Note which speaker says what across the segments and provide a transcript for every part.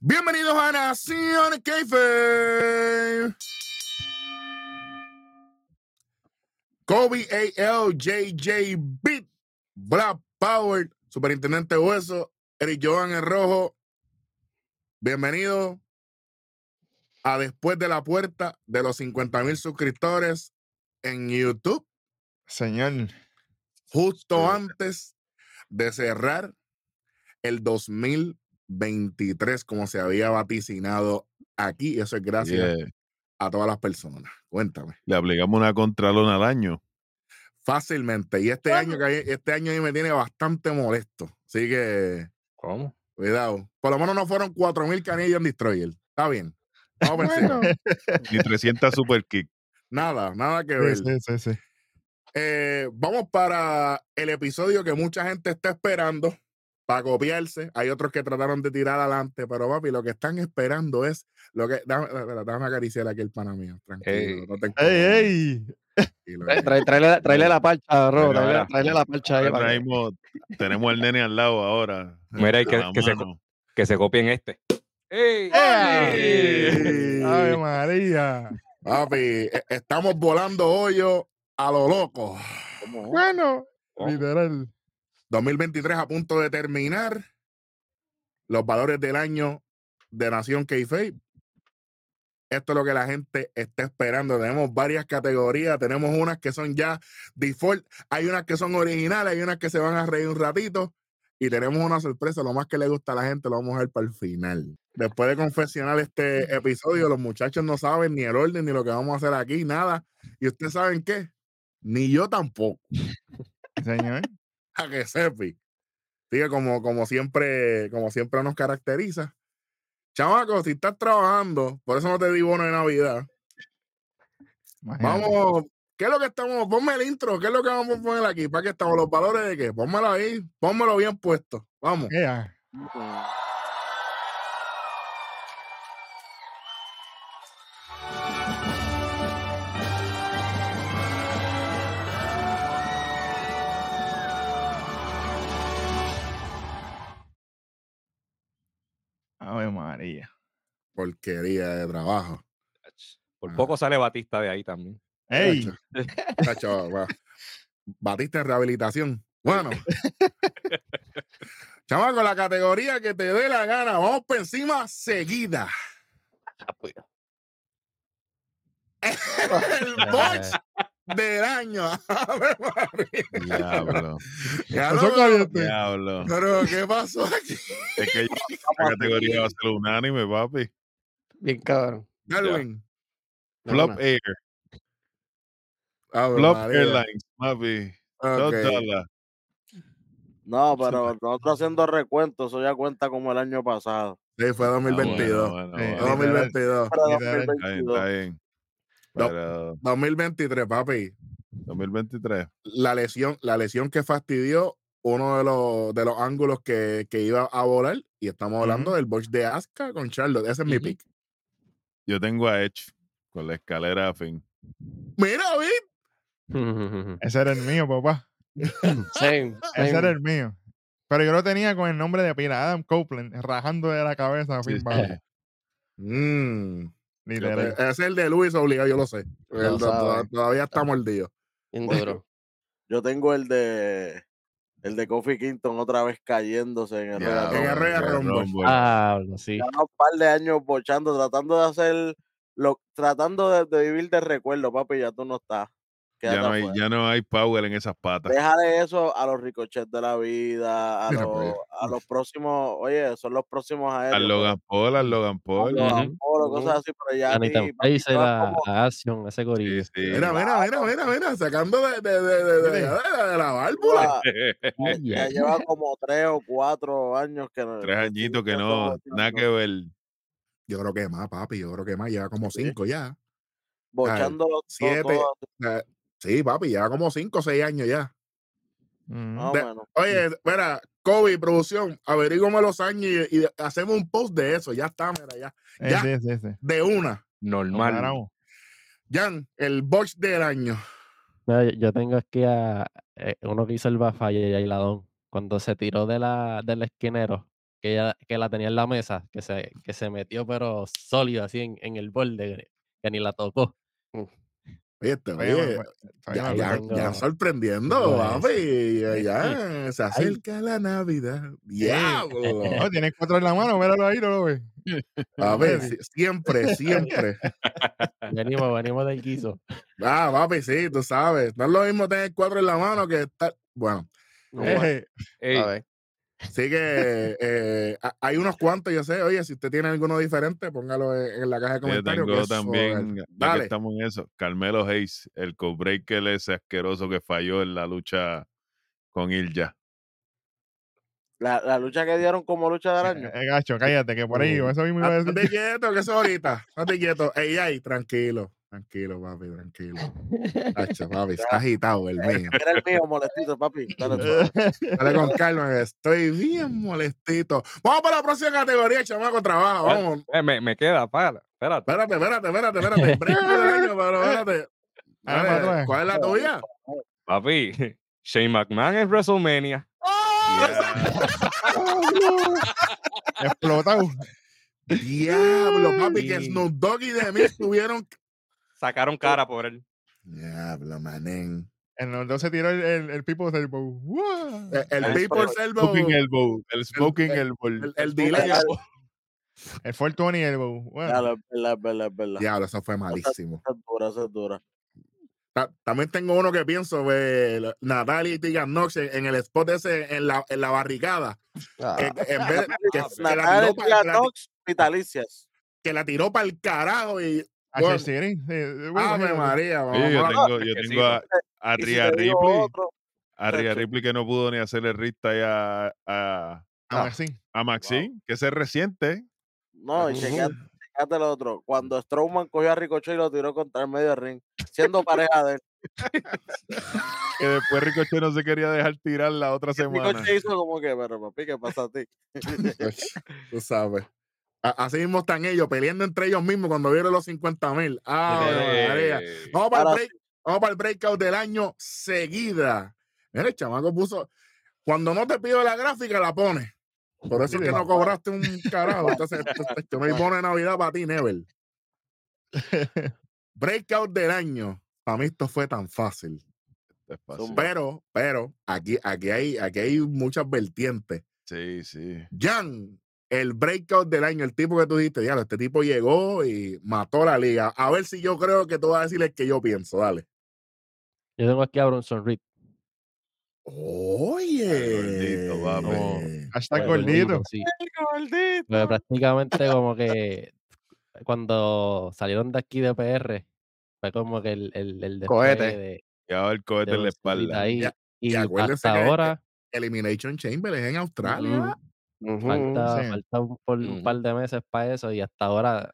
Speaker 1: Bienvenidos a Nación E. Keife. Kobe AL, JJ Beat, Black Power, Superintendente Hueso, Eric Joan en rojo. Bienvenido a Después de la Puerta de los 50 mil suscriptores en YouTube,
Speaker 2: Señor,
Speaker 1: justo
Speaker 2: Sí.
Speaker 1: antes de cerrar el 2023, como se había vaticinado aquí. Eso es gracias
Speaker 2: yeah,
Speaker 1: a todas las personas. Cuéntame.
Speaker 2: le aplicamos una contralona al año.
Speaker 1: Fácilmente. Y este año, que hay- este año ahí me tiene bastante molesto. Así que,
Speaker 3: ¿Cómo?
Speaker 1: cuidado. Por lo menos no fueron 4.000 canillas en Destroyer. Está bien. Vamos por encima.
Speaker 2: Y 300 super kick.
Speaker 1: Nada, nada que
Speaker 2: Sí,
Speaker 1: ver.
Speaker 2: sí, sí, sí.
Speaker 1: Eh, vamos para el episodio que mucha gente está esperando para copiarse. Hay otros que trataron de tirar adelante, pero papi, lo que están esperando es lo que. Dame, dame, dame acariciar aquí el pana mío. Tranquilo.
Speaker 3: Ey.
Speaker 1: no te encojone,
Speaker 2: ¡Ey, ey!
Speaker 1: tranquilo,
Speaker 3: Trae-
Speaker 1: ey.
Speaker 3: trae- Tráele la- tráele la parcha, Ro.
Speaker 2: Venga,
Speaker 3: Tráele,
Speaker 2: verá.
Speaker 3: tráele la parcha ahí.
Speaker 2: Ahora
Speaker 3: para que-
Speaker 2: traemos- tenemos al nene al lado ahora.
Speaker 4: Mira,
Speaker 2: a
Speaker 4: y que-
Speaker 2: la
Speaker 4: que se co-
Speaker 2: mano.
Speaker 4: que se copien este. ¡Ey!
Speaker 2: ¡Ey!
Speaker 4: ¡Ey!
Speaker 2: ¡Ave María!
Speaker 1: Papi, e- estamos volando hoyo a lo loco.
Speaker 2: Bueno,
Speaker 4: Oh.
Speaker 2: literal.
Speaker 1: 2023 a punto de terminar. Los valores del año de Nación k Esto es lo que la gente está esperando. Tenemos varias categorías. Tenemos unas que son ya default. Hay unas que son originales. Hay unas que se van a reír un ratito. Y tenemos una sorpresa. Lo más que le gusta a la gente lo vamos a ver para el final. Después de confeccionar este episodio, los muchachos no saben ni el orden ni lo que vamos a hacer aquí, nada. Y ustedes saben qué? Ni yo tampoco
Speaker 2: Señor,
Speaker 1: a que sepi. Sigue como, como siempre, como siempre nos caracteriza. Chamaco, si estás trabajando, por eso no te di bono de Navidad.
Speaker 2: imagínate.
Speaker 1: Vamos, ¿qué es lo que estamos? Ponme el intro, ¿qué es lo que vamos a poner aquí? ¿Para qué estamos? ¿Los valores de qué? Pónmelo ahí, pónmelo bien puesto. Vamos.
Speaker 2: Ea. Ave María.
Speaker 1: Porquería de trabajo.
Speaker 4: Por poco sale Batista de ahí también.
Speaker 2: ¡Ey!
Speaker 1: Chacho. Chacho, va. Batiste en rehabilitación. Bueno. Chamaco, la categoría que te dé la gana. Vamos por encima seguida.
Speaker 4: Ah, pues.
Speaker 1: El botch del año. Ave María.
Speaker 2: Diablo.
Speaker 1: Ya
Speaker 2: Eso
Speaker 1: lo-
Speaker 2: caliente. Diablo.
Speaker 1: Pero, ¿qué pasó aquí?
Speaker 2: Es que la categoría va a ser unánime, papi.
Speaker 3: Bien cabrón.
Speaker 1: Darwin.
Speaker 3: De
Speaker 2: Flop
Speaker 3: una.
Speaker 2: Air,
Speaker 1: Ave
Speaker 2: Flop
Speaker 1: María.
Speaker 2: Airlines, papi. Dos
Speaker 1: Ok.
Speaker 2: dólares.
Speaker 5: No, pero nosotros haciendo recuentos, eso ya cuenta como el año pasado.
Speaker 1: Sí, fue 2022.
Speaker 2: Ah, bueno, Sí.
Speaker 1: Fue
Speaker 2: bueno, bueno.
Speaker 1: 2022.
Speaker 5: Para
Speaker 2: Está bien,
Speaker 5: 2022.
Speaker 2: está bien.
Speaker 1: No.
Speaker 2: Pero
Speaker 1: 2023, papi.
Speaker 2: 2023.
Speaker 1: la lesión, la lesión que fastidió uno de los, de los ángulos que, que iba a volar. Y estamos hablando del box de Asuka con Charlotte. Ese es mi
Speaker 4: Ujú.
Speaker 1: pick.
Speaker 2: Yo tengo a Edge con la escalera a fin.
Speaker 1: Mira, Vic.
Speaker 6: Ese era el mío, papá.
Speaker 3: Same,
Speaker 6: Ese era
Speaker 3: same.
Speaker 6: el mío. Pero yo lo tenía con el nombre de pila, Adam Copeland, rajando de la cabeza a
Speaker 2: Sí,
Speaker 6: Finn
Speaker 2: sí.
Speaker 6: Balor,
Speaker 1: Mm.
Speaker 6: literal.
Speaker 1: Ese es el de Luis obligado, yo lo sé.
Speaker 3: Lo
Speaker 1: Él to- to-
Speaker 3: sabe.
Speaker 1: todavía está mordido.
Speaker 3: Bien duro.
Speaker 5: Yo tengo el de el de Kofi Kingston otra vez cayéndose en el
Speaker 2: Ya,
Speaker 5: reggaetón.
Speaker 1: En el Royal
Speaker 2: Royal
Speaker 1: Rumble.
Speaker 2: Rumble.
Speaker 3: Ah, bueno, sí.
Speaker 5: Ya un par de años bochando, tratando de hacer lo, tratando de, de vivir de recuerdo, papi, ya tú no estás.
Speaker 2: ya,
Speaker 5: Quédate
Speaker 2: no hay,
Speaker 5: afuera.
Speaker 2: ya no hay power en esas patas.
Speaker 5: Déjale eso a los ricochets de la vida, a,
Speaker 1: Mira
Speaker 5: los,
Speaker 1: pa' allá.
Speaker 5: a los próximos, oye, son los próximos a
Speaker 2: pues, Al Logan Paul, al Logan Paul.
Speaker 4: Logan.
Speaker 5: cosas así, pero ya.
Speaker 3: Anita
Speaker 5: aquí, papi,
Speaker 3: Pace,
Speaker 5: no es
Speaker 3: la,
Speaker 5: como-
Speaker 3: la acción, ese
Speaker 2: Sí,
Speaker 3: gorillo.
Speaker 2: sí.
Speaker 1: Mira, mira, mira, mira, mira, sacando de, de, de, de, de- de- de la válvula.
Speaker 5: Ah, ya- Ya lleva como tres o cuatro años que no.
Speaker 2: Tres añitos que no, nada que ver.
Speaker 1: Yo creo que más, papi, yo creo que más, lleva como
Speaker 5: Sí.
Speaker 1: cinco ya.
Speaker 5: Bochando los
Speaker 1: siete. Eh, Sí, papi, lleva como cinco o seis años ya.
Speaker 6: Mm.
Speaker 5: No,
Speaker 1: De-
Speaker 2: eh,
Speaker 5: bueno.
Speaker 1: Oye, espera, Kobe, producción, averígame los años y, y hacemos un post de eso. Ya está, mira, ya.
Speaker 6: Eh,
Speaker 1: ya.
Speaker 6: sí, sí, sí.
Speaker 1: De una.
Speaker 6: Lo
Speaker 4: Normal.
Speaker 6: paramos.
Speaker 1: Jan, el box del año.
Speaker 3: Mira, yo- yo tengo aquí a eh, uno que hizo el Bafalle y Ailadón. Cuando se tiró de la, del esquinero que, ella- que la tenía en la mesa, que se, que se metió pero sólido así en, en el borde, que, que ni la tocó.
Speaker 1: Viste,
Speaker 6: Oye,
Speaker 1: oye,
Speaker 6: me- me-
Speaker 1: ya,
Speaker 6: me-
Speaker 1: ya,
Speaker 3: tengo-
Speaker 1: ya sorprendiendo,
Speaker 3: tengo
Speaker 1: papi. Ya,
Speaker 3: Sí.
Speaker 1: ya, se acerca la Navidad. Diablo.
Speaker 6: No, tienes cuatro en la mano, míralo ahí, no lo ves.
Speaker 1: A ver, si- siempre, siempre.
Speaker 3: Venimos, venimos del guiso.
Speaker 1: Ah, papi, sí, tú sabes. No es lo mismo tener cuatro en la mano que estar. Bueno,
Speaker 2: eh.
Speaker 6: Eje,
Speaker 4: Ey,
Speaker 6: Eh,
Speaker 1: sí que eh, ha- hay unos cuantos, yo sé. Oye, si usted tiene alguno diferente, póngalo en, en la caja de
Speaker 2: Yo
Speaker 1: comentarios. que
Speaker 2: tengo
Speaker 1: eso
Speaker 2: también, ya
Speaker 1: es-
Speaker 2: que
Speaker 1: Dale.
Speaker 2: estamos en eso, Carmelo Hayes, el co-breaker ese asqueroso que falló en la lucha con Ilja.
Speaker 5: La, la lucha que dieron como lucha del año.
Speaker 6: eh, gacho, cállate, que por ahí,
Speaker 3: Uh.
Speaker 6: eso mismo iba
Speaker 1: Ah,
Speaker 6: a
Speaker 1: Estate
Speaker 6: decir.
Speaker 1: quieto, que eso ahorita. Estate quieto. Ey, ay, tranquilo. Tranquilo, papi, tranquilo. Hacho, papi, está agitado el mío.
Speaker 5: Era el mío molestito, papi. Dale pues. tú.
Speaker 1: Dale con calma, que estoy bien molestito. Vamos para la próxima categoría, chamaco, trabajo.
Speaker 4: ¿Cuál?
Speaker 1: Vamos.
Speaker 4: eh, me, me queda, para. Espérate.
Speaker 1: Espérate, espérate, espérate, espérate. Break del año, pero espérate.
Speaker 6: Ah,
Speaker 1: Dale,
Speaker 6: para atrás.
Speaker 1: ¿Cuál es la tuya?
Speaker 4: Papi, Shane McMahon en WrestleMania.
Speaker 6: Explotado.
Speaker 1: Diablo, papi, que
Speaker 3: Sí.
Speaker 1: Snoop Dogg y de mí tuvieron.
Speaker 4: Sacaron cara por él.
Speaker 1: Diablo, manen.
Speaker 6: En el 12 tiró el, el, el pipo del bow. ¡Uah!
Speaker 1: El, eh, el
Speaker 5: El
Speaker 1: People
Speaker 5: Smoking
Speaker 1: Servo.
Speaker 2: Smoking Elbow, el Smoking
Speaker 1: el-
Speaker 2: Elbow.
Speaker 1: El, el delay.
Speaker 5: Ya,
Speaker 6: El 420 y el bow. Bueno,
Speaker 5: Claro, es verdad, es verdad, es verdad.
Speaker 1: Diablo, eso fue malísimo.
Speaker 5: Esa es dura, esa es dura.
Speaker 1: Ta- también tengo uno que pienso, eh, la- Natalia y Tegan Knox en, en el spot ese, en la, en la barricada. Que, en vez de- que, que la tiró
Speaker 5: Natalia Ah, y Tia
Speaker 1: para
Speaker 5: Knox, vitalicias.
Speaker 1: el carajo y.
Speaker 6: a
Speaker 1: bueno.
Speaker 6: Chelsea, sí, eh, bueno,
Speaker 1: ¡Ave
Speaker 6: imagínate.
Speaker 1: María!
Speaker 2: Oye, yo
Speaker 1: mamá!
Speaker 2: tengo, yo
Speaker 4: que sí,
Speaker 2: tengo a, a
Speaker 5: Y si
Speaker 2: Rhea
Speaker 5: te digo
Speaker 2: Ripley,
Speaker 5: otro,
Speaker 2: a Rhea
Speaker 5: chacho.
Speaker 2: Ripley que no pudo ni hacerle rista a, a,
Speaker 6: Aún así.
Speaker 2: a Maxine, que se resiente.
Speaker 5: No, y
Speaker 3: Ujú.
Speaker 5: chequeate, chequeate lo otro. Cuando Strowman cogió a Ricochet y lo tiró contra el medio del ring, siendo pareja de él.
Speaker 2: que después Ricochet no se quería dejar tirar la otra semana.
Speaker 5: Ricochet hizo como que, pero papi, ¿qué pasa a ti?
Speaker 1: Tú sabes. A- Así mismo están ellos peleando entre ellos mismos cuando vieron los 50 mil. ¡Ave Ah, María!
Speaker 4: Eh,
Speaker 1: Vamos para, el
Speaker 5: Ahora
Speaker 1: break, vamos para el breakout del año seguida. Mira, el chamaco puso. Cuando no te pido la gráfica, la pones. Por eso es que no cobraste un carajo. Entonces, esto- esto- esto no hay bono de Navidad para ti, Nebel. Breakout del año. Para mí esto fue tan fácil.
Speaker 2: Esto es fácil.
Speaker 1: Pero, pero, aquí, aquí, hay, aquí hay muchas vertientes.
Speaker 2: Sí, sí.
Speaker 1: Jan, el breakout del año, el tipo que tú dijiste, diablo, este tipo llegó y mató la liga. A ver si yo creo que tú vas a decir el que yo pienso, dale.
Speaker 3: Yo tengo aquí a Bronson Reed.
Speaker 1: Oye. eh,
Speaker 2: Gordito, papi.
Speaker 1: No.
Speaker 6: Hashtag
Speaker 3: Bueno,
Speaker 6: gordito.
Speaker 3: pues, Sí. Pero prácticamente como que cuando salieron de aquí de PR, fue como que el, el, el
Speaker 7: Cohete.
Speaker 3: despegue de-
Speaker 2: Llevaba el
Speaker 3: de
Speaker 2: cohete en la
Speaker 3: Bronson Reed
Speaker 2: espalda.
Speaker 3: ahí.
Speaker 1: Ya-
Speaker 3: y
Speaker 1: y acuérdense
Speaker 3: hasta
Speaker 1: que- que-
Speaker 3: ahora
Speaker 1: Elimination Chamber es en Australia.
Speaker 3: Ujú. falta,
Speaker 6: sí.
Speaker 3: falta un, por un
Speaker 4: Ujú.
Speaker 3: par de meses para eso y hasta ahora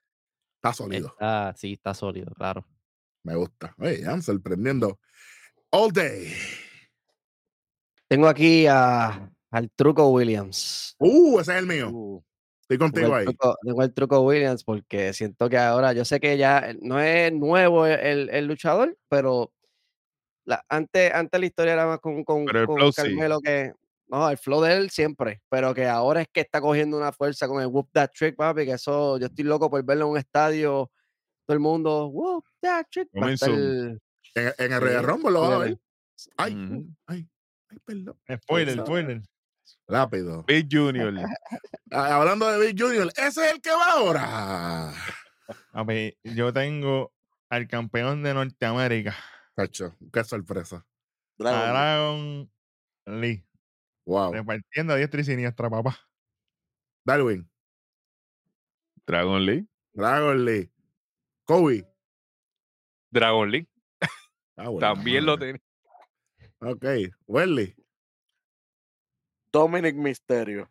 Speaker 1: Está sólido.
Speaker 3: está, sí, está sólido, claro.
Speaker 1: Me gusta. Oye, ya sorprendiendo. All day.
Speaker 7: Tengo aquí a, al Truco Williams.
Speaker 1: Uh, ese es el mío.
Speaker 7: Uh,
Speaker 1: Estoy
Speaker 7: Tengo
Speaker 1: contigo
Speaker 7: el,
Speaker 1: ahí.
Speaker 7: truco, tengo el Truco Williams porque siento que ahora, yo sé que ya eh, no es nuevo el- el, el luchador, pero la, antes, antes la historia era más con, con,
Speaker 2: Pero el
Speaker 7: con
Speaker 2: flow sí.
Speaker 7: Carmelo que... No, el flow de él siempre, pero que ahora es que está cogiendo una fuerza con el Whoop That Trick, papi, que eso, yo estoy loco por verlo en un estadio, todo el mundo, Whoop That Trick, va a
Speaker 2: Coming
Speaker 7: estar-
Speaker 2: soon.
Speaker 1: En, en el
Speaker 7: Sí,
Speaker 1: Royal Rumble lo vas a
Speaker 7: fíjate.
Speaker 1: ver. Ay,
Speaker 2: Ujú.
Speaker 1: uh, ay, ay, perdón.
Speaker 6: Spoiler, spoiler.
Speaker 1: Rápido.
Speaker 2: Big Junior.
Speaker 1: Ah, Hablando de Big Junior, ese es el que va ahora.
Speaker 6: A ver, Ah, pues, yo tengo al campeón de Norteamérica,
Speaker 1: Cacho, qué sorpresa.
Speaker 5: Dragon
Speaker 6: a
Speaker 5: Ball.
Speaker 6: Dragon Lee,
Speaker 1: Wow.
Speaker 6: repartiendo a diestra y siniestra, papá.
Speaker 1: Darwin,
Speaker 2: Dragon Lee.
Speaker 1: Dragon Lee, Kobe.
Speaker 4: Dragon Lee.
Speaker 1: Ah, bueno,
Speaker 4: También lo
Speaker 1: madre.
Speaker 4: tenía.
Speaker 1: Ok, Welly.
Speaker 5: Dominic Mysterio,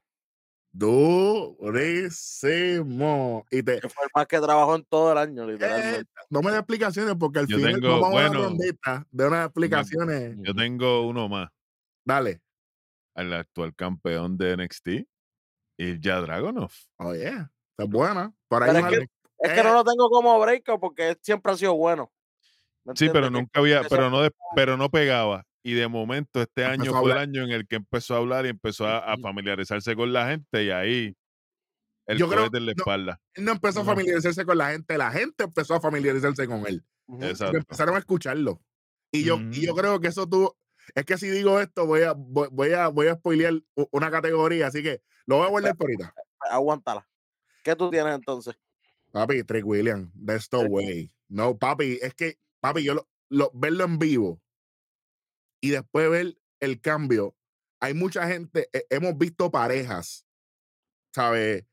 Speaker 1: Durísimo. Y te,
Speaker 5: que fue el más que trabajó en todo el año, literalmente.
Speaker 1: Eh, no me da explicaciones porque al
Speaker 2: Yo
Speaker 1: final
Speaker 2: tengo,
Speaker 1: nos vamos a una
Speaker 2: bueno,
Speaker 1: rondita de unas explicaciones.
Speaker 2: Yo tengo uno más.
Speaker 1: Dale.
Speaker 2: Al actual campeón de NXT. Ilja Dragonov.
Speaker 1: Oye, está buena. Por ahí
Speaker 5: Pero
Speaker 1: más-
Speaker 5: es, que, es que
Speaker 1: eh.
Speaker 5: no lo tengo como breaker porque él siempre ha sido bueno. ¿Me
Speaker 2: Sí, pero
Speaker 5: entiendes?
Speaker 2: nunca había,
Speaker 5: ese-
Speaker 2: pero no, de- pero no pegaba. y de momento este año
Speaker 1: Empezó a
Speaker 2: fue el
Speaker 1: hablar.
Speaker 2: año en el que empezó a hablar y empezó a, a familiarizarse con la gente y ahí el
Speaker 1: Yo creo-
Speaker 2: cohete en la
Speaker 1: no.
Speaker 2: espalda.
Speaker 1: Él no empezó a
Speaker 6: No.
Speaker 1: familiarizarse con la gente, la gente empezó a familiarizarse con él. Porque
Speaker 2: Exacto.
Speaker 1: empezaron a escucharlo. Y yo, y yo
Speaker 6: Mm.
Speaker 1: creo que eso tú. Es que si digo esto, voy a, voy, voy a, voy a spoilear u- una categoría, así que lo voy a guardar por ahorita.
Speaker 5: Aguántala. ¿Qué tú tienes entonces?
Speaker 1: Papi, Trick William, that's the
Speaker 5: Sí.
Speaker 1: way. No, papi, es que, papi, yo lo, lo- verlo en vivo y después ver el cambio. Hay mucha gente, he- hemos visto parejas, ¿sabes?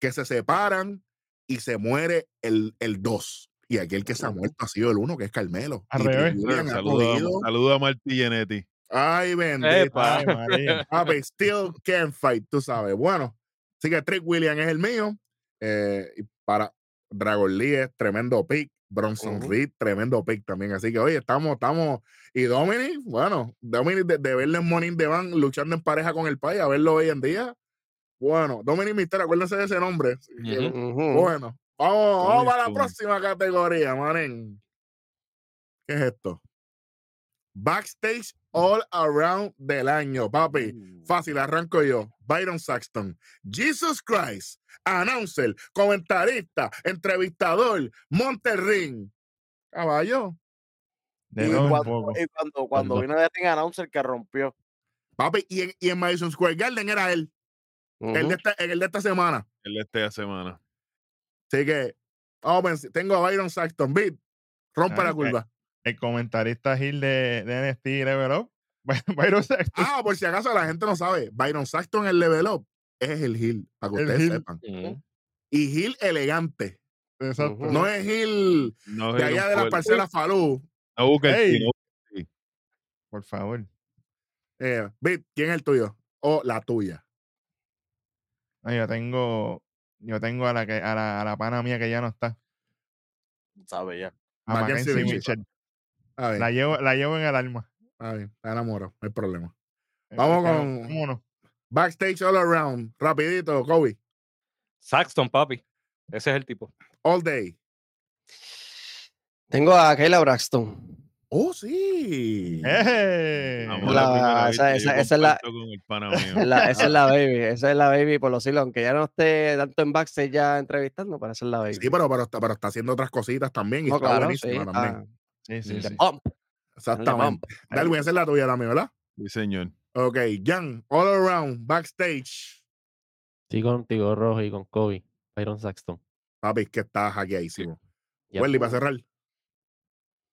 Speaker 1: Que se separan y se muere el, el dos. Y aquel que se ha muerto ha sido el uno, que es Carmelo.
Speaker 6: Al
Speaker 1: Y Trick
Speaker 6: revés.
Speaker 1: William ha
Speaker 2: Saludos
Speaker 1: cogido-
Speaker 2: a, saludo a Martí Genetti.
Speaker 1: Ay, bendito.
Speaker 4: Epa.
Speaker 6: Ay, María.
Speaker 1: Papi, Ah, pues, still can fight, tú sabes. Bueno, así que Trick William es el mío. eh, y para Dragon Lee es tremendo pick. Bronson
Speaker 5: Ujú.
Speaker 1: Reed, tremendo pick también. Así que, oye, estamos, estamos. Y Dominic, bueno, Dominic, de, de verle en Morning in the Bank luchando en pareja con el país, a verlo hoy en día. Bueno, Dominic Mister, acuérdense de ese nombre. Así que,
Speaker 4: Ujú.
Speaker 7: Ujú.
Speaker 1: Bueno, vamos, vamos
Speaker 2: Dominic
Speaker 1: para la
Speaker 2: Cruz.
Speaker 1: próxima categoría, manen. ¿Qué es esto? Backstage All Around del año, papi. Fácil, arranco yo. Byron Saxton, Jesus Christ, announcer, comentarista, entrevistador, Monterring. Caballo.
Speaker 6: De
Speaker 5: Y
Speaker 6: todo un
Speaker 5: cuando-
Speaker 6: poco.
Speaker 5: Y cuando, cuando
Speaker 6: Perdón.
Speaker 5: vino de Ring Announcer que rompió.
Speaker 1: Papi, y en, y en Madison Square Garden era él, el, de esta, el de esta semana.
Speaker 2: El este de esta semana.
Speaker 1: Así que, vamos, a pensar. tengo a Byron Saxton, beat, rompe
Speaker 6: Ah,
Speaker 1: la
Speaker 6: ok.
Speaker 1: curva.
Speaker 6: El comentarista Gil de, de NXT Level Up. Byron Saxton.
Speaker 1: Ah, por si acaso la gente no sabe, Byron Saxton el level up es el heel, para que
Speaker 6: El
Speaker 1: ustedes
Speaker 6: heel.
Speaker 1: sepan. Y heel elegante.
Speaker 6: Exacto.
Speaker 1: No es heel
Speaker 2: No
Speaker 1: de
Speaker 2: es
Speaker 1: allá
Speaker 2: un
Speaker 1: de la
Speaker 2: puerco.
Speaker 1: parcela Falú.
Speaker 2: No busca el
Speaker 6: Ey.
Speaker 2: tino.
Speaker 6: Por favor.
Speaker 1: Eh, Bit, ¿quién es el tuyo? O la tuya.
Speaker 6: Ay, Ah, yo tengo. Yo tengo a la, que, a, la, a la pana mía que ya no está.
Speaker 5: Sabe ya.
Speaker 6: A
Speaker 1: Mackenzie
Speaker 6: Mackenzie
Speaker 1: Mitchell.
Speaker 6: Mitchell.
Speaker 1: A ver,
Speaker 6: La llevo, la llevo en el alma.
Speaker 1: a ver, está enamorado, no hay problema.
Speaker 6: Eh,
Speaker 1: Vamos
Speaker 6: porque
Speaker 1: con-
Speaker 6: no- ¿Cómo no?
Speaker 1: Backstage all around, rapidito, Kobe,
Speaker 4: Saxton, papi. Ese es el tipo.
Speaker 1: all day.
Speaker 7: Tengo a Kayla Braxton.
Speaker 1: Oh, sí.
Speaker 6: ¡Eh!
Speaker 2: Vamos a
Speaker 7: La-
Speaker 2: primera
Speaker 7: esa-
Speaker 2: vista, yo
Speaker 7: esa- esa es la-
Speaker 2: comparto con el pana mío.
Speaker 7: La- esa es la baby, esa es la baby por los siglos, aunque ya no esté tanto en backstage ya entrevistando, para ser la baby.
Speaker 1: Sí, pero, pero, está, pero está haciendo otras cositas también y
Speaker 7: No,
Speaker 1: está
Speaker 7: claro, sí,
Speaker 1: buenísima
Speaker 7: está-
Speaker 1: también.
Speaker 6: Sí, sí,
Speaker 2: Mm.
Speaker 6: sí.
Speaker 7: Pump,
Speaker 1: Exactamente. Darwin, esa es la tuya también, ¿verdad?
Speaker 2: Sí, señor.
Speaker 1: Ok, Jan, all around, backstage.
Speaker 3: Sí, contigo, Rojo, y con Kobe. Byron Saxton.
Speaker 1: Papi, es que está hackeadísimo.
Speaker 3: Ya.
Speaker 1: Welly, para cerrar.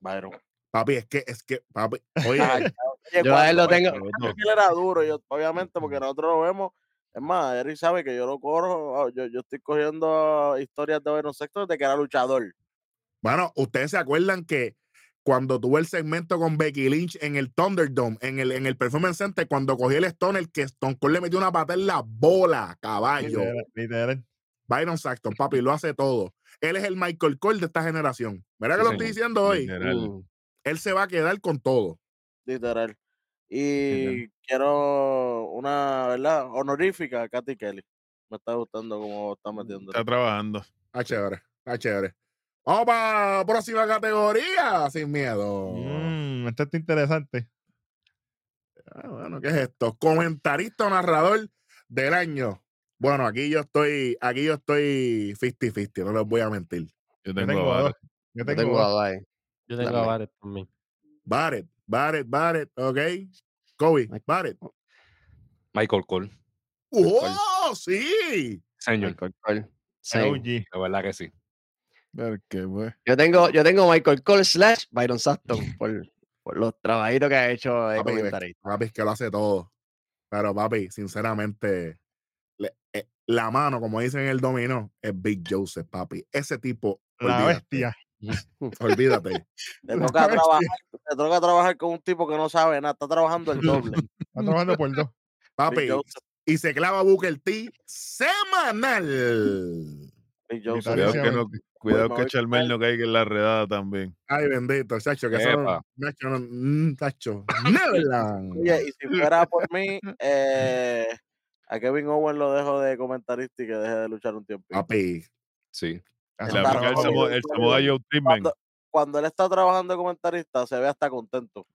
Speaker 5: Byron.
Speaker 1: Papi, es que, es que, papi, oye,
Speaker 5: Ah,
Speaker 1: eh,
Speaker 5: Oye,
Speaker 7: Yo a él lo
Speaker 5: cuando-
Speaker 7: tengo.
Speaker 2: Pero
Speaker 5: Yo creo que él era duro, yo, obviamente, porque nosotros lo vemos. Es más, Eric sabe que yo lo corro, ah, yo, yo estoy cogiendo historias de Byron Sexto desde que era luchador.
Speaker 1: bueno, ustedes se acuerdan que cuando tuve el segmento con Becky Lynch en el Thunderdome, en el, en el Performance Center, cuando cogí el Stone, el que Stone Cold le metió una pata en la bola, caballo.
Speaker 6: Literal, literal.
Speaker 1: Byron Saxton, papi, lo hace todo. Él es el Michael Cole de esta generación. ¿Verdad que
Speaker 4: Sí,
Speaker 1: lo estoy
Speaker 4: señor.
Speaker 1: diciendo hoy?
Speaker 2: Literal.
Speaker 7: Mm.
Speaker 1: Él se va a quedar con todo.
Speaker 5: Literal. Y quiero una, ¿verdad? Honorífica a Katy Kelly. Me está gustando cómo
Speaker 7: Mm,
Speaker 5: está metiendo.
Speaker 2: Está trabajando.
Speaker 1: Está Ah, chévere, está chévere. Vamos para la próxima categoría, sin miedo.
Speaker 6: Mm, esto está interesante.
Speaker 1: Ah, bueno, ¿qué es esto? Comentarista o narrador del año. Bueno, aquí yo estoy, aquí yo estoy 50-50, no les voy a mentir.
Speaker 2: Yo
Speaker 6: Yo
Speaker 2: tengo,
Speaker 6: tengo a
Speaker 2: varios.
Speaker 6: dos. Yo
Speaker 7: Yo
Speaker 6: tengo,
Speaker 7: tengo
Speaker 6: a
Speaker 7: a
Speaker 6: dos.
Speaker 7: Dai.
Speaker 3: Yo tengo a
Speaker 7: Dale.
Speaker 3: Barrett también.
Speaker 1: Barrett, Barrett, Barrett, ok. Kobe,
Speaker 7: Mike-
Speaker 1: Barrett.
Speaker 4: Michael Cole.
Speaker 1: ¡Oh, sí!
Speaker 4: Señor.
Speaker 7: Michael Cole.
Speaker 6: El
Speaker 7: Same.
Speaker 6: OG.
Speaker 4: La verdad que sí.
Speaker 7: Yo tengo, yo tengo Michael Cole slash Byron Saxton por, por los trabajitos que ha hecho de
Speaker 1: Papi, es-
Speaker 7: comentarista.
Speaker 1: papi, es que lo hace todo. Pero papi, sinceramente, le- eh, la mano, como dicen en el dominó, es Big Joseph, papi. Ese tipo,
Speaker 6: La
Speaker 1: olvídate,
Speaker 6: bestia.
Speaker 1: olvídate.
Speaker 5: Te
Speaker 6: La
Speaker 5: toca,
Speaker 6: bestia.
Speaker 5: trabajar, te toca trabajar con un tipo que no sabe nada, está trabajando el doble. Big
Speaker 6: Está trabajando por dos.
Speaker 1: Papi,
Speaker 5: Joseph,
Speaker 1: y se clava Booker T semanal.
Speaker 5: Big
Speaker 6: Literal,
Speaker 5: Joseph.
Speaker 2: Cuidado que, no-
Speaker 6: Obviamente.
Speaker 2: cuidado
Speaker 5: Bueno,
Speaker 2: que
Speaker 5: hoy-
Speaker 2: Charmel no caiga en la redada también.
Speaker 1: Ay, bendito, chacho, que eso no,
Speaker 4: Epa.
Speaker 1: chacho, no, mm, chacho, Neverland.
Speaker 5: Oye, y si fuera por mí, eh, a Kevin Owen lo dejo de comentarista y que deje de luchar un tiempo.
Speaker 1: Papi,
Speaker 4: Sí.
Speaker 6: Hace
Speaker 2: Le
Speaker 5: Está
Speaker 2: aplica el,
Speaker 5: rojo.
Speaker 2: Samo- el Samoa Joe Treatment.
Speaker 5: Cuando él está trabajando de comentarista, se ve hasta contento.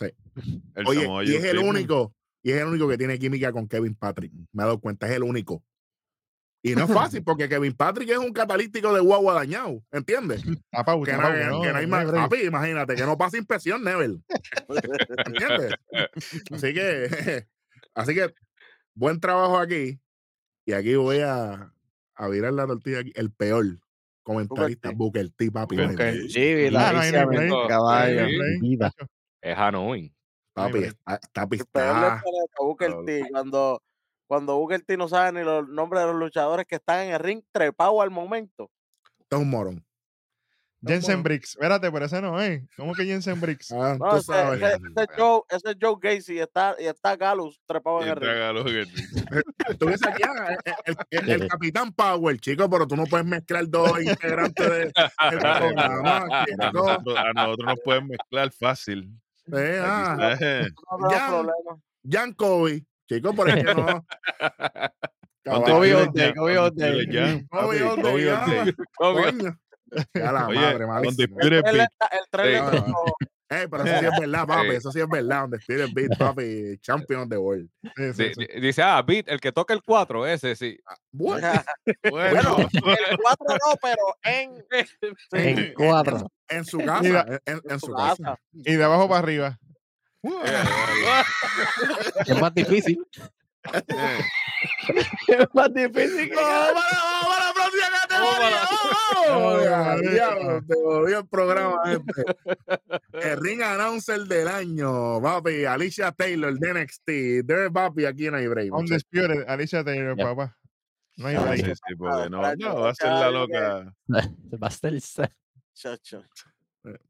Speaker 2: El
Speaker 1: Oye,
Speaker 2: Samoa
Speaker 1: y es
Speaker 2: Joe
Speaker 1: el
Speaker 2: Clip.
Speaker 1: único, y es el único que tiene química con Kevin Patrick. Me he dado cuenta, es el único. Y no es fácil porque Kevin Patrick es un catalítico de guagua dañado, ¿entiendes?
Speaker 6: Tapa,
Speaker 1: Que no,
Speaker 6: tapa,
Speaker 1: que- que no hay más.
Speaker 6: break.
Speaker 1: Papi, imagínate, que no pasa inspección, Never. ¿Entiendes? Así que, así que, buen trabajo aquí. Y aquí voy a, a virar la tortilla. aquí. El peor comentarista, Booker T, papi. no hay
Speaker 4: Booker
Speaker 1: break.
Speaker 7: Sí, vi
Speaker 6: Claro,
Speaker 7: la
Speaker 6: ahí
Speaker 7: hice,
Speaker 6: no hay
Speaker 7: men,
Speaker 4: break.
Speaker 7: caballo.
Speaker 4: Sí.
Speaker 6: Break.
Speaker 3: Vida.
Speaker 4: Es annoying.
Speaker 1: Papi,
Speaker 6: break.
Speaker 1: está, está
Speaker 5: El peor le
Speaker 1: pistado.
Speaker 5: parece a Booker
Speaker 2: Claro.
Speaker 5: T. Cuando, cuando Booker T no sabe ni los nombres de los luchadores que están en el ring, trepado al momento.
Speaker 1: Esto es un morón.
Speaker 6: Jensen Briggs. Espérate, pero ese no es. ¿Cómo que Jensen Briggs?
Speaker 1: Ah,
Speaker 5: No,
Speaker 1: tú
Speaker 5: ese,
Speaker 1: sabes.
Speaker 5: ese- ese Joe, ese Joe Gacy y está, y está Galus trepado en
Speaker 2: Y
Speaker 5: el ring.
Speaker 2: traga lo que te-
Speaker 1: Estuviese aquí ah, el, el- el- el Capitán Power, chico, pero tú no puedes mezclar dos integrantes de, del programa,
Speaker 2: A
Speaker 1: chico.
Speaker 2: nosotros, a nosotros nos pueden mezclar fácil.
Speaker 1: Eh, ah,
Speaker 5: No tengo
Speaker 1: Ya.
Speaker 5: problema.
Speaker 1: Jan Kobe, chico, por eso no.
Speaker 2: Ponte
Speaker 7: Kobe
Speaker 2: Killer
Speaker 7: Oldberg,
Speaker 2: Jan,
Speaker 7: Kobe
Speaker 1: Kobe
Speaker 2: ponte Killer Jan, papi,
Speaker 7: Oldberg.
Speaker 1: Oldberg,
Speaker 2: Kobe
Speaker 1: ya.
Speaker 2: Oldberg.
Speaker 1: Coño. Ya la
Speaker 2: Oye,
Speaker 1: madre,
Speaker 2: con
Speaker 1: malísimo.
Speaker 2: Disputed
Speaker 5: Él
Speaker 2: Beat,
Speaker 5: está- El tren le
Speaker 1: Ah,
Speaker 5: tocó.
Speaker 1: Eh, pero eso sí es verdad, papi.
Speaker 4: Eh.
Speaker 1: Eso sí es verdad. Donde Spirit Beat, papi, champion de world.
Speaker 6: Sí, sí,
Speaker 4: Di-
Speaker 6: sí.
Speaker 4: di- Dice, ah, Beat, el que toca el 4, ese sí.
Speaker 1: Bueno,
Speaker 2: Bueno,
Speaker 5: El 4 no, pero en,
Speaker 3: En cuatro.
Speaker 1: en su casa.
Speaker 6: Mira.
Speaker 1: en- en, en
Speaker 5: en
Speaker 1: su
Speaker 5: su
Speaker 1: casa.
Speaker 5: casa.
Speaker 6: Y de abajo para arriba.
Speaker 3: Es más difícil.
Speaker 7: Es más difícil que
Speaker 1: vamos a la próxima
Speaker 4: categoría,
Speaker 6: vamos.
Speaker 1: Diablo, te jodió el programa, gente. El ring announcer del año, papi. Alicia Taylor de NXT. Debe, papi, aquí no hay break. muchachos.
Speaker 6: Undisputed, Alicia Taylor,
Speaker 3: Ya.
Speaker 6: papá. No hay
Speaker 3: Ya,
Speaker 2: Sí,
Speaker 6: break.
Speaker 2: sí, porque no, no, va a ser la loca.
Speaker 3: Va a ser sa-
Speaker 5: Chacho.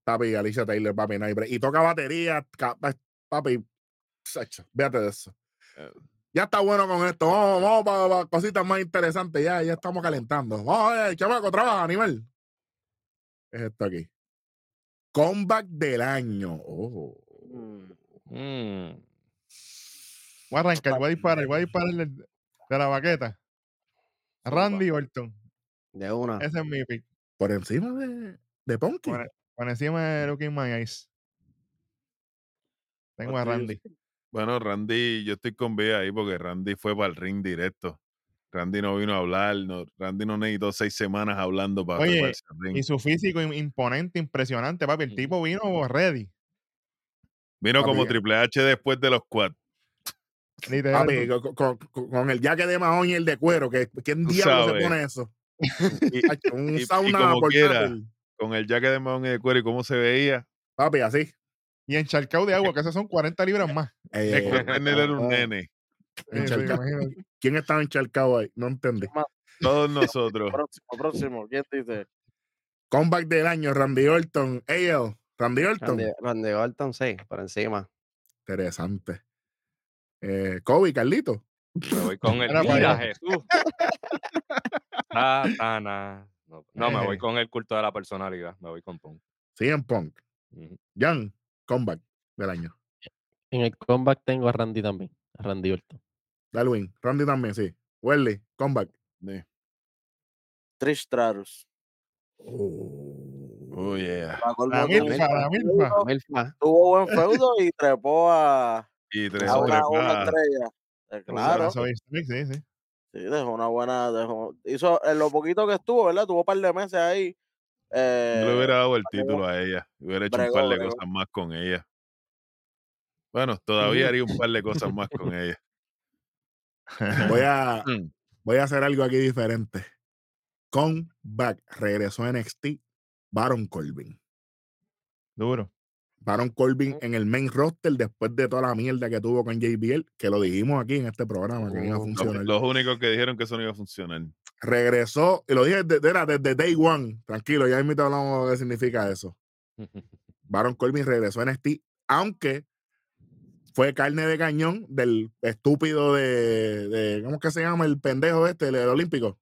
Speaker 1: Papi, Alicia Taylor, papi, no hay break. Y toca batería, ca- pa- papi. sacho, Véate de eso.
Speaker 2: Eh.
Speaker 1: Ya está bueno con esto. Vamos, vamos para cositas más interesantes. Ya, ya estamos calentando. Vamos, eh, chamaco, trabaja, animal. Es esto aquí. Comeback del año. Oh.
Speaker 4: Mm.
Speaker 6: Voy a arrancar, voy a disparar, voy a disparar el- de la baqueta. Randy Orton.
Speaker 7: De una.
Speaker 6: Ese es mi pick.
Speaker 1: Por encima de, de Ponky.
Speaker 6: Bueno, Por encima de Look in My Eyes. Tengo a
Speaker 2: Ok, yo
Speaker 6: Randy.
Speaker 2: Bueno, Randy, yo estoy con B ahí porque Randy fue para el ring directo. Randy no vino a hablar, no- Randy no necesitó seis semanas hablando para
Speaker 6: Oye,
Speaker 2: prepararse al ring.
Speaker 6: Y su físico im- imponente, impresionante, papi. El tipo vino ready.
Speaker 2: Vino como
Speaker 1: Papi,
Speaker 2: Triple H después de los cuatro.
Speaker 6: Literal.
Speaker 1: Papi, con, con- con- con el jaque de mahón y el de cuero. Que, ¿Quién
Speaker 2: Tú
Speaker 1: diablo
Speaker 2: sabes.
Speaker 1: se pone eso?
Speaker 2: Y-
Speaker 1: Hacho, Un
Speaker 2: y- y
Speaker 1: sauna
Speaker 2: como quiera.
Speaker 1: portátil.
Speaker 2: con el jaque de mahón y de cuero y cómo se veía.
Speaker 1: Papi, así.
Speaker 6: Y encharcado de agua, que esas son 40 libras más.
Speaker 1: Eh,
Speaker 2: Es que Nene era un nene.
Speaker 6: Sí, sí,
Speaker 1: Encharcado.
Speaker 6: imagínate.
Speaker 1: ¿Quién estaba encharcado ahí? No entendí.
Speaker 2: Todos nosotros.
Speaker 5: Próximo, próximo. ¿Quién dice?
Speaker 1: Comeback del año, Randy Orton. AL, Randy Orton.
Speaker 7: Randy, Randy Orton, sí, por encima.
Speaker 1: Interesante. Eh, Kobe, Carlito.
Speaker 4: Me voy con el.
Speaker 6: Era para
Speaker 4: Mira,
Speaker 6: allá.
Speaker 4: Jesús. Satanás. No, no, me voy
Speaker 6: Eh.
Speaker 4: con el culto de la personalidad. Me voy con Punk.
Speaker 1: CM Punk.
Speaker 4: Ujú.
Speaker 1: Jan, comeback del año.
Speaker 3: En el comeback tengo a Randy también. A Randy Orton.
Speaker 1: Darwin, Randy también, sí. Welly, comeback.
Speaker 2: Sí.
Speaker 5: Trish Stratus.
Speaker 2: Oh, yeah.
Speaker 5: Pa' colmo
Speaker 6: La
Speaker 5: tuvo
Speaker 6: milfa, la
Speaker 5: buen
Speaker 6: milfa.
Speaker 2: Oh,
Speaker 5: feudo,
Speaker 7: Milfa.
Speaker 5: Tuvo buen feudo y trepó a, a
Speaker 2: Y tres
Speaker 6: Ahora
Speaker 5: una,
Speaker 2: hombres
Speaker 5: una
Speaker 2: más.
Speaker 5: estrella. Eh, Claro.
Speaker 6: Soy Snake, sí, sí.
Speaker 5: Sí, dejó una buena. dejó- hizo en lo poquito que estuvo, ¿verdad? Tuvo un par de meses ahí.
Speaker 2: Yo le
Speaker 5: eh,
Speaker 2: hubiera dado el
Speaker 5: bregó.
Speaker 2: título a ella. Hubiera hecho un
Speaker 5: Bregó,
Speaker 2: par de
Speaker 5: bregó.
Speaker 2: cosas más con ella. Bueno, todavía haría un par de cosas más con ella.
Speaker 1: Voy a,
Speaker 2: Mm.
Speaker 1: voy a hacer algo aquí diferente. Comeback. Regresó a NXT. Baron Corbin.
Speaker 6: Duro.
Speaker 1: Baron Corbin en el main roster después de toda la mierda que tuvo con JBL, que lo dijimos aquí en este programa, que no iba a
Speaker 2: Los,
Speaker 7: Oh,
Speaker 1: funcionar.
Speaker 2: los únicos que dijeron que eso no iba a funcionar.
Speaker 1: regresó, y lo dije desde, era desde day one, tranquilo, ya mismo te hablamos de qué significa eso. Baron Corbin regresó a NXT, aunque fue carne de cañón del estúpido de, de- ¿cómo es que se llama? El pendejo este, el, el olímpico.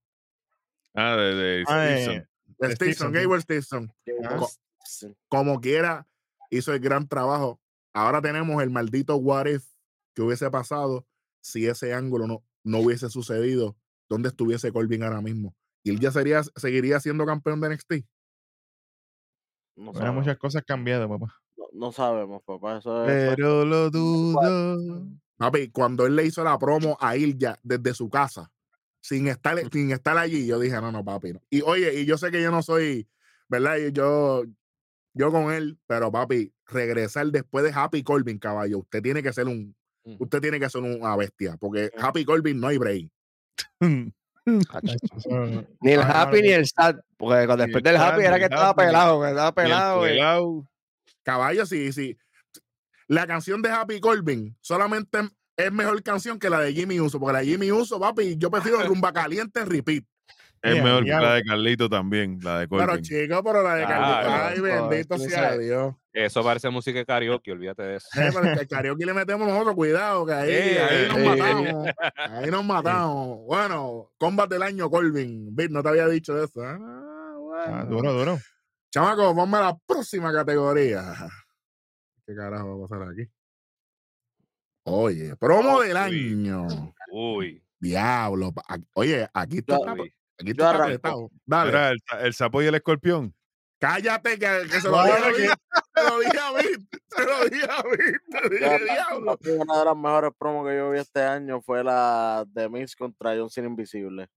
Speaker 2: Ah, de, de
Speaker 6: Ah, eh,
Speaker 2: Stevenson.
Speaker 1: De Stevenson,
Speaker 6: Stevenson, sí.
Speaker 1: Gable Stevenson.
Speaker 6: Ah.
Speaker 1: Co-
Speaker 5: Sí.
Speaker 1: Como quiera, hizo el gran trabajo. Ahora tenemos el maldito what if que hubiese pasado si ese ángulo no, no hubiese sucedido, donde estuviese Corbin ahora mismo. Y él ya sería, seguiría siendo campeón de NXT.
Speaker 5: No,
Speaker 6: Ahora
Speaker 5: sabemos,
Speaker 6: muchas cosas cambiadas, papá.
Speaker 5: no- No sabemos, papá. Eso es.
Speaker 6: Pero lo dudo.
Speaker 1: Papi, cuando él le hizo la promo a Ilja desde su casa, sin estar, sin estar allí, yo dije, no, no, papi. no". Y oye, y yo sé que yo no soy, ¿verdad? Y Yo, yo con él, pero papi, regresar después de Happy Corbin, caballo, usted tiene que ser un,
Speaker 4: Mm.
Speaker 1: usted tiene que ser una bestia, porque Happy Corbin no hay break.
Speaker 7: Ni el
Speaker 6: Ah,
Speaker 7: happy ni el sad. Porque cuando-
Speaker 2: Ni
Speaker 7: después
Speaker 2: el
Speaker 7: del
Speaker 2: sad,
Speaker 7: happy
Speaker 2: ni
Speaker 7: era
Speaker 2: el
Speaker 7: que estaba
Speaker 2: happy, ni-
Speaker 7: pelado, que estaba
Speaker 2: Y el
Speaker 1: eh,
Speaker 7: pelado. y-
Speaker 2: pelao,
Speaker 1: Caballo, sí, sí. La canción de Happy Corbin solamente es mejor canción que la de Jimmy Uso, porque la de Jimmy Uso, papi, yo prefiero rumba caliente en repeat.
Speaker 2: es
Speaker 6: Yeah,
Speaker 2: mejor
Speaker 6: yeah.
Speaker 2: que la de Carlito también, la de
Speaker 1: Pero
Speaker 2: Corbin.
Speaker 1: chico, pero la de
Speaker 4: Ah,
Speaker 1: Carlitos.
Speaker 4: claro.
Speaker 1: Ay, bendito
Speaker 7: Entonces,
Speaker 1: sea Dios.
Speaker 4: Eso parece música de karaoke, olvídate de eso.
Speaker 1: Eh, pero el karaoke le metemos nosotros, cuidado, que ahí,
Speaker 4: Eh,
Speaker 1: ahí nos
Speaker 7: eh.
Speaker 1: matamos. Ahí nos matamos. Bueno, combat del año, Colvin. Vic, no te había dicho de eso. Ah, bueno.
Speaker 6: Ah, duro, duro.
Speaker 1: Chamaco, vamos a la próxima categoría. ¿Qué carajo va a pasar aquí? Oye, promo del
Speaker 4: Uy.
Speaker 1: año.
Speaker 4: Uy,
Speaker 1: Diablo. pa- a- Oye, aquí tú
Speaker 5: Yo-
Speaker 1: estás,
Speaker 4: uy.
Speaker 1: aquí tú
Speaker 5: yo
Speaker 1: estás
Speaker 5: arranco.
Speaker 1: apretado. Dale.
Speaker 2: Era el, el sapo y el escorpión.
Speaker 1: Cállate, que, que se lo dije a Vic. Se lo dije a Vic. Se lo dije a Vic. Te
Speaker 5: Yo
Speaker 1: dije,
Speaker 5: arranco,
Speaker 1: diablo.
Speaker 5: papi, Una de las mejores promos que yo vi este año fue la de Miz contra Johnson Invisible.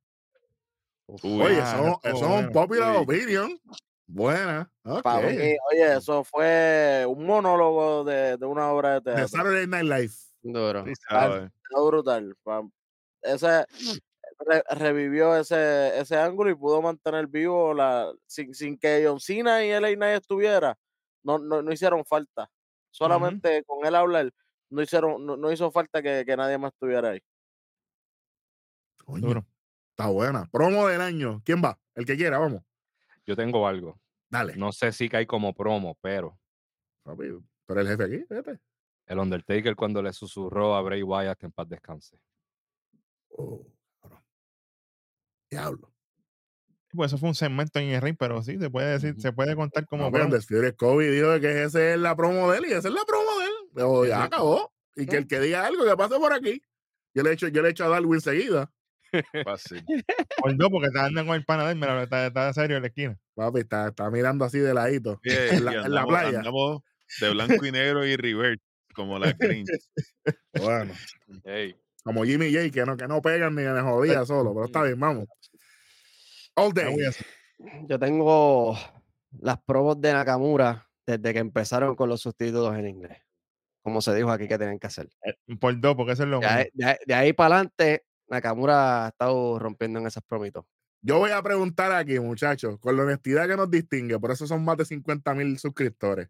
Speaker 2: Uy,
Speaker 1: Oye,
Speaker 6: Ah,
Speaker 1: eso,
Speaker 6: no,
Speaker 1: eso es un
Speaker 6: bueno.
Speaker 1: popular
Speaker 2: Sí.
Speaker 1: opinion. Buena. ok.
Speaker 5: Pa' mí, oye, eso fue un monólogo de, de una obra
Speaker 1: De
Speaker 5: de teatro.
Speaker 1: Saturday Night Live.
Speaker 7: Duro.
Speaker 2: sí sabe.
Speaker 5: Está brutal. pa- Ese re- revivió ese, ese ángulo y pudo mantener vivo la sin, sin que John Cena y LA Knight estuviera. No, no, no hicieron falta. Solamente con él hablar, no hicieron, no, no hizo falta que, que nadie más estuviera ahí.
Speaker 1: Coño,
Speaker 6: Duro.
Speaker 1: Está buena. Promo del año. ¿Quién va? El que quiera, vamos.
Speaker 4: yo tengo algo.
Speaker 1: Dale.
Speaker 4: No sé si cae como promo, pero
Speaker 1: Papi, tú eres el jefe aquí. vete.
Speaker 4: el Undertaker cuando le susurró a Bray Wyatt que en paz descanse.
Speaker 1: Oh, cabrón. Diablo.
Speaker 6: Pues eso fue un segmento en el ring, pero sí, se puede decir,
Speaker 4: Ujú.
Speaker 6: se puede contar como.
Speaker 1: Como cuando el Fury Kobe dijo que esa es la promo de él y esa es la promo de él. Pero ya
Speaker 6: Sí.
Speaker 1: acabó. Y que el que diga algo que pase por aquí. Yo le he hecho, yo le he hecho a Darwin seguida.
Speaker 2: Fácil.
Speaker 6: Por dos, porque está andando con el pana de él, mira, está, está serio en la esquina.
Speaker 1: Papi, está, está mirando así de ladito.
Speaker 2: Oye,
Speaker 1: En la-
Speaker 2: y
Speaker 1: en la
Speaker 2: andamos-
Speaker 1: playa.
Speaker 2: andamos de blanco y negro y reverse, como la Grinch.
Speaker 1: Bueno.
Speaker 4: Ey,
Speaker 1: Como Jimmy J, que no, que no pegan ni de jodida solo, pero está bien, vamos. All
Speaker 6: Ya
Speaker 1: day.
Speaker 6: voy a hacer-
Speaker 7: Yo tengo las promos de Nakamura desde que empezaron con los subtítulos en inglés. Como se dijo aquí que tenían que hacer.
Speaker 6: Por dos, porque eso es lo
Speaker 7: eh, De ahí,
Speaker 6: que.
Speaker 7: para adelante, Nakamura ha estado rompiendo en esas promitos.
Speaker 1: Yo voy a preguntar aquí, muchachos, con la honestidad que nos distingue, por eso son más de 50 mil suscriptores.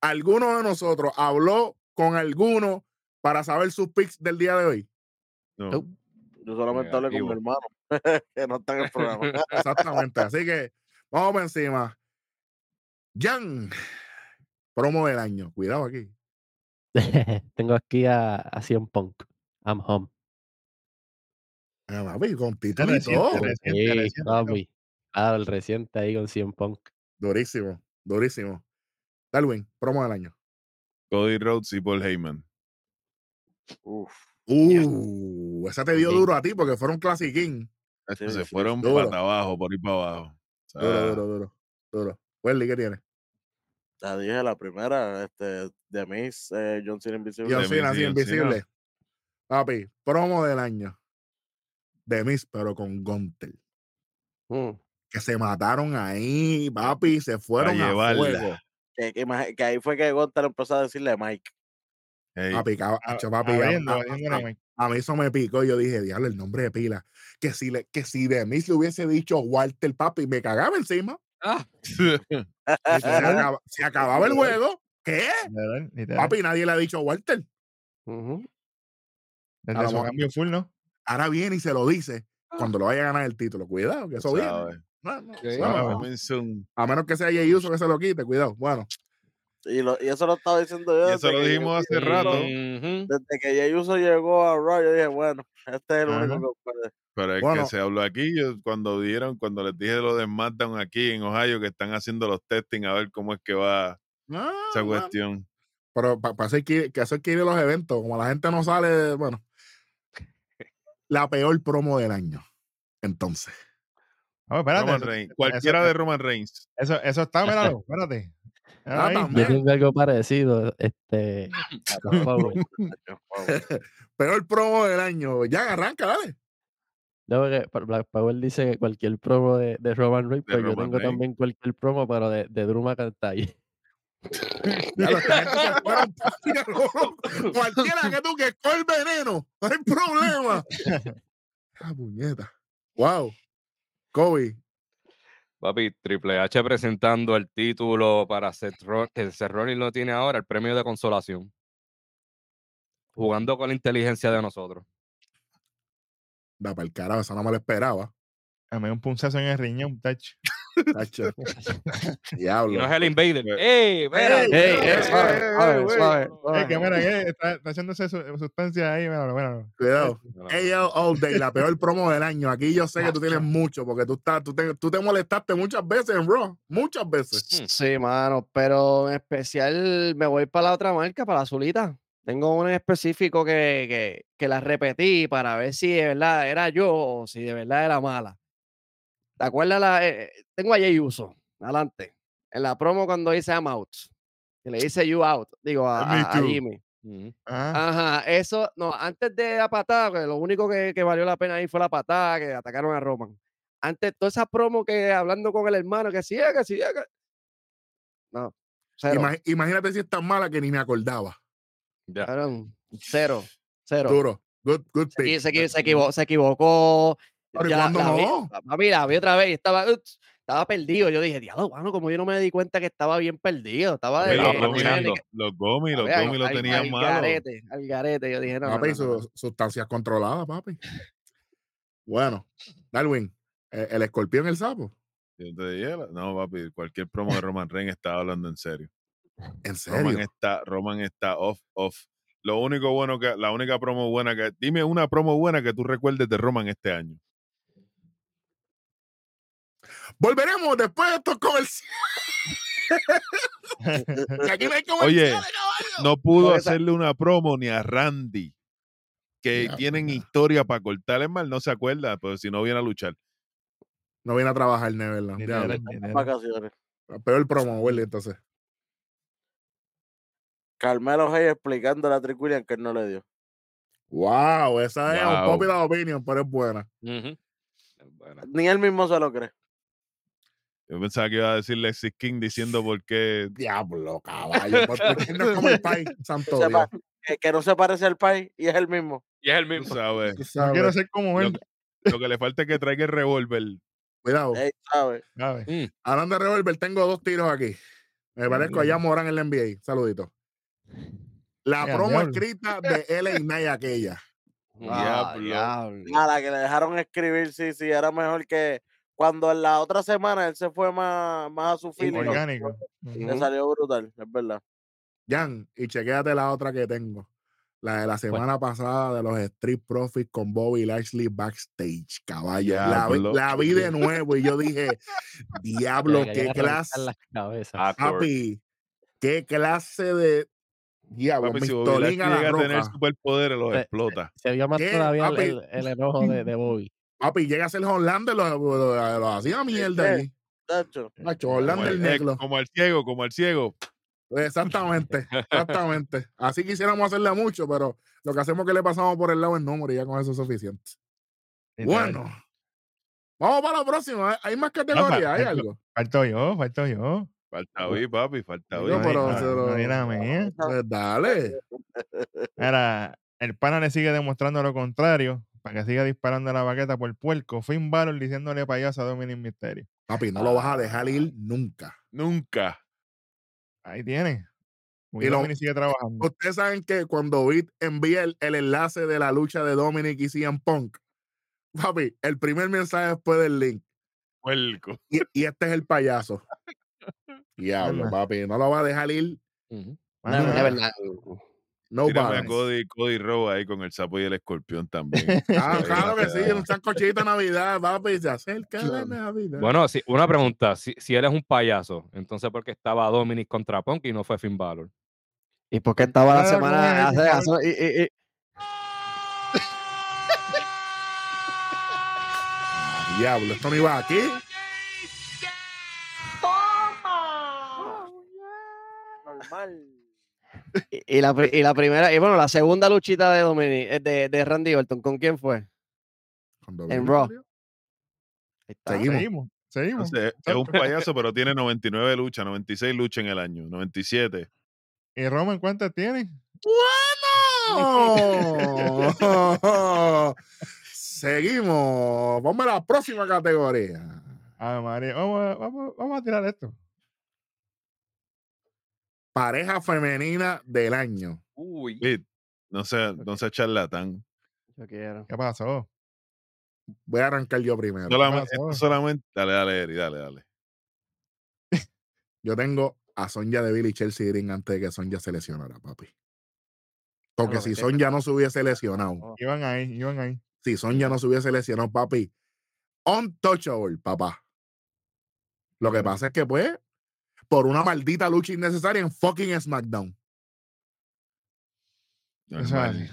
Speaker 1: ¿Alguno de nosotros habló con alguno para saber sus picks del día de hoy?
Speaker 2: No.
Speaker 7: Nope.
Speaker 5: Yo solamente hablé con mi
Speaker 4: Negativo.
Speaker 5: hermano, que no está en el programa.
Speaker 1: Exactamente. Así que vamos por encima. Jan, promo del año. Cuidado aquí.
Speaker 3: Tengo aquí a, a CM Punk. I'm home.
Speaker 1: Ah, papi, con título y
Speaker 6: Reciente,
Speaker 1: todo.
Speaker 6: reciente,
Speaker 3: Sí,
Speaker 6: reciente, ¿no?
Speaker 3: papi. Claro, el reciente ahí con CM Punk.
Speaker 1: Durísimo, durísimo. Darwin, promo del año.
Speaker 2: Cody Rhodes y Paul Heyman.
Speaker 5: Uf,
Speaker 1: Uh, esa te dio
Speaker 3: Sí.
Speaker 1: duro a ti porque fueron clasiquín.
Speaker 2: Esto
Speaker 5: Sí,
Speaker 2: se
Speaker 5: sí,
Speaker 2: fueron
Speaker 1: duro.
Speaker 2: para abajo, por ir para abajo. O sea,
Speaker 1: Duro, duro, duro, duro. Welly, ¿qué tiene?
Speaker 5: la dije la primera, este, de Miss, eh, John Cena Invisible.
Speaker 1: John
Speaker 2: Miz
Speaker 1: Cena,
Speaker 2: y
Speaker 1: así
Speaker 2: John
Speaker 1: invisible.
Speaker 2: Cena.
Speaker 1: Papi, promo del año. De Miss, pero con Gunter.
Speaker 7: Mm.
Speaker 1: Que se mataron ahí, papi, se fueron a
Speaker 2: llevarla.
Speaker 1: fuego.
Speaker 5: Que, que imagi- que ahí fue que Gonzalo empezó a decirle a Mike.
Speaker 2: hey,
Speaker 1: Papi, cab-
Speaker 6: A-
Speaker 1: acho, papi, a,
Speaker 6: abriendo,
Speaker 1: a-
Speaker 6: abriendo la
Speaker 1: a-
Speaker 6: mano.
Speaker 1: a mí eso me picó. Yo dije, diablo, el nombre de pila. Que si, le, que si de Miss le hubiese dicho Walter, papi, me cagaba encima. Y se, acaba- se acababa el juego. ¿Qué?
Speaker 6: Literal, literal.
Speaker 1: Papi, nadie le ha dicho Walter.
Speaker 7: Ujú.
Speaker 1: a lo
Speaker 6: Desde su
Speaker 1: mejor-
Speaker 6: cambio full, ¿no?
Speaker 1: ahora viene y se lo dice cuando lo vaya a ganar el título. Cuidado, que eso viene.
Speaker 2: ¿sabes?
Speaker 1: No, no,
Speaker 4: Sí.
Speaker 1: eso no.
Speaker 6: Ah,
Speaker 2: Coming soon.
Speaker 1: A menos que sea Jey Uso que se lo quite, cuidado. Bueno,
Speaker 5: Y, lo- y eso lo estaba diciendo yo.
Speaker 2: Y
Speaker 5: desde
Speaker 2: eso lo
Speaker 5: que
Speaker 2: dijimos hace
Speaker 5: Jey Uso-
Speaker 2: rato,
Speaker 1: Mm.
Speaker 4: ujú.
Speaker 5: Desde que Jey Uso llegó a Raw, yo dije, bueno, este es el único
Speaker 6: Ajá.
Speaker 5: que puede.
Speaker 2: pero es
Speaker 1: Bueno.
Speaker 2: que se habló aquí. Yo, cuando dieron, cuando les dije lo de SmackDown aquí en Ohio, que están haciendo los testing a ver cómo es que va
Speaker 1: no,
Speaker 2: esa
Speaker 1: no.
Speaker 2: cuestión.
Speaker 1: pero para eso hay que, ir- que eso hay que ir a los eventos. Como la gente no sale, bueno. La peor promo del año. Entonces,
Speaker 6: Ah, espérate.
Speaker 2: Roman
Speaker 6: eso-
Speaker 2: Reigns. Cualquiera
Speaker 6: eso-
Speaker 2: de Roman Reigns.
Speaker 6: Eso, eso está, míralo, espérate.
Speaker 1: Ah,
Speaker 6: Ahí.
Speaker 1: también.
Speaker 3: Yo tengo algo parecido. Este. a los Power.
Speaker 1: Peor promo del año. Ya, arranca, dale.
Speaker 3: No, porque pa- Black Power dice que cualquier promo de, de Roman Reigns,
Speaker 2: De
Speaker 3: pero yo
Speaker 2: Roman
Speaker 3: tengo
Speaker 2: Reigns.
Speaker 3: también cualquier promo, pero de, de Drew McIntyre.
Speaker 1: Ya, los gente se fueron para el carajo. Cualquiera que tú que el veneno. No hay problema. Ah, puñeta. Wow. Kobe.
Speaker 4: Papi, Triple H presentando el título para Seth Ro- que Seth Rollins lo tiene ahora, el premio de consolación. Jugando con la inteligencia de nosotros.
Speaker 1: Da para el carajo, esa no me lo esperaba.
Speaker 6: A mí un punzazo en el riñón, tacho.
Speaker 1: Tacho.
Speaker 4: Y
Speaker 1: Diablo.
Speaker 4: no es el Invader.
Speaker 2: Pues-
Speaker 4: ¡Ey! espérate!
Speaker 7: Ey,
Speaker 1: ey,
Speaker 7: ey,
Speaker 4: Eh,
Speaker 7: suave,
Speaker 2: ey,
Speaker 7: suave,
Speaker 2: güey.
Speaker 7: suave, suave.
Speaker 6: Eh, que mira, que está, está echándose su- eh, sustancia ahí, míralo, míralo.
Speaker 1: Cuidado.
Speaker 4: No, no, no.
Speaker 1: AL All Day, la peor promo del año. Aquí yo sé que tú tienes mucho, porque tú, estás, tú, te, tú te molestaste muchas veces en Raw. Muchas veces.
Speaker 4: Mm.
Speaker 7: Sí, mano, pero en especial me voy para la otra marca, para la azulita. Tengo una en específico que, que, que la repetí para ver si de verdad era yo o si de verdad era mala. ¿Te acuerdas? La, eh, eh, tengo a Jay Uso, adelante. En la promo cuando dice I'm out, que le dice you out, digo a,
Speaker 6: Me
Speaker 7: a- a
Speaker 6: too.
Speaker 7: Jimmy.
Speaker 4: Ujú.
Speaker 6: Ah,
Speaker 7: Ajá, eso, no, antes de la patada, porque lo único que, que valió la pena ahí fue la patada que atacaron a Roman. Antes, todas esas promos que hablando con el hermano, que sí, eh, que sí, eh, que- No, cero.
Speaker 1: Ima- imagínate si es tan mala que ni me acordaba.
Speaker 4: Ya.
Speaker 7: cabrón, cero, cero.
Speaker 1: Duro. Good, good
Speaker 7: Se, equi-
Speaker 1: pick.
Speaker 7: se equi- se equivo- se equivocó.
Speaker 1: Pero ¿y
Speaker 7: ya la-
Speaker 1: cuándo
Speaker 7: la vi-
Speaker 1: no?
Speaker 7: la- la vi- la vi otra vez y estaba, ups, estaba perdido. Yo dije, diablo, mano, como yo no me di cuenta que estaba bien perdido. Estaba
Speaker 2: Oye,
Speaker 7: de que-
Speaker 2: los
Speaker 7: que-
Speaker 2: gomis,
Speaker 7: que- que-
Speaker 2: los gomis, los
Speaker 7: Vean,
Speaker 2: gomis lo
Speaker 7: al-
Speaker 2: tenían
Speaker 7: al
Speaker 2: malo.
Speaker 7: garete, al garete. Yo dije, no, no,
Speaker 1: Papi,
Speaker 7: no, no, no.
Speaker 1: su- sustancias controladas, papi. Bueno, Darwin, eh, el escorpión, el sapo.
Speaker 2: Yo te dije, no, papi, cualquier promo de Roman Reigns estaba hablando en serio.
Speaker 1: En
Speaker 2: Roman
Speaker 1: serio.
Speaker 2: está, Roman está off, off. Lo único bueno que, la única promo buena que, dime una promo buena que tú recuerdes de Roman este año.
Speaker 1: Volveremos después de estos comerciales.
Speaker 5: e,
Speaker 1: Que aquí no hay comerciales, caballo.
Speaker 2: No pudo
Speaker 7: Porque esa-
Speaker 2: hacerle una promo ni a Randy, que
Speaker 1: Ya,
Speaker 2: tienen
Speaker 1: verdad.
Speaker 2: historia para cortar. Es mal, no se acuerda, pero si no viene a luchar.
Speaker 1: No viene a trabajar, Neverland.
Speaker 6: literal,
Speaker 1: Diablo.
Speaker 6: literal.
Speaker 5: Vacaciones.
Speaker 1: La Peor promo, Willy, entonces.
Speaker 5: Carmelo Rey explicando a Trick William que él no le dio.
Speaker 1: Wow, esa es un
Speaker 4: Wow.
Speaker 1: popular opinion, pero es buena.
Speaker 4: Ujú. Es buena.
Speaker 5: Ni él mismo se lo cree.
Speaker 2: Yo pensaba que iba a decir Lexis King diciendo por qué.
Speaker 1: Diablo, caballo. ¿por qué no es como el país, santo
Speaker 5: Sepa-
Speaker 1: Dios.
Speaker 5: que, que no se parece al país y es el mismo.
Speaker 4: Y es el
Speaker 2: Tú
Speaker 4: mismo.
Speaker 2: sabes.
Speaker 1: Tú
Speaker 6: No quiero
Speaker 1: sabes,
Speaker 6: ser como
Speaker 2: Yo-
Speaker 6: él,
Speaker 2: Lo que le falta es que traiga el revólver.
Speaker 1: Cuidado.
Speaker 5: Ey, ¿sabe?
Speaker 6: ¿sabes?
Speaker 1: Hablando de revólver, tengo dos tiros aquí.
Speaker 2: Ah,
Speaker 1: Me parezco allá Morán en la NBA. Saludito. La
Speaker 2: Eh,
Speaker 6: Ya,
Speaker 1: promo
Speaker 6: diablo.
Speaker 1: escrita de LA Knight aquella.
Speaker 7: Ah,
Speaker 2: Diablo.
Speaker 7: diablo.
Speaker 5: A la que le dejaron escribir, sí, sí, era mejor que cuando en la otra semana él se fue más, más a su feeling.
Speaker 6: Orgánico.
Speaker 5: Le salió brutal, es verdad.
Speaker 1: Jan, y chequéate la otra que tengo. La
Speaker 2: Pues
Speaker 1: de la semana pasada de los Street Profits con Bobby Lashley backstage, caballo. La vi,
Speaker 2: Diablo.
Speaker 1: la vi de nuevo y yo dije, diablo,
Speaker 3: que
Speaker 1: qué
Speaker 3: arrancar
Speaker 1: clase.
Speaker 3: las cabezas.
Speaker 6: Ah,
Speaker 4: Awkward.
Speaker 1: Papi, qué clase de diablo,
Speaker 2: Papi, si Bobby
Speaker 1: pistolín
Speaker 2: Lashley
Speaker 1: a la
Speaker 2: llega a tener
Speaker 1: roca.
Speaker 2: superpoderes, los
Speaker 3: Pe-
Speaker 2: explota.
Speaker 3: Se vio más
Speaker 1: ¿Qué,
Speaker 6: Ah,
Speaker 3: todavía el,
Speaker 6: pues
Speaker 1: papi?
Speaker 3: el- el enojo de, de Bobby.
Speaker 1: Papi, llega a ser Holanda y lo, lo- lo- lo hacía
Speaker 2: Eh,
Speaker 1: mierda allí.
Speaker 5: Tacho,
Speaker 1: Macho,
Speaker 2: Como
Speaker 1: Holanda el
Speaker 2: el, eh,
Speaker 1: negro. Eh,
Speaker 2: como el ciego, como el ciego.
Speaker 1: Exactamente, exactamente. Así quisiéramos hacerle mucho, pero lo que hacemos es que le pasamos por el lado el número y ya con eso es suficiente. Bueno. Vamos para la próxima. ¿eh? Hay más categorías, hay
Speaker 6: falta-
Speaker 1: algo.
Speaker 6: Falto yo, falto yo.
Speaker 2: Falta hoy, papi, falta hoy.
Speaker 1: Digo,
Speaker 6: No,
Speaker 1: pero
Speaker 6: no,
Speaker 1: se
Speaker 6: no,
Speaker 1: lo-
Speaker 6: mírame, ¿eh?
Speaker 1: Pues dale.
Speaker 6: Mira, el pana le sigue demostrando lo contrario para que siga disparando la baqueta por puerco. Finn Balor diciéndole payaso a Dominic Mysterio.
Speaker 1: Papi, no lo vas a dejar ir nunca.
Speaker 2: Nunca.
Speaker 6: Ahí tiene. Muy
Speaker 1: Y lo-
Speaker 6: Dominic sigue trabajando.
Speaker 1: Ustedes saben que cuando Bit envía el, el enlace de la lucha de Dominic y CM Punk, papi, el primer mensaje después del link.
Speaker 2: Puerco.
Speaker 1: Y, y este es el payaso. Diablo,
Speaker 6: Anda.
Speaker 1: papi, no lo va a dejar ir.
Speaker 4: Ujú.
Speaker 1: no,
Speaker 6: Mano,
Speaker 1: no,
Speaker 7: De verdad.
Speaker 1: No
Speaker 2: Tírame a
Speaker 1: balance.
Speaker 2: Cody, Cody Rowe ahí con el sapo y el escorpión también.
Speaker 1: Ah,
Speaker 2: Ahí
Speaker 1: claro
Speaker 2: no
Speaker 1: que
Speaker 2: te
Speaker 1: sí,
Speaker 2: da.
Speaker 1: un sancochito de Navidad, papi, se acerca la
Speaker 7: Claro.
Speaker 1: Navidad.
Speaker 4: Bueno, si- una pregunta. Si, si él es un payaso, entonces ¿por qué estaba Dominic contra Punk y no fue Finn Balor?
Speaker 7: ¿Y por qué estaba la
Speaker 6: Claro,
Speaker 7: semana
Speaker 6: eh, no,
Speaker 7: hace-
Speaker 6: no,
Speaker 7: hace- y- y- y-
Speaker 1: Diablo, esto no iba aquí.
Speaker 7: Y la, pri- y la primera, y bueno, la segunda luchita de Dominic, eh, de, de Randy Orton, ¿con quién fue?
Speaker 1: Cuando
Speaker 7: En
Speaker 1: vino,
Speaker 7: Raw.
Speaker 1: salió.
Speaker 7: Ahí está.
Speaker 1: Seguimos.
Speaker 6: Seguimos, seguimos.
Speaker 2: Entonces, es un payaso, pero tiene 99 luchas, 96 luchas en el año, 97.
Speaker 6: ¿Y Roman cuántas tiene?
Speaker 1: ¡No! Seguimos. Vamos a la próxima categoría.
Speaker 6: Ah, María, vamos, a- vamos, vamos a tirar esto.
Speaker 1: Pareja femenina del año.
Speaker 4: Uy,
Speaker 2: Pete, no sea, no sea charlatán.
Speaker 7: Yo quiero.
Speaker 6: ¿Qué pasó?
Speaker 1: Voy a arrancar yo primero.
Speaker 2: Solamente,
Speaker 6: pasó?
Speaker 2: esto solamente, dale, dale, Eri, dale, dale.
Speaker 1: Yo tengo a Sonja de Billy Chelsea Green antes de que Sonja se lesionara, papi. Porque
Speaker 7: lo
Speaker 1: si
Speaker 7: metí.
Speaker 1: Sonja no se hubiese lesionado,
Speaker 6: Iban ahí, iban ahí.
Speaker 1: si Sonja no se hubiese lesionado, papi, untouchable, papá. Lo que pasa es que, pues, por una maldita lucha innecesaria en fucking SmackDown.
Speaker 2: Normal.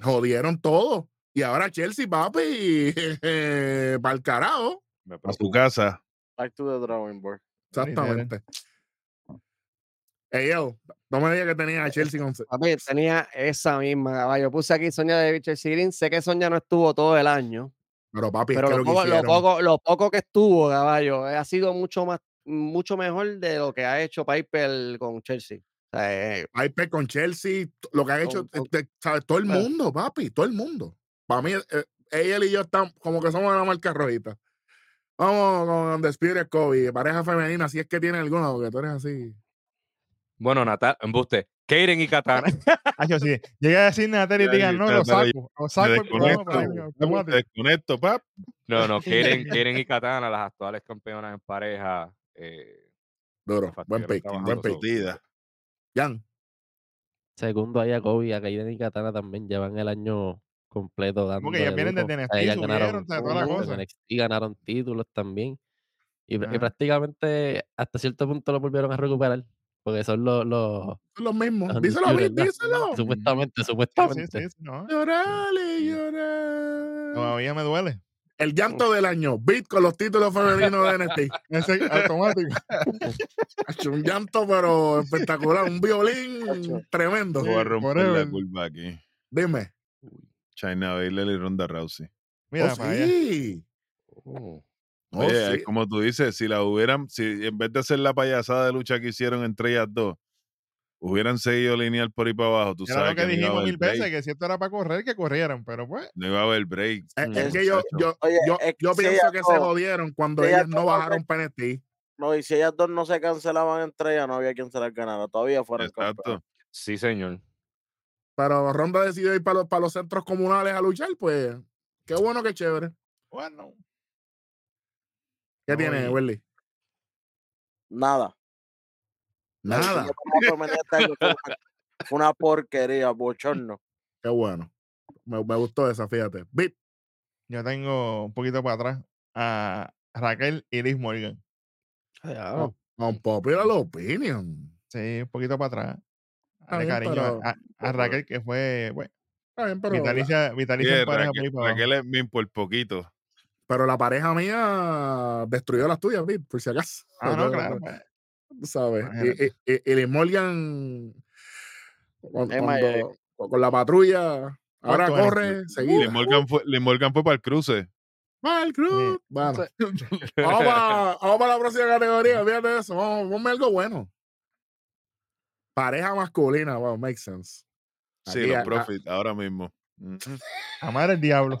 Speaker 1: jodieron todo. Y ahora Chelsea, papi, para el carajo.
Speaker 4: me
Speaker 2: A
Speaker 4: preocupa.
Speaker 2: su casa.
Speaker 5: Back to the drawing board.
Speaker 1: Exactamente. Ey, yo, no me digas que tenía a Chelsea con...
Speaker 7: Papi, tenía esa misma. caballo. Yo puse aquí Sonia de Bichel Sirin. Sé que Sonia no estuvo todo el año,
Speaker 1: Pero papi, es
Speaker 7: pero
Speaker 1: Pues, que lo que
Speaker 7: lo poco, lo,
Speaker 1: hicieron-
Speaker 7: poco, lo poco que estuvo, caballo, eh, ha sido mucho más, mucho mejor de lo que ha hecho Piper con Chelsea. O sea, eh,
Speaker 1: Piper con Chelsea, t- lo que ha hecho
Speaker 7: Con- con-
Speaker 1: este, ¿sabes? todo el
Speaker 7: Claro.
Speaker 1: mundo, papi, todo el mundo. Para mí, eh, ella y yo estamos como que somos una marca rojita. Vamos con Despire Kobe, pareja femenina, si es que tiene alguna, porque tú eres así.
Speaker 4: Bueno, Natal, embuste. Kaden y Katana.
Speaker 6: Ah, yo sí. Llegué a decir Natalia y
Speaker 2: Ya,
Speaker 6: digan,
Speaker 2: yo-
Speaker 6: no,
Speaker 2: ya,
Speaker 6: lo
Speaker 2: pero yo-
Speaker 6: saco. Lo
Speaker 2: Me
Speaker 6: saco el programa. para irme
Speaker 2: desconecto. Me
Speaker 6: automático.
Speaker 2: desconecto, pap.
Speaker 4: No, no, Kaden, Kaden y Katana, las actuales campeonas en pareja. eh,
Speaker 1: Duro, buen
Speaker 4: Fastidieron
Speaker 1: pick,
Speaker 4: trabajando
Speaker 1: buen
Speaker 4: solo.
Speaker 1: pick.
Speaker 2: Partida.
Speaker 1: Jan,
Speaker 3: Segundo ahí a Kobe, a Kaiden y Katana también llevan el año completo dando.
Speaker 6: ellas vienen de NXT, subieron, o sea, toda la cosa.
Speaker 3: Y ganaron títulos también. Y, pr- y
Speaker 6: Ajá.
Speaker 3: prácticamente hasta cierto punto lo volvieron a recuperar. Porque son los. los
Speaker 1: son los
Speaker 3: los
Speaker 1: mismos. Díselo a mí,
Speaker 3: undisputed, ¿no?
Speaker 1: díselo.
Speaker 3: Supuestamente,
Speaker 6: Sí,
Speaker 3: supuestamente.
Speaker 6: sí, sí, no.
Speaker 1: Llorale, llorale.
Speaker 6: Todavía me duele.
Speaker 1: El llanto del año. Beat con los títulos femeninos de NXT.
Speaker 6: Ese automático.
Speaker 1: Hacho, Un llanto, pero espectacular. Un violín
Speaker 5: Hacho.
Speaker 1: tremendo.
Speaker 6: Sí,
Speaker 2: Voy a romper la
Speaker 6: forever.
Speaker 2: curva aquí.
Speaker 1: Dime.
Speaker 2: China Bailer y Ronda Rousey.
Speaker 6: Mira,
Speaker 1: Oh,
Speaker 6: para allá.
Speaker 1: sí. Oh,
Speaker 2: Oye,
Speaker 1: sí.
Speaker 2: como tú dices, si la hubieran, si en vez de hacer la payasada de lucha que hicieron entre ellas dos, hubieran seguido lineal por ahí para abajo, tú
Speaker 6: Era
Speaker 2: sabes
Speaker 6: lo que
Speaker 2: no iba a
Speaker 6: dijimos
Speaker 2: haber
Speaker 6: mil
Speaker 2: break,
Speaker 6: veces, que si esto era para correr, que corrieran, pero pues.
Speaker 2: No iba a haber break.
Speaker 1: Es,
Speaker 3: Mm.
Speaker 1: es que yo, yo,
Speaker 5: Oye,
Speaker 1: yo,
Speaker 5: es que
Speaker 1: yo
Speaker 5: si
Speaker 1: pienso
Speaker 5: ellas
Speaker 1: que se
Speaker 5: dos-
Speaker 1: jodieron cuando
Speaker 5: si ellas
Speaker 1: ellas no
Speaker 5: dos
Speaker 1: bajaron para NXT.
Speaker 5: No, y si ellas dos no se cancelaban entre ellas, no había quien se las ganara. Todavía fueron
Speaker 2: Exacto.
Speaker 5: campeonas.
Speaker 4: sí, señor.
Speaker 1: Pero Ronda decidió ir para los, para los centros comunales a luchar, pues. Qué bueno, qué chévere.
Speaker 6: Bueno.
Speaker 1: ¿Qué
Speaker 6: No,
Speaker 1: tiene,
Speaker 6: y-
Speaker 1: Welly?
Speaker 5: Nada. La
Speaker 1: Nada.
Speaker 5: lucha que tuvo Roman este año fue una- fue una porquería, bochorno.
Speaker 1: Qué bueno. Me, me gustó esa, fíjate. Beat.
Speaker 6: Yo tengo un poquito para atrás a Raquel y Liz Morgan.
Speaker 7: claro.
Speaker 1: On popular opinion.
Speaker 6: Sí, un poquito para atrás. Dale
Speaker 1: Está bien,
Speaker 6: cariño a-
Speaker 1: pero-
Speaker 6: a, a
Speaker 1: pero-
Speaker 6: Raquel, que fue bueno,
Speaker 1: Está bien, pero. la-
Speaker 6: vitalicia, vitalicia
Speaker 2: Oye,
Speaker 6: en pareja por ahí
Speaker 2: Raquel,
Speaker 6: para abajo.
Speaker 2: Raquel es min por poquito.
Speaker 1: Pero la pareja mía destruyó las tuyas, Vic, por si acaso.
Speaker 6: Ah, no,
Speaker 1: Pero,
Speaker 6: claro.
Speaker 1: pero,
Speaker 6: pues.
Speaker 1: tú sabes. eh, Y,
Speaker 6: Imagínate.
Speaker 1: y, y- y Liz Morgan, cuan-
Speaker 5: Es más, eh,
Speaker 1: cuando- con, la patrulla, ahora
Speaker 6: ¿Cuánto era?
Speaker 1: corre,
Speaker 2: Liz
Speaker 1: seguida.
Speaker 2: Morgan, fue, Liz Morgan fue para el cruce.
Speaker 1: Va el cruz. Bueno,
Speaker 7: Entonces-
Speaker 1: vamos para la próxima categoría, fíjate de eso. Vamos, ponme algo bueno. Pareja masculina, wow, makes sense.
Speaker 2: Sí,
Speaker 1: Aquí,
Speaker 2: los
Speaker 1: a-
Speaker 2: profit, ahora mismo. Mm.
Speaker 6: Amar el diablo.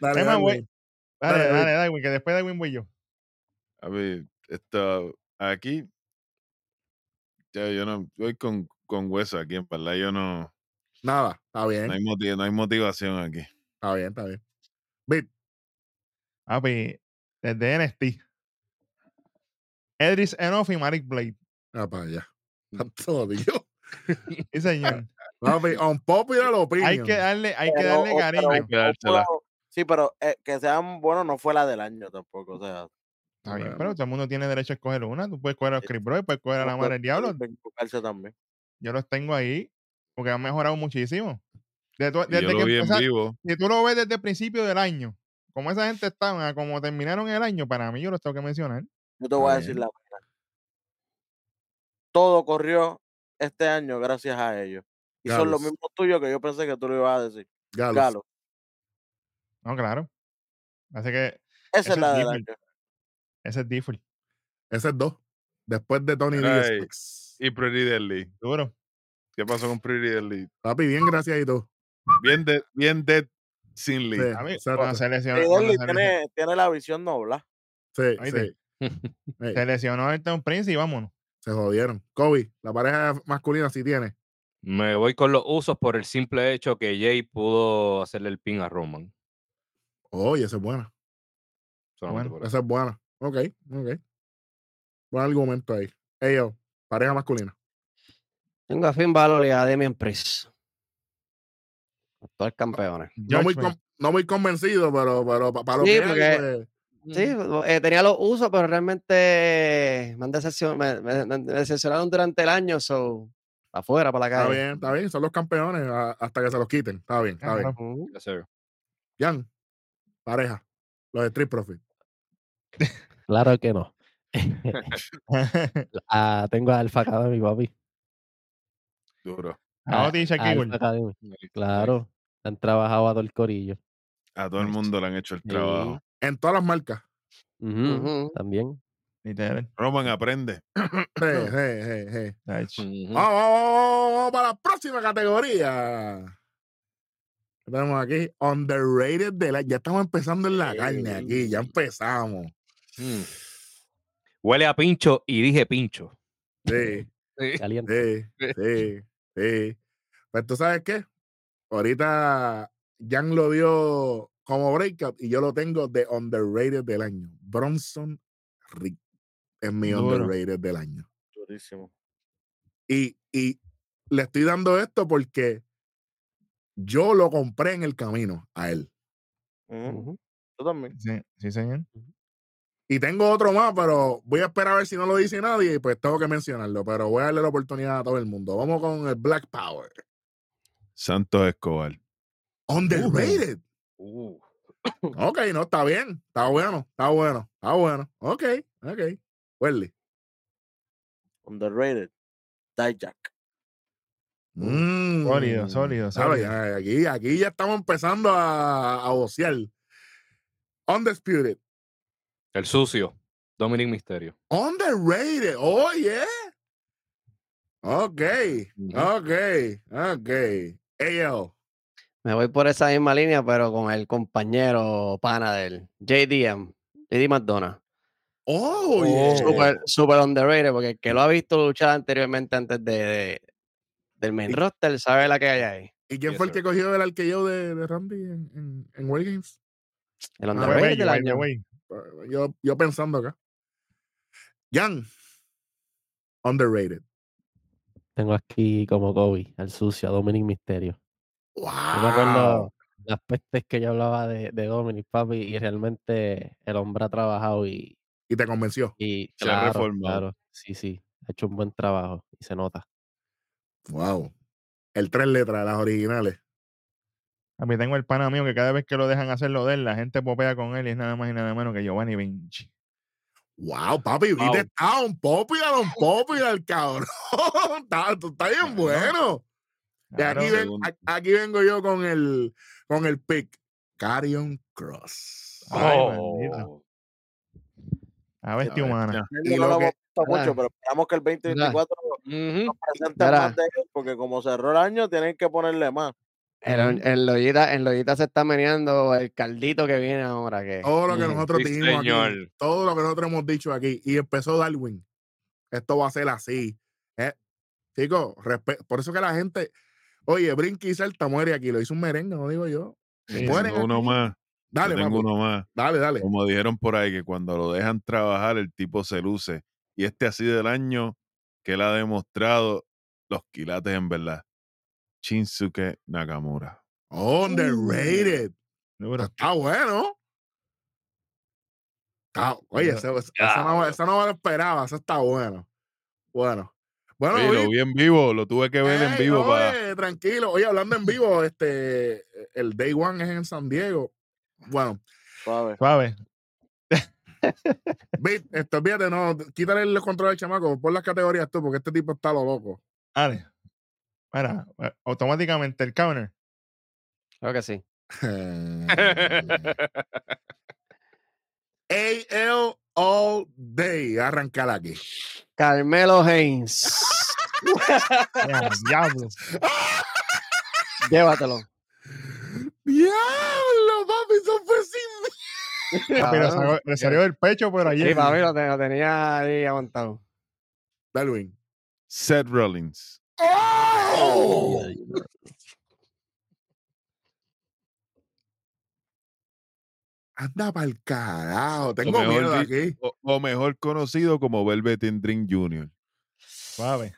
Speaker 1: Dale,
Speaker 6: Es más,
Speaker 1: dale.
Speaker 6: güey.
Speaker 1: Dale,
Speaker 6: Dale, dale,
Speaker 1: Darwin.
Speaker 6: dale, Darwin, que después Darwin voy yo.
Speaker 2: A ver, esto, aquí. Ya, yo no. Voy con, con hueso aquí, en verdad. Yo no.
Speaker 1: Nada, está bien,
Speaker 2: No hay, motiv- no hay motivación aquí.
Speaker 1: está bien, está bien. Vic,
Speaker 6: Ah, pues, desde NXT. Edris Enoff y Marik Blade.
Speaker 1: ah, para allá.
Speaker 6: Mm.
Speaker 1: Todo, Dios.
Speaker 6: Sí, señor.
Speaker 1: Papi, on popular opinion.
Speaker 6: hay que darle, hay que
Speaker 5: Pero,
Speaker 6: darle
Speaker 5: o-
Speaker 6: cariño.
Speaker 5: pero-
Speaker 2: que dársela.
Speaker 5: o- Sí, pero eh, que sean buenos no fue la del año tampoco. O sea,
Speaker 6: Está bien, pero
Speaker 1: Bueno.
Speaker 6: todo el mundo tiene derecho a escoger una. Tú puedes coger a
Speaker 5: Sí.
Speaker 6: Chris Brown, puedes coger a la
Speaker 5: no
Speaker 6: Madre
Speaker 5: fue-
Speaker 6: del Diablo.
Speaker 5: fue equivocarse también.
Speaker 6: Yo los tengo ahí porque han mejorado muchísimo. De to-
Speaker 2: Y yo
Speaker 6: desde
Speaker 2: lo
Speaker 6: que
Speaker 2: vi en
Speaker 6: empezaron-
Speaker 2: vivo.
Speaker 6: si tú lo ves desde el principio del año, como esa gente estaba, como terminaron el año, para mí yo los tengo que mencionar.
Speaker 5: Yo te
Speaker 1: Está
Speaker 5: voy a
Speaker 1: bien.
Speaker 5: decir la verdad. Todo corrió este año gracias a ellos. Y son
Speaker 1: Galos.
Speaker 5: los mismos tuyos que yo pensé que tú lo ibas a decir.
Speaker 1: Galos.
Speaker 5: Galo.
Speaker 6: No, claro. Así que Ese
Speaker 5: Esa
Speaker 6: es
Speaker 5: es la del
Speaker 6: Gilbert.
Speaker 5: año.
Speaker 6: ese es default.
Speaker 1: Ese es dos. Después de Tony
Speaker 2: Mira,
Speaker 1: D.
Speaker 2: eh, Y Pretty Deadly.
Speaker 6: Duro.
Speaker 2: ¿Qué pasó con Pretty Deadly?
Speaker 1: Papi, bien, gracias y todo.
Speaker 2: Bien dead, bien dead sin Ah, Lee.
Speaker 1: Sí,
Speaker 6: A mí,
Speaker 1: exacto.
Speaker 6: cuando se lesionó,
Speaker 5: Ridley
Speaker 6: cuando se lesionó-
Speaker 5: tiene, tiene la visión nobla.
Speaker 1: Sí,
Speaker 6: Ahí
Speaker 1: sí. Ey,
Speaker 6: se lesionó Elton Prince y vámonos.
Speaker 1: se jodieron. Kobe, la pareja masculina sí tiene.
Speaker 4: Me voy con los usos por el simple hecho que Jay pudo hacerle el pin a Roman.
Speaker 1: Oye, esa es buena.
Speaker 4: Solamente
Speaker 6: Bueno,
Speaker 4: por eso.
Speaker 1: Esa es buena. Ok, ok. Buen argumento ahí. Ellos, pareja masculina.
Speaker 7: Tengo a Finn Balor y a Demian Priest. Actual campeones.
Speaker 1: No muy,
Speaker 6: Judgment.
Speaker 1: con- no muy convencido, pero, pero para lo
Speaker 7: Sí,
Speaker 1: que hay,
Speaker 7: porque-
Speaker 1: pues,
Speaker 7: Sí, eh, tenía los usos, pero realmente me, han decepcion- me- me- me- me decepcionaron durante el año, so afuera para la
Speaker 1: está
Speaker 7: calle.
Speaker 1: bien, está bien. Son los campeones a- hasta que se los quiten. Está bien, está bien.
Speaker 6: Claro.
Speaker 7: Ujú.
Speaker 4: Ya sé.
Speaker 1: Jan, pareja. Los de Street Profit.
Speaker 3: Claro que no. Ah, tengo a Alpha Academy, papi.
Speaker 2: Duro.
Speaker 6: A Oti y
Speaker 3: a
Speaker 7: ah,
Speaker 6: Shaquille.
Speaker 3: Alpha Academy, Claro. Han trabajado a todo el corillo.
Speaker 2: A todo el mundo le han hecho el trabajo.
Speaker 1: En todas las marcas.
Speaker 3: Ujú,
Speaker 7: Ujú.
Speaker 3: También.
Speaker 6: Literal.
Speaker 2: Roman aprende.
Speaker 1: Sí, sí, sí, sí.
Speaker 7: Mm.
Speaker 6: Ach.
Speaker 4: Ujú.
Speaker 1: Vamos, vamos, vamos para la próxima categoría. Estamos aquí, underrated de la... Ya estamos empezando en la carne aquí, ya empezamos.
Speaker 4: Mm. Huele a pincho y dije pincho.
Speaker 1: Sí,
Speaker 4: Sí.
Speaker 3: Caliente.
Speaker 1: sí, sí, sí. Pero tú sabes qué? Ahorita Jan lo dio como breakout y yo lo tengo de underrated del año. Bronson Reed es mi
Speaker 6: Duro.
Speaker 1: underrated del año.
Speaker 5: Durísimo.
Speaker 1: Y, y le estoy dando esto porque yo lo compré en el camino a él.
Speaker 5: Ujú.
Speaker 7: Ujú.
Speaker 5: Tú también.
Speaker 6: Sí, sí, señor.
Speaker 7: Mm,
Speaker 1: Y tengo otro más, pero voy a esperar a ver si no lo dice nadie y pues tengo que mencionarlo. Pero voy a darle la oportunidad a todo el mundo. Vamos con el Black Power.
Speaker 2: Santos Escobar.
Speaker 1: Underrated.
Speaker 4: Uh,
Speaker 1: Ok, no, está bien. Está bueno, está bueno, está bueno. Ok, ok. Welly.
Speaker 5: Underrated. Dijak.
Speaker 1: Mm.
Speaker 6: Sólido, sólido,
Speaker 1: Claro,
Speaker 6: sólido.
Speaker 1: ya- aquí, aquí ya estamos empezando a, a vocear. Undisputed.
Speaker 4: el sucio. Dominic Misterio.
Speaker 1: Underrated. Oh, yeah. Ok,
Speaker 4: Ujú.
Speaker 1: ok, ok. Ello.
Speaker 7: Me voy por esa misma línea, pero con el compañero pana del JDM, JD McDonough. Eh.
Speaker 1: Oh, yeah.
Speaker 7: Super, super underrated, porque el que lo ha visto luchar anteriormente antes de, de- del main
Speaker 1: Y-
Speaker 7: roster sabe la que hay ahí.
Speaker 1: ¿Y quién
Speaker 4: Yes,
Speaker 1: fue el
Speaker 4: sir.
Speaker 1: que cogió el arqueo de, de Randy en, en, en World Games?
Speaker 7: El
Speaker 1: Ah,
Speaker 6: Fue
Speaker 1: Rey
Speaker 7: underrated
Speaker 6: bello,
Speaker 7: del
Speaker 6: by the
Speaker 7: año.
Speaker 6: way.
Speaker 1: Eh, Yo, yo pensando acá. Jan. Underrated.
Speaker 3: Tengo aquí como Kobe, al sucio, a Dominic Misterio. Yo me
Speaker 1: Wow.
Speaker 3: acuerdo las pestes que yo hablaba de, de Dominic, papi, y realmente el hombre ha trabajado y,
Speaker 1: Y te convenció.
Speaker 3: y
Speaker 2: Se ha
Speaker 3: claro,
Speaker 2: reformado.
Speaker 3: claro, sí, sí, ha hecho un buen trabajo y se nota.
Speaker 1: Wow. El tres letras, las originales.
Speaker 6: A mí tengo el pana mío que cada vez que lo dejan hacer lo de él, la gente popea con él y es nada más y nada menos que Giovanni Vinci.
Speaker 1: Wow, papi,
Speaker 4: Wow.
Speaker 1: viste a Don Popular, Don Popular, cabrón. Está- Tú estás bien
Speaker 6: Claro.
Speaker 1: bueno. Y
Speaker 6: Claro.
Speaker 1: aquí, ven-
Speaker 2: Segundo.
Speaker 1: a- aquí vengo yo con el con el pick. Carion Cross.
Speaker 6: Ay, bendito.
Speaker 4: Oh,
Speaker 6: A bestia humana.
Speaker 1: Y
Speaker 5: no
Speaker 1: lo
Speaker 5: lo
Speaker 1: que-
Speaker 5: hemos visto
Speaker 7: Mira.
Speaker 5: mucho, pero esperamos que el 2024
Speaker 4: ujú.
Speaker 5: nos presenten
Speaker 7: Mira.
Speaker 5: más de él, porque como cerró el año, tienen que ponerle más.
Speaker 7: El, on- el Lollita, el Lollita se está meneando el caldito que viene ahora. Que,
Speaker 1: Todo lo que
Speaker 4: Ujú.
Speaker 1: nosotros
Speaker 4: Sí,
Speaker 1: dijimos aquí,
Speaker 4: señor.
Speaker 1: todo lo que nosotros hemos dicho aquí, y empezó Darwin. Esto va a ser así. ¿eh? Chicos, respe- por eso que la gente, oye, Brinky y Celta muere aquí, lo hizo un merengue, no digo yo.
Speaker 6: Sí,
Speaker 1: Muere.
Speaker 2: Tengo uno más. Yo
Speaker 1: Dale,
Speaker 2: tengo
Speaker 1: papi,
Speaker 2: uno más.
Speaker 1: dale, dale.
Speaker 2: Como dijeron por ahí, que cuando lo dejan trabajar, el tipo se luce. Y este ha sido el año que él ha demostrado los quilates en verdad. Shinsuke Nakamura.
Speaker 1: Underrated.
Speaker 6: Duro.
Speaker 1: Está bueno. Está- oye,
Speaker 6: Yo-
Speaker 1: esa, esa- esa no, esa no me lo esperaba, esa está bueno. Bueno. Bueno,
Speaker 2: Oye, lo
Speaker 1: Vic,
Speaker 2: vi en vivo, lo tuve que ver en
Speaker 1: Ey,
Speaker 2: vivo para
Speaker 1: oye, tranquilo. Oye, hablando en vivo, este, el Day One es en San Diego. Bueno,
Speaker 5: Suave.
Speaker 6: Suave.
Speaker 1: Bit, este, fíjate, no, quítale los controles al chamaco, pon las categorías tú, porque este tipo está lo loco.
Speaker 6: Ale. Mira, eh, automáticamente el counter.
Speaker 7: Creo que sí.
Speaker 1: AL All Day. Arrancala aquí.
Speaker 7: Carmelo Haynes.
Speaker 6: Ya, Diablo.
Speaker 7: Llévatelo.
Speaker 1: ¡Diablo, papi! Eso fue sin mí.
Speaker 6: Papi, le
Speaker 7: Cabrón.
Speaker 6: salió- le salió del pecho por allí.
Speaker 7: Sí, papi, lo, te- lo tenía ahí aguantado.
Speaker 1: Darwin.
Speaker 2: Seth Rollins.
Speaker 1: ¡Oh! Anda para el carajo. Tengo
Speaker 2: mejor
Speaker 1: miedo
Speaker 2: di-
Speaker 1: aquí.
Speaker 2: O, o mejor conocido como Velveteen Dream Jr.
Speaker 6: Suave.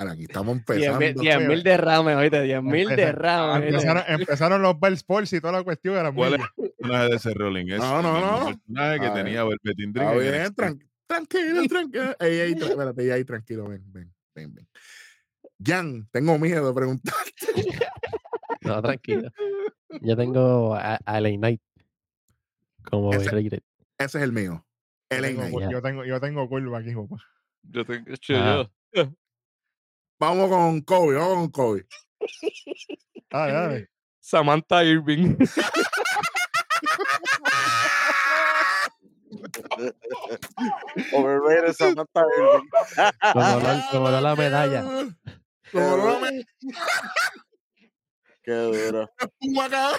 Speaker 1: Ahora, aquí estamos
Speaker 7: 10
Speaker 1: empezando. pues.
Speaker 7: mil- 10 mil derrames, oíste. 10 mil
Speaker 6: Empeza-
Speaker 7: derrames. oíste.
Speaker 6: Empezaron, empezaron los Bell Sports y toda la cuestión. Eran
Speaker 2: ¿Cuál es
Speaker 6: millas.
Speaker 2: el personaje de Seth Rollins? Es
Speaker 1: No, no,
Speaker 2: el mismo
Speaker 1: no.
Speaker 2: personaje que
Speaker 1: A ver.
Speaker 2: tenía Velveteen Dream.
Speaker 1: Está
Speaker 2: en
Speaker 1: bien,
Speaker 2: NXT.
Speaker 1: tran- tranquilo, tranquilo. Ey, ey, tra- espérate, ey, ey, tranquilo, ven, ven, ven, ven. Jan, tengo miedo de preguntar.
Speaker 3: No, tranquilo. Yo tengo a, a LA Knight como
Speaker 1: Ese-
Speaker 3: Rey Great.
Speaker 1: Ese es el mío.
Speaker 6: Yo
Speaker 1: El
Speaker 6: tengo
Speaker 1: Knight.
Speaker 6: cul-
Speaker 3: Ya.
Speaker 6: yo, tengo, yo tengo curva aquí, papá.
Speaker 4: Yo tengo
Speaker 3: Ah.
Speaker 4: yo.
Speaker 1: Vamos con Kobe, vamos con Kobe.
Speaker 6: Dale, dale.
Speaker 4: Samantha Irving.
Speaker 5: Overrated Samantha Irving.
Speaker 1: ah,
Speaker 3: Como no, como no la medalla.
Speaker 1: Como no la medalla,
Speaker 5: Qué duro.
Speaker 1: puma, cabrón.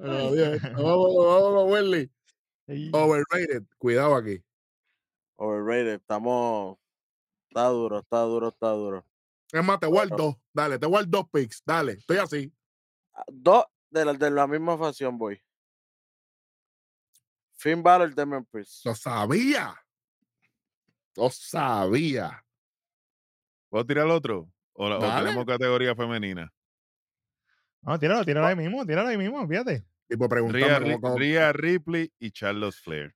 Speaker 1: Oh, Dios. Vámonos, vámonos, Welly. Overrated. Cuidado aquí.
Speaker 5: Overrated. Estamos. Está duro, está duro, está duro.
Speaker 1: Es más, te guardo dos. Dale, te guardo dos picks. Dale, estoy así.
Speaker 5: Ah, Dos de la, de la misma facción voy. Finn Balor, Damian Priest.
Speaker 1: Lo sabía. Lo sabía.
Speaker 2: ¿Puedo tirar el otro? ¿O, la- o
Speaker 1: Dale.
Speaker 2: tenemos categoría femenina?
Speaker 6: No, tíralo, tíralo ahí mismo, tíralo ahí mismo, fíjate.
Speaker 1: Tipo preguntando.
Speaker 2: Rhea,
Speaker 1: como-
Speaker 2: Ri-
Speaker 1: como-
Speaker 2: Rhea Ripley y Charlotte Flair.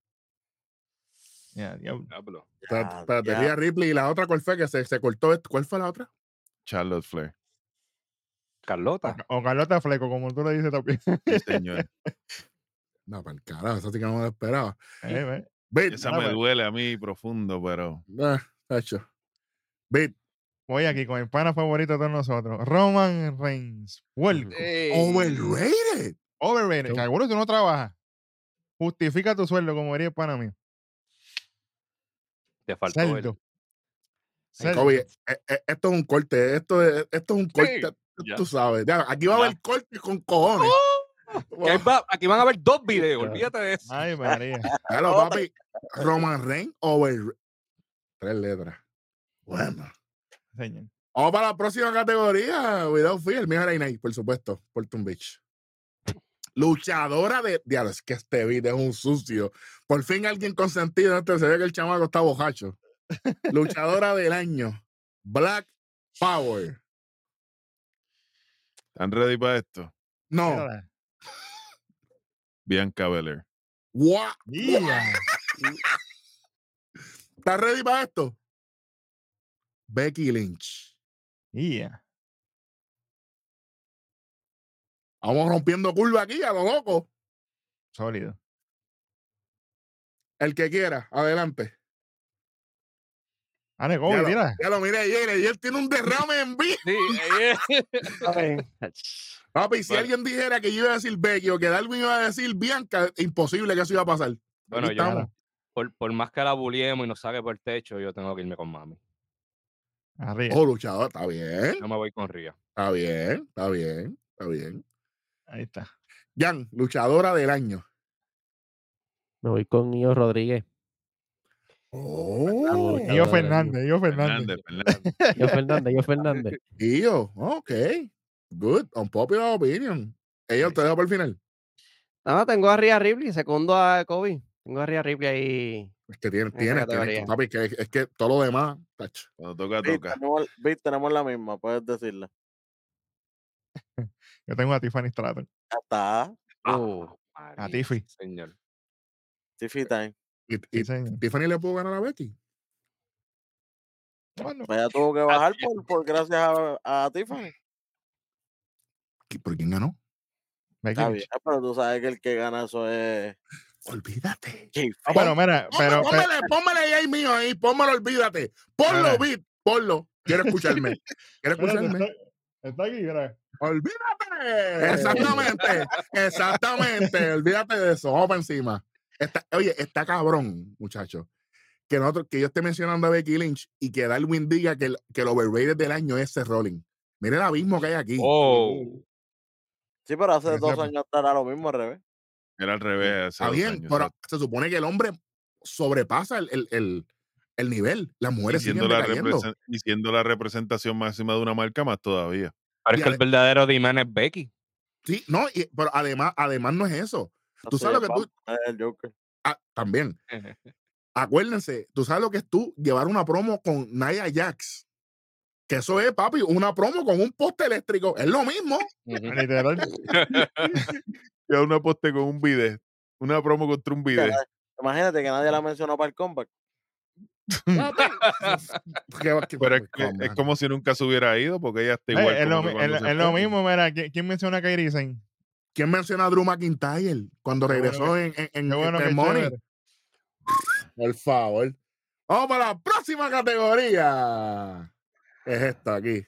Speaker 6: Ya, diablo.
Speaker 4: Diablo.
Speaker 1: espérate,
Speaker 5: Ya,
Speaker 1: espérate,
Speaker 5: ya.
Speaker 1: Rhea Ripley y la otra, ¿cuál fue que se, se cortó? esto? ¿Cuál fue la otra?
Speaker 2: Charlotte Flair.
Speaker 4: Carlota.
Speaker 6: O Carlota Fleco, como tú le dices también.
Speaker 2: Sí, señor.
Speaker 1: No, para el carajo, esa sí que no me la esperaba.
Speaker 6: Eh, ve.
Speaker 1: Bit.
Speaker 2: Esa me duele a mí profundo, pero
Speaker 1: Ah, tacho. Bit.
Speaker 6: Voy aquí con el pana favorito de todos nosotros. Roman Reigns. World.
Speaker 2: Eh.
Speaker 6: Oh,
Speaker 1: Overrated.
Speaker 6: Overrated.
Speaker 1: Yo-
Speaker 6: Seguro tú no trabajas. Justifica tu sueldo, como diría el pana mío.
Speaker 4: Te faltó el-
Speaker 6: Cerdo. Cerdo.
Speaker 1: Kobe, eh, eh, esto es un corte. Esto es, esto es un corte.
Speaker 4: ya.
Speaker 1: Tú sabes. Ya, aquí va a
Speaker 4: Ya. ¡Oh!
Speaker 1: haber cortes con cojones.
Speaker 4: Que ahí va- aquí van a haber dos videos,
Speaker 3: Ya.
Speaker 4: olvídate de eso.
Speaker 6: Ay, María.
Speaker 1: Claro,
Speaker 4: oh,
Speaker 5: Otra.
Speaker 1: papi. Roman Reigns, over. Tres letras. Bueno.
Speaker 6: Señor.
Speaker 1: Vamos para la próxima categoría. Without Fear, el mío era Inay, por supuesto. Porton Beach. Luchadora de. Diablo, es que este video es un sucio. Por fin alguien consentido. Este, se ve que el chamaco está bojacho. Luchadora del año. Black Power.
Speaker 2: ¿están ready para esto?
Speaker 1: No.
Speaker 6: Mírala.
Speaker 2: Bianca Belair.
Speaker 1: What?
Speaker 6: Mira.
Speaker 1: ¿Estás ready para esto? Becky Lynch.
Speaker 6: Mira.
Speaker 1: Vamos rompiendo curva aquí a lo loco.
Speaker 6: Sólido.
Speaker 1: El que quiera, adelante.
Speaker 6: Ale, Ah, Kobe,
Speaker 1: Diablo.
Speaker 6: tira.
Speaker 1: Ya lo miré ayer. Ayer tiene un derrame en vivo.
Speaker 4: Sí, ahí es.
Speaker 1: Papi, si
Speaker 4: Vale.
Speaker 1: alguien dijera que yo iba a decir Becky o que Darwin iba a decir Bianca, imposible que eso iba a pasar.
Speaker 4: Bueno,
Speaker 1: Aquí
Speaker 4: yo-
Speaker 1: estamos.
Speaker 4: por, por más que la buliemos y nos saque por el techo, yo tengo que irme con mami.
Speaker 6: Arriba.
Speaker 1: Oh, luchador, está bien,
Speaker 4: No me voy con Ría.
Speaker 1: está bien, está bien, está bien.
Speaker 6: Ahí está.
Speaker 1: Jan, luchadora del año.
Speaker 3: Me voy con Io Rodríguez.
Speaker 1: Oh,
Speaker 3: Fernando.
Speaker 6: Yo Fernández, yo Fernández.
Speaker 2: Fernández, Fernández.
Speaker 3: Yo Fernández, yo Fernández.
Speaker 1: tío, ok. Good, unpopular opinion. Ella te dejo por el final.
Speaker 7: No, tengo a Rhea Ripley, segundo a Kobe. Tengo a Rhea Ripley ahí.
Speaker 1: Es que tiene,
Speaker 7: Esa
Speaker 1: tiene,
Speaker 7: categoría.
Speaker 1: papi, que, es que todo lo demás, tacho.
Speaker 2: Cuando toca,
Speaker 5: Vic,
Speaker 2: toca.
Speaker 5: tenemos, Vic, tenemos la misma, puedes decirla.
Speaker 6: Yo tengo a Tiffany Stratton.
Speaker 5: Ya está.
Speaker 4: Ah,
Speaker 6: Oh. A
Speaker 4: María,
Speaker 6: Tiffy.
Speaker 4: Señor.
Speaker 5: Tiffy Time.
Speaker 1: Y,
Speaker 6: Sí,
Speaker 1: y
Speaker 6: señor.
Speaker 1: Tiffany le pudo ganar a Becky.
Speaker 6: Bueno,
Speaker 5: Pues ya tuvo que bajar por, por gracias a, a Tiffany.
Speaker 1: ¿Por quién ganó?
Speaker 6: Becky
Speaker 5: Está
Speaker 6: Lynch.
Speaker 5: bien, pero tú sabes que el que gana eso es
Speaker 1: Olvídate.
Speaker 5: J-Fate.
Speaker 6: Pero mira,
Speaker 1: Pónmelo,
Speaker 6: pero, pero-
Speaker 1: pónmele, pónmele ahí mío ahí, pónmelo, olvídate. Ponlo,
Speaker 6: Dale.
Speaker 1: beat, ponlo. Quiero escucharme. Quiero
Speaker 6: Espérate,
Speaker 1: escucharme.
Speaker 6: está, está aquí, mira.
Speaker 1: Olvídate. Exactamente, exactamente. Olvídate de eso. Vamos para encima. Está- oye, está cabrón, muchacho. Que, nosotros, que yo esté mencionando a Becky Lynch y que Darwin diga que el, que el overrated del año es Seth Rollins. Mira el abismo que hay aquí.
Speaker 4: Oh,
Speaker 5: Sí, pero hace
Speaker 6: Pero
Speaker 5: dos
Speaker 6: esa-
Speaker 5: años era lo mismo al revés.
Speaker 2: Era al revés. hace
Speaker 1: Está
Speaker 2: dos
Speaker 1: bien,
Speaker 2: años,
Speaker 1: pero
Speaker 2: exacto.
Speaker 1: se supone que el hombre sobrepasa el, el- el- el nivel. Las
Speaker 2: y
Speaker 1: mujeres
Speaker 2: siendo,
Speaker 1: siguen
Speaker 2: la
Speaker 1: decayendo.
Speaker 2: represen- y siendo la representación máxima de una marca más todavía.
Speaker 4: pero es
Speaker 1: Y
Speaker 4: que el
Speaker 1: ade-
Speaker 4: verdadero Diman es Becky.
Speaker 1: Sí, no, y- pero además, además no es eso. Tú
Speaker 5: Así
Speaker 1: sabes
Speaker 5: de
Speaker 1: lo que tú-
Speaker 5: Batman, El Joker.
Speaker 1: Ah, también. Acuérdense, tú sabes lo que es tú llevar una promo con Nia Jax. Que eso es, papi, una promo con un poste eléctrico. Es lo mismo.
Speaker 4: Ujú.
Speaker 6: Literal.
Speaker 2: Ya una poste con un bidet. Una promo contra un bidet.
Speaker 5: Caray. Imagínate que nadie la mencionó para el comeback.
Speaker 1: Que- que- pues,
Speaker 2: Pero es, que-
Speaker 1: come
Speaker 2: es
Speaker 1: on.
Speaker 2: como si nunca se hubiera ido porque ella está
Speaker 6: Eh,
Speaker 2: igual.
Speaker 6: es,
Speaker 2: como
Speaker 6: lo,
Speaker 2: que
Speaker 6: mi-
Speaker 2: cuando
Speaker 6: es-
Speaker 2: se
Speaker 6: es lo
Speaker 2: fue.
Speaker 6: mismo, mira. ¿Quién, quién menciona a Kairi Sane?
Speaker 1: ¿Quién menciona a Drew McIntyre cuando
Speaker 6: Qué bueno
Speaker 1: regresó en, en, en,
Speaker 6: Qué bueno
Speaker 1: en
Speaker 6: que
Speaker 1: The
Speaker 6: es
Speaker 1: Money?
Speaker 6: chévere.
Speaker 1: Por favor. Vamos para la próxima categoría. Es esta aquí.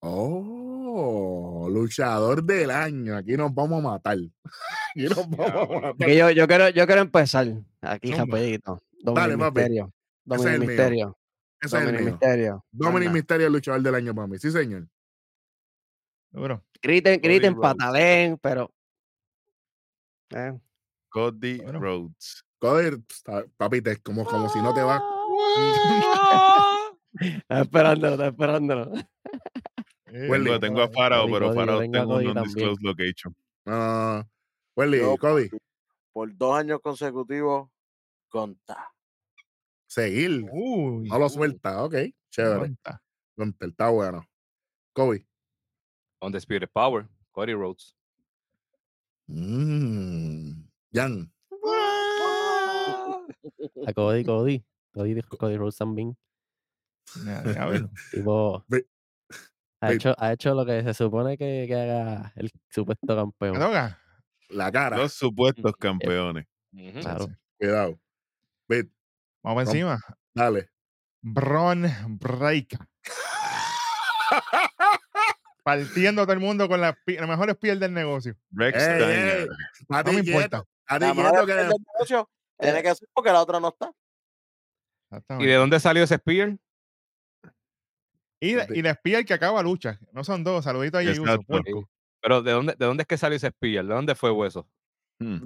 Speaker 1: Oh, luchador del año. Aquí nos vamos a matar. Aquí nos vamos a matar.
Speaker 7: Aquí yo, yo, quiero, yo quiero empezar aquí,
Speaker 6: Zumba.
Speaker 7: rapidito.
Speaker 1: Dale,
Speaker 7: Dominic
Speaker 1: papi.
Speaker 7: Misterio.
Speaker 1: es el
Speaker 7: Dominic
Speaker 1: mío.
Speaker 7: Misterio.
Speaker 1: Ese es el
Speaker 7: Dominic
Speaker 1: mío.
Speaker 7: Misterio.
Speaker 1: Dominic
Speaker 7: Anda.
Speaker 1: Misterio, el luchador del año para mí. Sí, señor.
Speaker 6: Duro.
Speaker 7: Griten,
Speaker 4: Cody
Speaker 7: griten,
Speaker 4: Rhodes.
Speaker 7: patalen, pero. Eh,
Speaker 2: Cody
Speaker 6: Bueno.
Speaker 2: Rhodes.
Speaker 1: Coder, está- papi, te- como, como si no te va.
Speaker 7: está esperándolo, está esperándolo.
Speaker 6: Eh,
Speaker 1: Welly.
Speaker 2: Tengo, tengo a
Speaker 7: Cody,
Speaker 2: Farao,
Speaker 7: Cody,
Speaker 2: pero
Speaker 7: Cody, yo
Speaker 2: Farao
Speaker 7: tengo a
Speaker 2: tengo un
Speaker 7: Cody también.
Speaker 2: non-disclosed location.
Speaker 1: Ah, Welly,
Speaker 5: Yo,
Speaker 1: Cody,
Speaker 5: Por dos años consecutivos, conta.
Speaker 1: seguir.
Speaker 6: Uy,
Speaker 1: No lo suelta. Ok, chévere.
Speaker 6: aguanta.
Speaker 1: Conte, Está bueno. Cody.
Speaker 4: On the Spirit Power, Cody Rhodes.
Speaker 1: Mm, Jan.
Speaker 3: A Cody, Cody. Cody, dijo- Cody Rhodes también.
Speaker 6: Ya, diablo.
Speaker 3: Tipo,
Speaker 1: Ve-
Speaker 3: ha,
Speaker 1: ve-
Speaker 3: hecho, ha hecho lo que se supone que, que haga el supuesto
Speaker 6: ¿Me
Speaker 3: campeón.
Speaker 6: toca?
Speaker 1: La cara.
Speaker 2: Los supuestos campeones.
Speaker 4: Ujú.
Speaker 1: Ah,
Speaker 3: Claro.
Speaker 1: Cuidado. Ve,
Speaker 6: Vamos
Speaker 1: Rom-
Speaker 6: encima.
Speaker 1: dale.
Speaker 6: Bron Breaker. Partiendo a todo el mundo con las, pi- las mejores piel del negocio.
Speaker 2: Rex
Speaker 1: Ey,
Speaker 2: Steiner.
Speaker 1: ey, A
Speaker 6: No
Speaker 1: ti
Speaker 6: me
Speaker 1: quieto,
Speaker 6: importa.
Speaker 1: a ti
Speaker 5: La mejor
Speaker 1: quieto que eh.
Speaker 5: del negocio tiene que ser porque la otra no está.
Speaker 4: ¿Y de
Speaker 6: Exactamente.
Speaker 4: dónde salió ese Spear?
Speaker 6: Y, la- y la espía que acaba lucha. No son dos. Saludito a Jey Uso, Pues,
Speaker 2: Exacto.
Speaker 6: puerco.
Speaker 4: Pero ¿de dónde, de dónde es que salió ese Spear? ¿De dónde fue hueso?
Speaker 2: Hmm.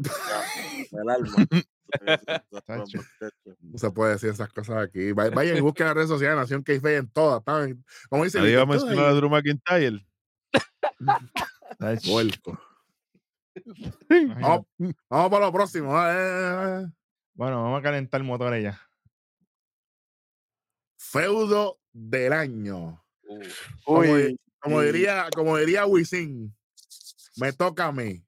Speaker 5: El alma. Sí, sí,
Speaker 6: Tacho.
Speaker 5: muchacho.
Speaker 1: no se puede decir esas cosas aquí. Va- Vayan y busquen las redes sociales de Nación Keife en todas. ¿saben? Como dice
Speaker 2: Nadie va a
Speaker 1: Víctor, todas
Speaker 2: mencionar a Drew McIntyre.
Speaker 1: ahí. Puerco. Vamos, vamos para lo próximo. Ah, eh, eh, eh.
Speaker 6: Bueno, vamos a calentar motores ya.
Speaker 1: Feudo del año. Como, di-
Speaker 5: Uy,
Speaker 1: como
Speaker 5: sí.
Speaker 1: diría, como diría Wisin, me toca a mí.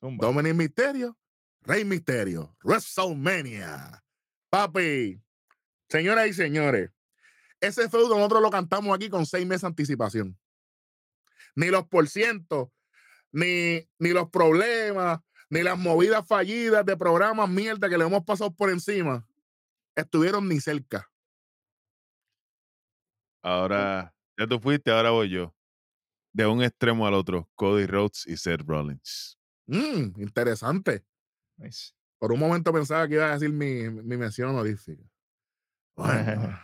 Speaker 6: Zumba.
Speaker 1: Dominic Misterio, Rey Misterio, WrestleMania. Papi, señoras y señores, ese feudo nosotros lo cantamos aquí con seis meses de anticipación. Ni los porcientos, ni, ni los problemas, ni las movidas fallidas de programas mierda que le hemos pasado por encima, estuvieron ni cerca.
Speaker 2: Ahora, ya tú fuiste, ahora voy yo. De un extremo al otro, Cody Rhodes y Seth Rollins.
Speaker 1: Mm, interesante.
Speaker 6: Nice.
Speaker 1: Por un momento pensaba que iba a decir mi, mi mención honorífica. Bueno.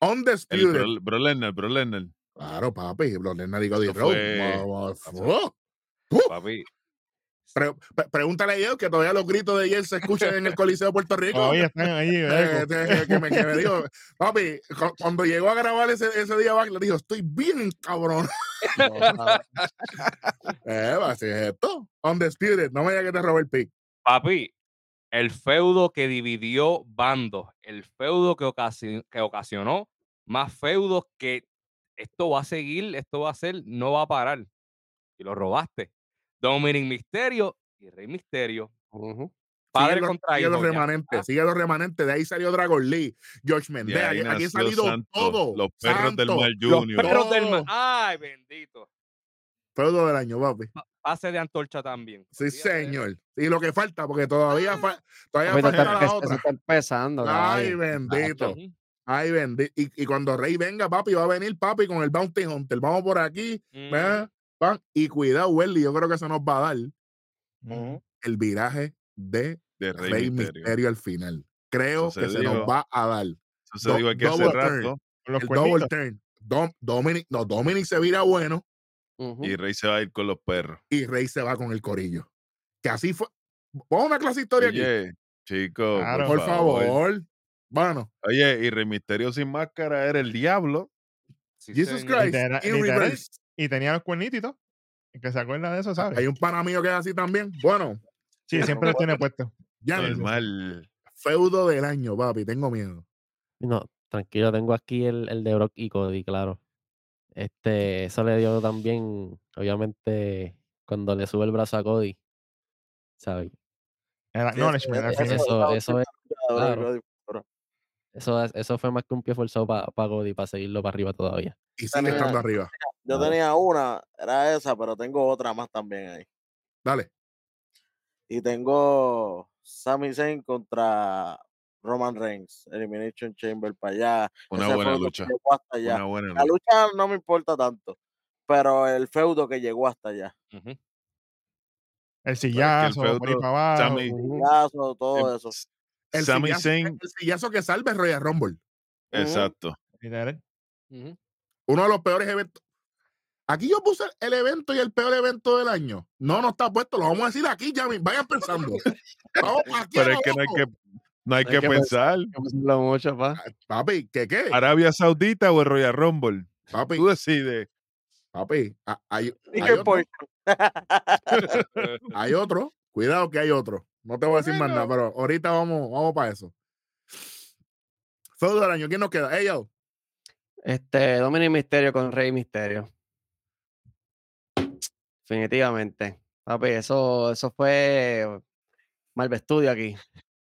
Speaker 2: El
Speaker 1: Undisputed.
Speaker 2: Bro, Bro Lesnar, Bro Lesnar.
Speaker 1: Claro, papi, los Lennar y Cody
Speaker 2: Eso
Speaker 1: Rhodes.
Speaker 2: fue-
Speaker 1: Wow, wow,
Speaker 2: eso-
Speaker 1: wow.
Speaker 4: Papi.
Speaker 1: Pre- pre- pregúntale a Yel que todavía los gritos de Yel se escuchan en el Coliseo de Puerto Rico.
Speaker 6: Todavía están ahí.
Speaker 1: Eh,
Speaker 6: eco.
Speaker 1: eh, que me, que me dijo, papi, cu- cuando llegó a grabar ese, ese día, back, le dijo, estoy bien cabrón. eh, así es esto. Undisputed, no me digas que te robé el pick.
Speaker 4: Papi, el feudo que dividió bandos, el feudo que, ocasi- que ocasionó más feudos que esto va a seguir, esto va a ser, no va a parar. Y lo robaste. Dominic Misterio y Rey Misterio.
Speaker 7: Ujú.
Speaker 4: Padre
Speaker 1: Sigue los-
Speaker 4: contra
Speaker 1: sigue
Speaker 4: hijo.
Speaker 1: los
Speaker 4: ya.
Speaker 1: remanentes, sigue los remanentes. De ahí salió Dragon Lee, George
Speaker 2: De
Speaker 1: Mendez.
Speaker 2: ahí
Speaker 1: Aquí, aquí ha
Speaker 2: nació
Speaker 1: salido
Speaker 2: Santo,
Speaker 1: todo.
Speaker 2: Los perros del
Speaker 1: Santo.
Speaker 2: Mal
Speaker 4: Los
Speaker 2: Junior.
Speaker 4: perros del ma-
Speaker 1: Todo.
Speaker 4: Ay, bendito.
Speaker 1: Feudo del año, papi.
Speaker 4: Pase de antorcha también.
Speaker 1: Sí,
Speaker 4: Ah, Olvídate de eso.
Speaker 1: señor. Y lo que falta, porque todavía, fa- todavía
Speaker 7: Ahorita
Speaker 1: falta la
Speaker 7: está, empe- eso
Speaker 1: otra.
Speaker 7: está empezando.
Speaker 1: Ay,
Speaker 7: caballo.
Speaker 1: bendito.
Speaker 4: Ujú,
Speaker 1: Ay, bendito. Y, y cuando Rey venga, papi, va a venir, papi, con el Bounty Hunter. Vamos por aquí.
Speaker 4: ujú.
Speaker 1: ¿verdad? Pan. Y cuidado, Welly. Yo creo que eso nos va a dar
Speaker 6: Ujú.
Speaker 1: el viraje de
Speaker 2: de
Speaker 1: Rey,
Speaker 2: Rey,
Speaker 1: Misterio.
Speaker 2: Misterio.
Speaker 1: al final. Creo
Speaker 2: Eso se
Speaker 1: que se nos
Speaker 2: dijo.
Speaker 1: va a dar el
Speaker 2: Eso se
Speaker 1: Do-
Speaker 2: dijo aquí hace
Speaker 1: double turn.
Speaker 2: rato.
Speaker 6: Con los
Speaker 1: double
Speaker 6: cuernitos.
Speaker 1: turn. Dom- Dominic, no, Dominic se vira bueno
Speaker 7: Ujú.
Speaker 2: Y Rey se va a ir con los perros.
Speaker 1: y Rey se va con el corillo. Que así fue. Pon una clase de historia aquí.
Speaker 2: Oye, chico,
Speaker 6: Claro.
Speaker 1: Por favor. Bueno,
Speaker 2: Oye, y Rey Misterio sin máscara era el diablo.
Speaker 4: Sí,
Speaker 1: Jesus
Speaker 4: señor.
Speaker 1: Christ,
Speaker 6: Literal-
Speaker 1: in
Speaker 6: literal.
Speaker 1: reverse.
Speaker 6: Y tenía los cuernitos y todo. El Que se acuerda de eso, ¿sabes?
Speaker 1: Ah, Hay un pana mío que es así también. Bueno,
Speaker 6: Sí, siempre los tiene puestos.
Speaker 1: ya
Speaker 2: Normal.
Speaker 1: feudo del año, papi. Tengo miedo.
Speaker 3: No, tranquilo, tengo aquí el, el de Brock y Cody, claro. Este, eso le dio también, obviamente, cuando le sube el brazo a Cody, ¿sabes? E,
Speaker 6: Era-
Speaker 5: Sí,
Speaker 6: no,
Speaker 5: eso-
Speaker 6: Lechman, era
Speaker 5: eso-
Speaker 6: así.
Speaker 3: Eso,
Speaker 5: estaba
Speaker 3: eso, es-
Speaker 5: Ahora,
Speaker 3: Claro.
Speaker 5: brother.
Speaker 3: eso, es- eso fue más que un pie forzado para Cody, para seguirlo para arriba todavía.
Speaker 1: Y sigue
Speaker 5: También
Speaker 1: estando
Speaker 5: era-
Speaker 1: arriba.
Speaker 5: Yo
Speaker 3: Claro.
Speaker 5: tenía una, era esa, pero tengo otra más también ahí.
Speaker 1: Dale.
Speaker 5: Y tengo Sami Zayn contra Roman Reigns, Elimination Chamber para allá.
Speaker 2: Una
Speaker 5: ese
Speaker 2: buena
Speaker 5: feudo que
Speaker 2: lucha.
Speaker 5: llegó hasta allá.
Speaker 2: Una buena
Speaker 5: La
Speaker 2: lucha.
Speaker 5: lucha no me importa tanto, pero el feudo que llegó hasta allá.
Speaker 4: Ujú.
Speaker 6: El sillazo, por ahí
Speaker 2: feudo,
Speaker 6: para abajo.
Speaker 2: Sammy-
Speaker 6: ujú.
Speaker 5: Lazo, todo
Speaker 2: Em,
Speaker 5: eso.
Speaker 2: s-
Speaker 1: El
Speaker 2: Sami
Speaker 1: sillazo,
Speaker 2: Zayn,
Speaker 1: el sillazo que salve es Royal Rumble.
Speaker 2: exacto.
Speaker 6: Literal.
Speaker 4: Ujú.
Speaker 1: Uno de los peores eventos. Aquí yo puse el evento y el peor evento del año. No, no está puesto. Lo vamos a decir aquí, ya. Vayan pensando. Vamos aquí. a
Speaker 2: Pero es
Speaker 1: lo
Speaker 2: que no hay
Speaker 1: loco.
Speaker 2: que, no hay que pensar.
Speaker 7: Hay que eh pensarlo mucho, pa.
Speaker 1: Papi, ¿qué qué?
Speaker 2: Arabia Saudita o el Royal Rumble.
Speaker 1: Papi,
Speaker 2: Ah, Tú decides.
Speaker 1: papi. a- Hay,
Speaker 5: Y
Speaker 1: hay
Speaker 5: que pues,
Speaker 1: otro,
Speaker 5: por-
Speaker 1: hay otro. Cuidado que hay otro. No te voy a decir más nada, pero ahorita vamos, vamos para eso. Feudo del año. ¿Quién nos queda? Ey, yo.
Speaker 7: Este, Dominic Misterio con Rey Misterio. Definitivamente. Papi, eso, eso fue mal estudio aquí.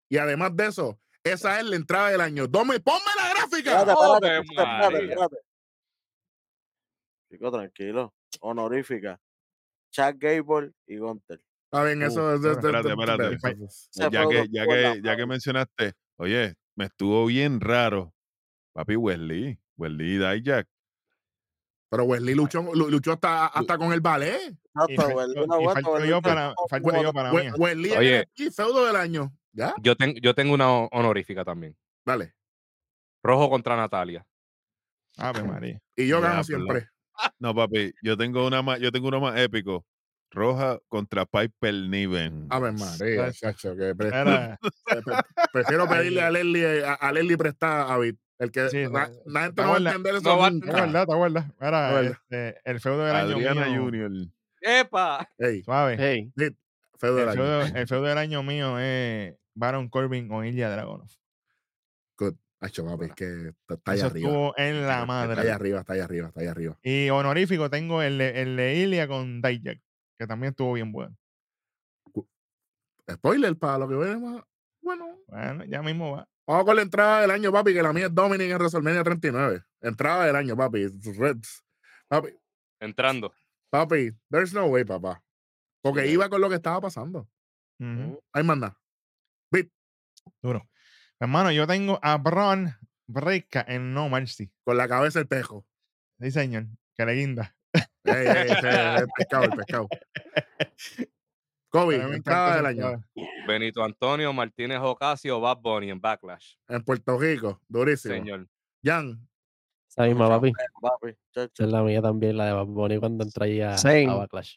Speaker 1: Y además de eso, esa es la entrada del año. Dome, ponme la gráfica.
Speaker 5: Espérate, espérate,
Speaker 4: Ave
Speaker 5: espérate, espérate,
Speaker 4: María.
Speaker 5: espérate. Chico, tranquilo. Honorífica. Chad Gable y Gunter.
Speaker 1: Está bien,
Speaker 2: Uh,
Speaker 1: eso es. es- es-
Speaker 2: espérate,
Speaker 1: es-
Speaker 2: espérate.
Speaker 1: es-
Speaker 5: Ese
Speaker 2: Ya
Speaker 5: feudo
Speaker 2: que, ya,
Speaker 5: estuvo en la
Speaker 2: que, ya que
Speaker 5: madre.
Speaker 2: mencionaste, oye, me estuvo bien raro. Papi Wesley, Wesley Dijak.
Speaker 1: Pero Wesley luchó, lu- luchó hasta, hasta con el ballet.
Speaker 6: Y
Speaker 5: Exacto, güey,
Speaker 6: falto-
Speaker 5: no
Speaker 6: y
Speaker 5: aguanto,
Speaker 6: falto
Speaker 5: güey,
Speaker 6: yo
Speaker 5: no
Speaker 6: para-
Speaker 5: aguanto,
Speaker 6: falto
Speaker 5: no
Speaker 6: yo para mí.
Speaker 1: We- Wesley
Speaker 4: Oye.
Speaker 1: en el feudo del año. ¿Ya?
Speaker 4: Yo, ten- yo tengo una ho- honorífica también.
Speaker 1: Dale.
Speaker 4: Rojo contra Natalia.
Speaker 6: Ave Ah, pues, María.
Speaker 1: Y yo gano
Speaker 6: pues,
Speaker 2: Diablo.
Speaker 1: siempre.
Speaker 2: No, papi, yo tengo una más, yo tengo uno más épico. Roja contra Piper Niven.
Speaker 1: A ver, María,
Speaker 6: Exacto.
Speaker 1: chacho, que pre-
Speaker 6: Era,
Speaker 1: pre- pre- prefiero
Speaker 6: Ay,
Speaker 1: pedirle a Leslie, a, a Leslie prestada a Bit. El que
Speaker 6: Sí,
Speaker 1: na-
Speaker 6: no,
Speaker 1: la gente
Speaker 6: te
Speaker 1: no va a
Speaker 6: guarda-
Speaker 1: entender eso.
Speaker 4: no va a
Speaker 6: te
Speaker 1: nunca.
Speaker 6: acuerdas, te acuerdas.
Speaker 1: Es
Speaker 6: Era
Speaker 1: verdad.
Speaker 6: este, el feudo del año
Speaker 2: Adriana
Speaker 6: mío.
Speaker 2: Junior.
Speaker 4: ¡Epa!
Speaker 1: Ey,
Speaker 6: Suave.
Speaker 7: Hey,
Speaker 1: feudo del
Speaker 6: El
Speaker 1: año.
Speaker 6: feudo, el feudo del año mío es Baron Corbin con Ilya Dragunov.
Speaker 1: Good. Acho, papi, es que está, está ahí
Speaker 6: Eso
Speaker 1: arriba.
Speaker 6: estuvo en la
Speaker 1: Está ahí
Speaker 6: madre.
Speaker 1: arriba, está ahí arriba, está ahí arriba.
Speaker 6: Y honorífico tengo el, de- el de Ilya con Dijak, que también estuvo bien bueno.
Speaker 1: Spoiler para lo que veremos. Bueno,
Speaker 6: Bueno, ya mismo va.
Speaker 1: Vamos con la entrada del año, papi, que la mía es Dominic en WrestleMania 39. Entrada del año, papi. Reds. Papi,
Speaker 4: Entrando.
Speaker 1: papi, there's no way, papá. Porque iba con lo que estaba pasando.
Speaker 6: Ujú.
Speaker 1: Ahí manda.
Speaker 6: Duro. Hermano, yo tengo a Bron Breca en No Mercy.
Speaker 1: Con la cabeza el tejo.
Speaker 6: Sí, señor. Que le guinda.
Speaker 1: Ey, ey, ey, ey, el pescado, el pescado. Kobe,
Speaker 6: Pero me encantó
Speaker 1: entrada
Speaker 6: esa
Speaker 1: del año.
Speaker 6: entrada.
Speaker 4: Benito Antonio, Martínez Ocasio, Bad Bunny en Backlash.
Speaker 1: En Puerto Rico, durísimo.
Speaker 4: Señor.
Speaker 1: Jan,
Speaker 3: Esa misma, papi.
Speaker 5: papi, chacho.
Speaker 3: Esa es la mía también, la de Bad Bunny cuando entra ahí a, a
Speaker 7: Same.
Speaker 3: Backlash.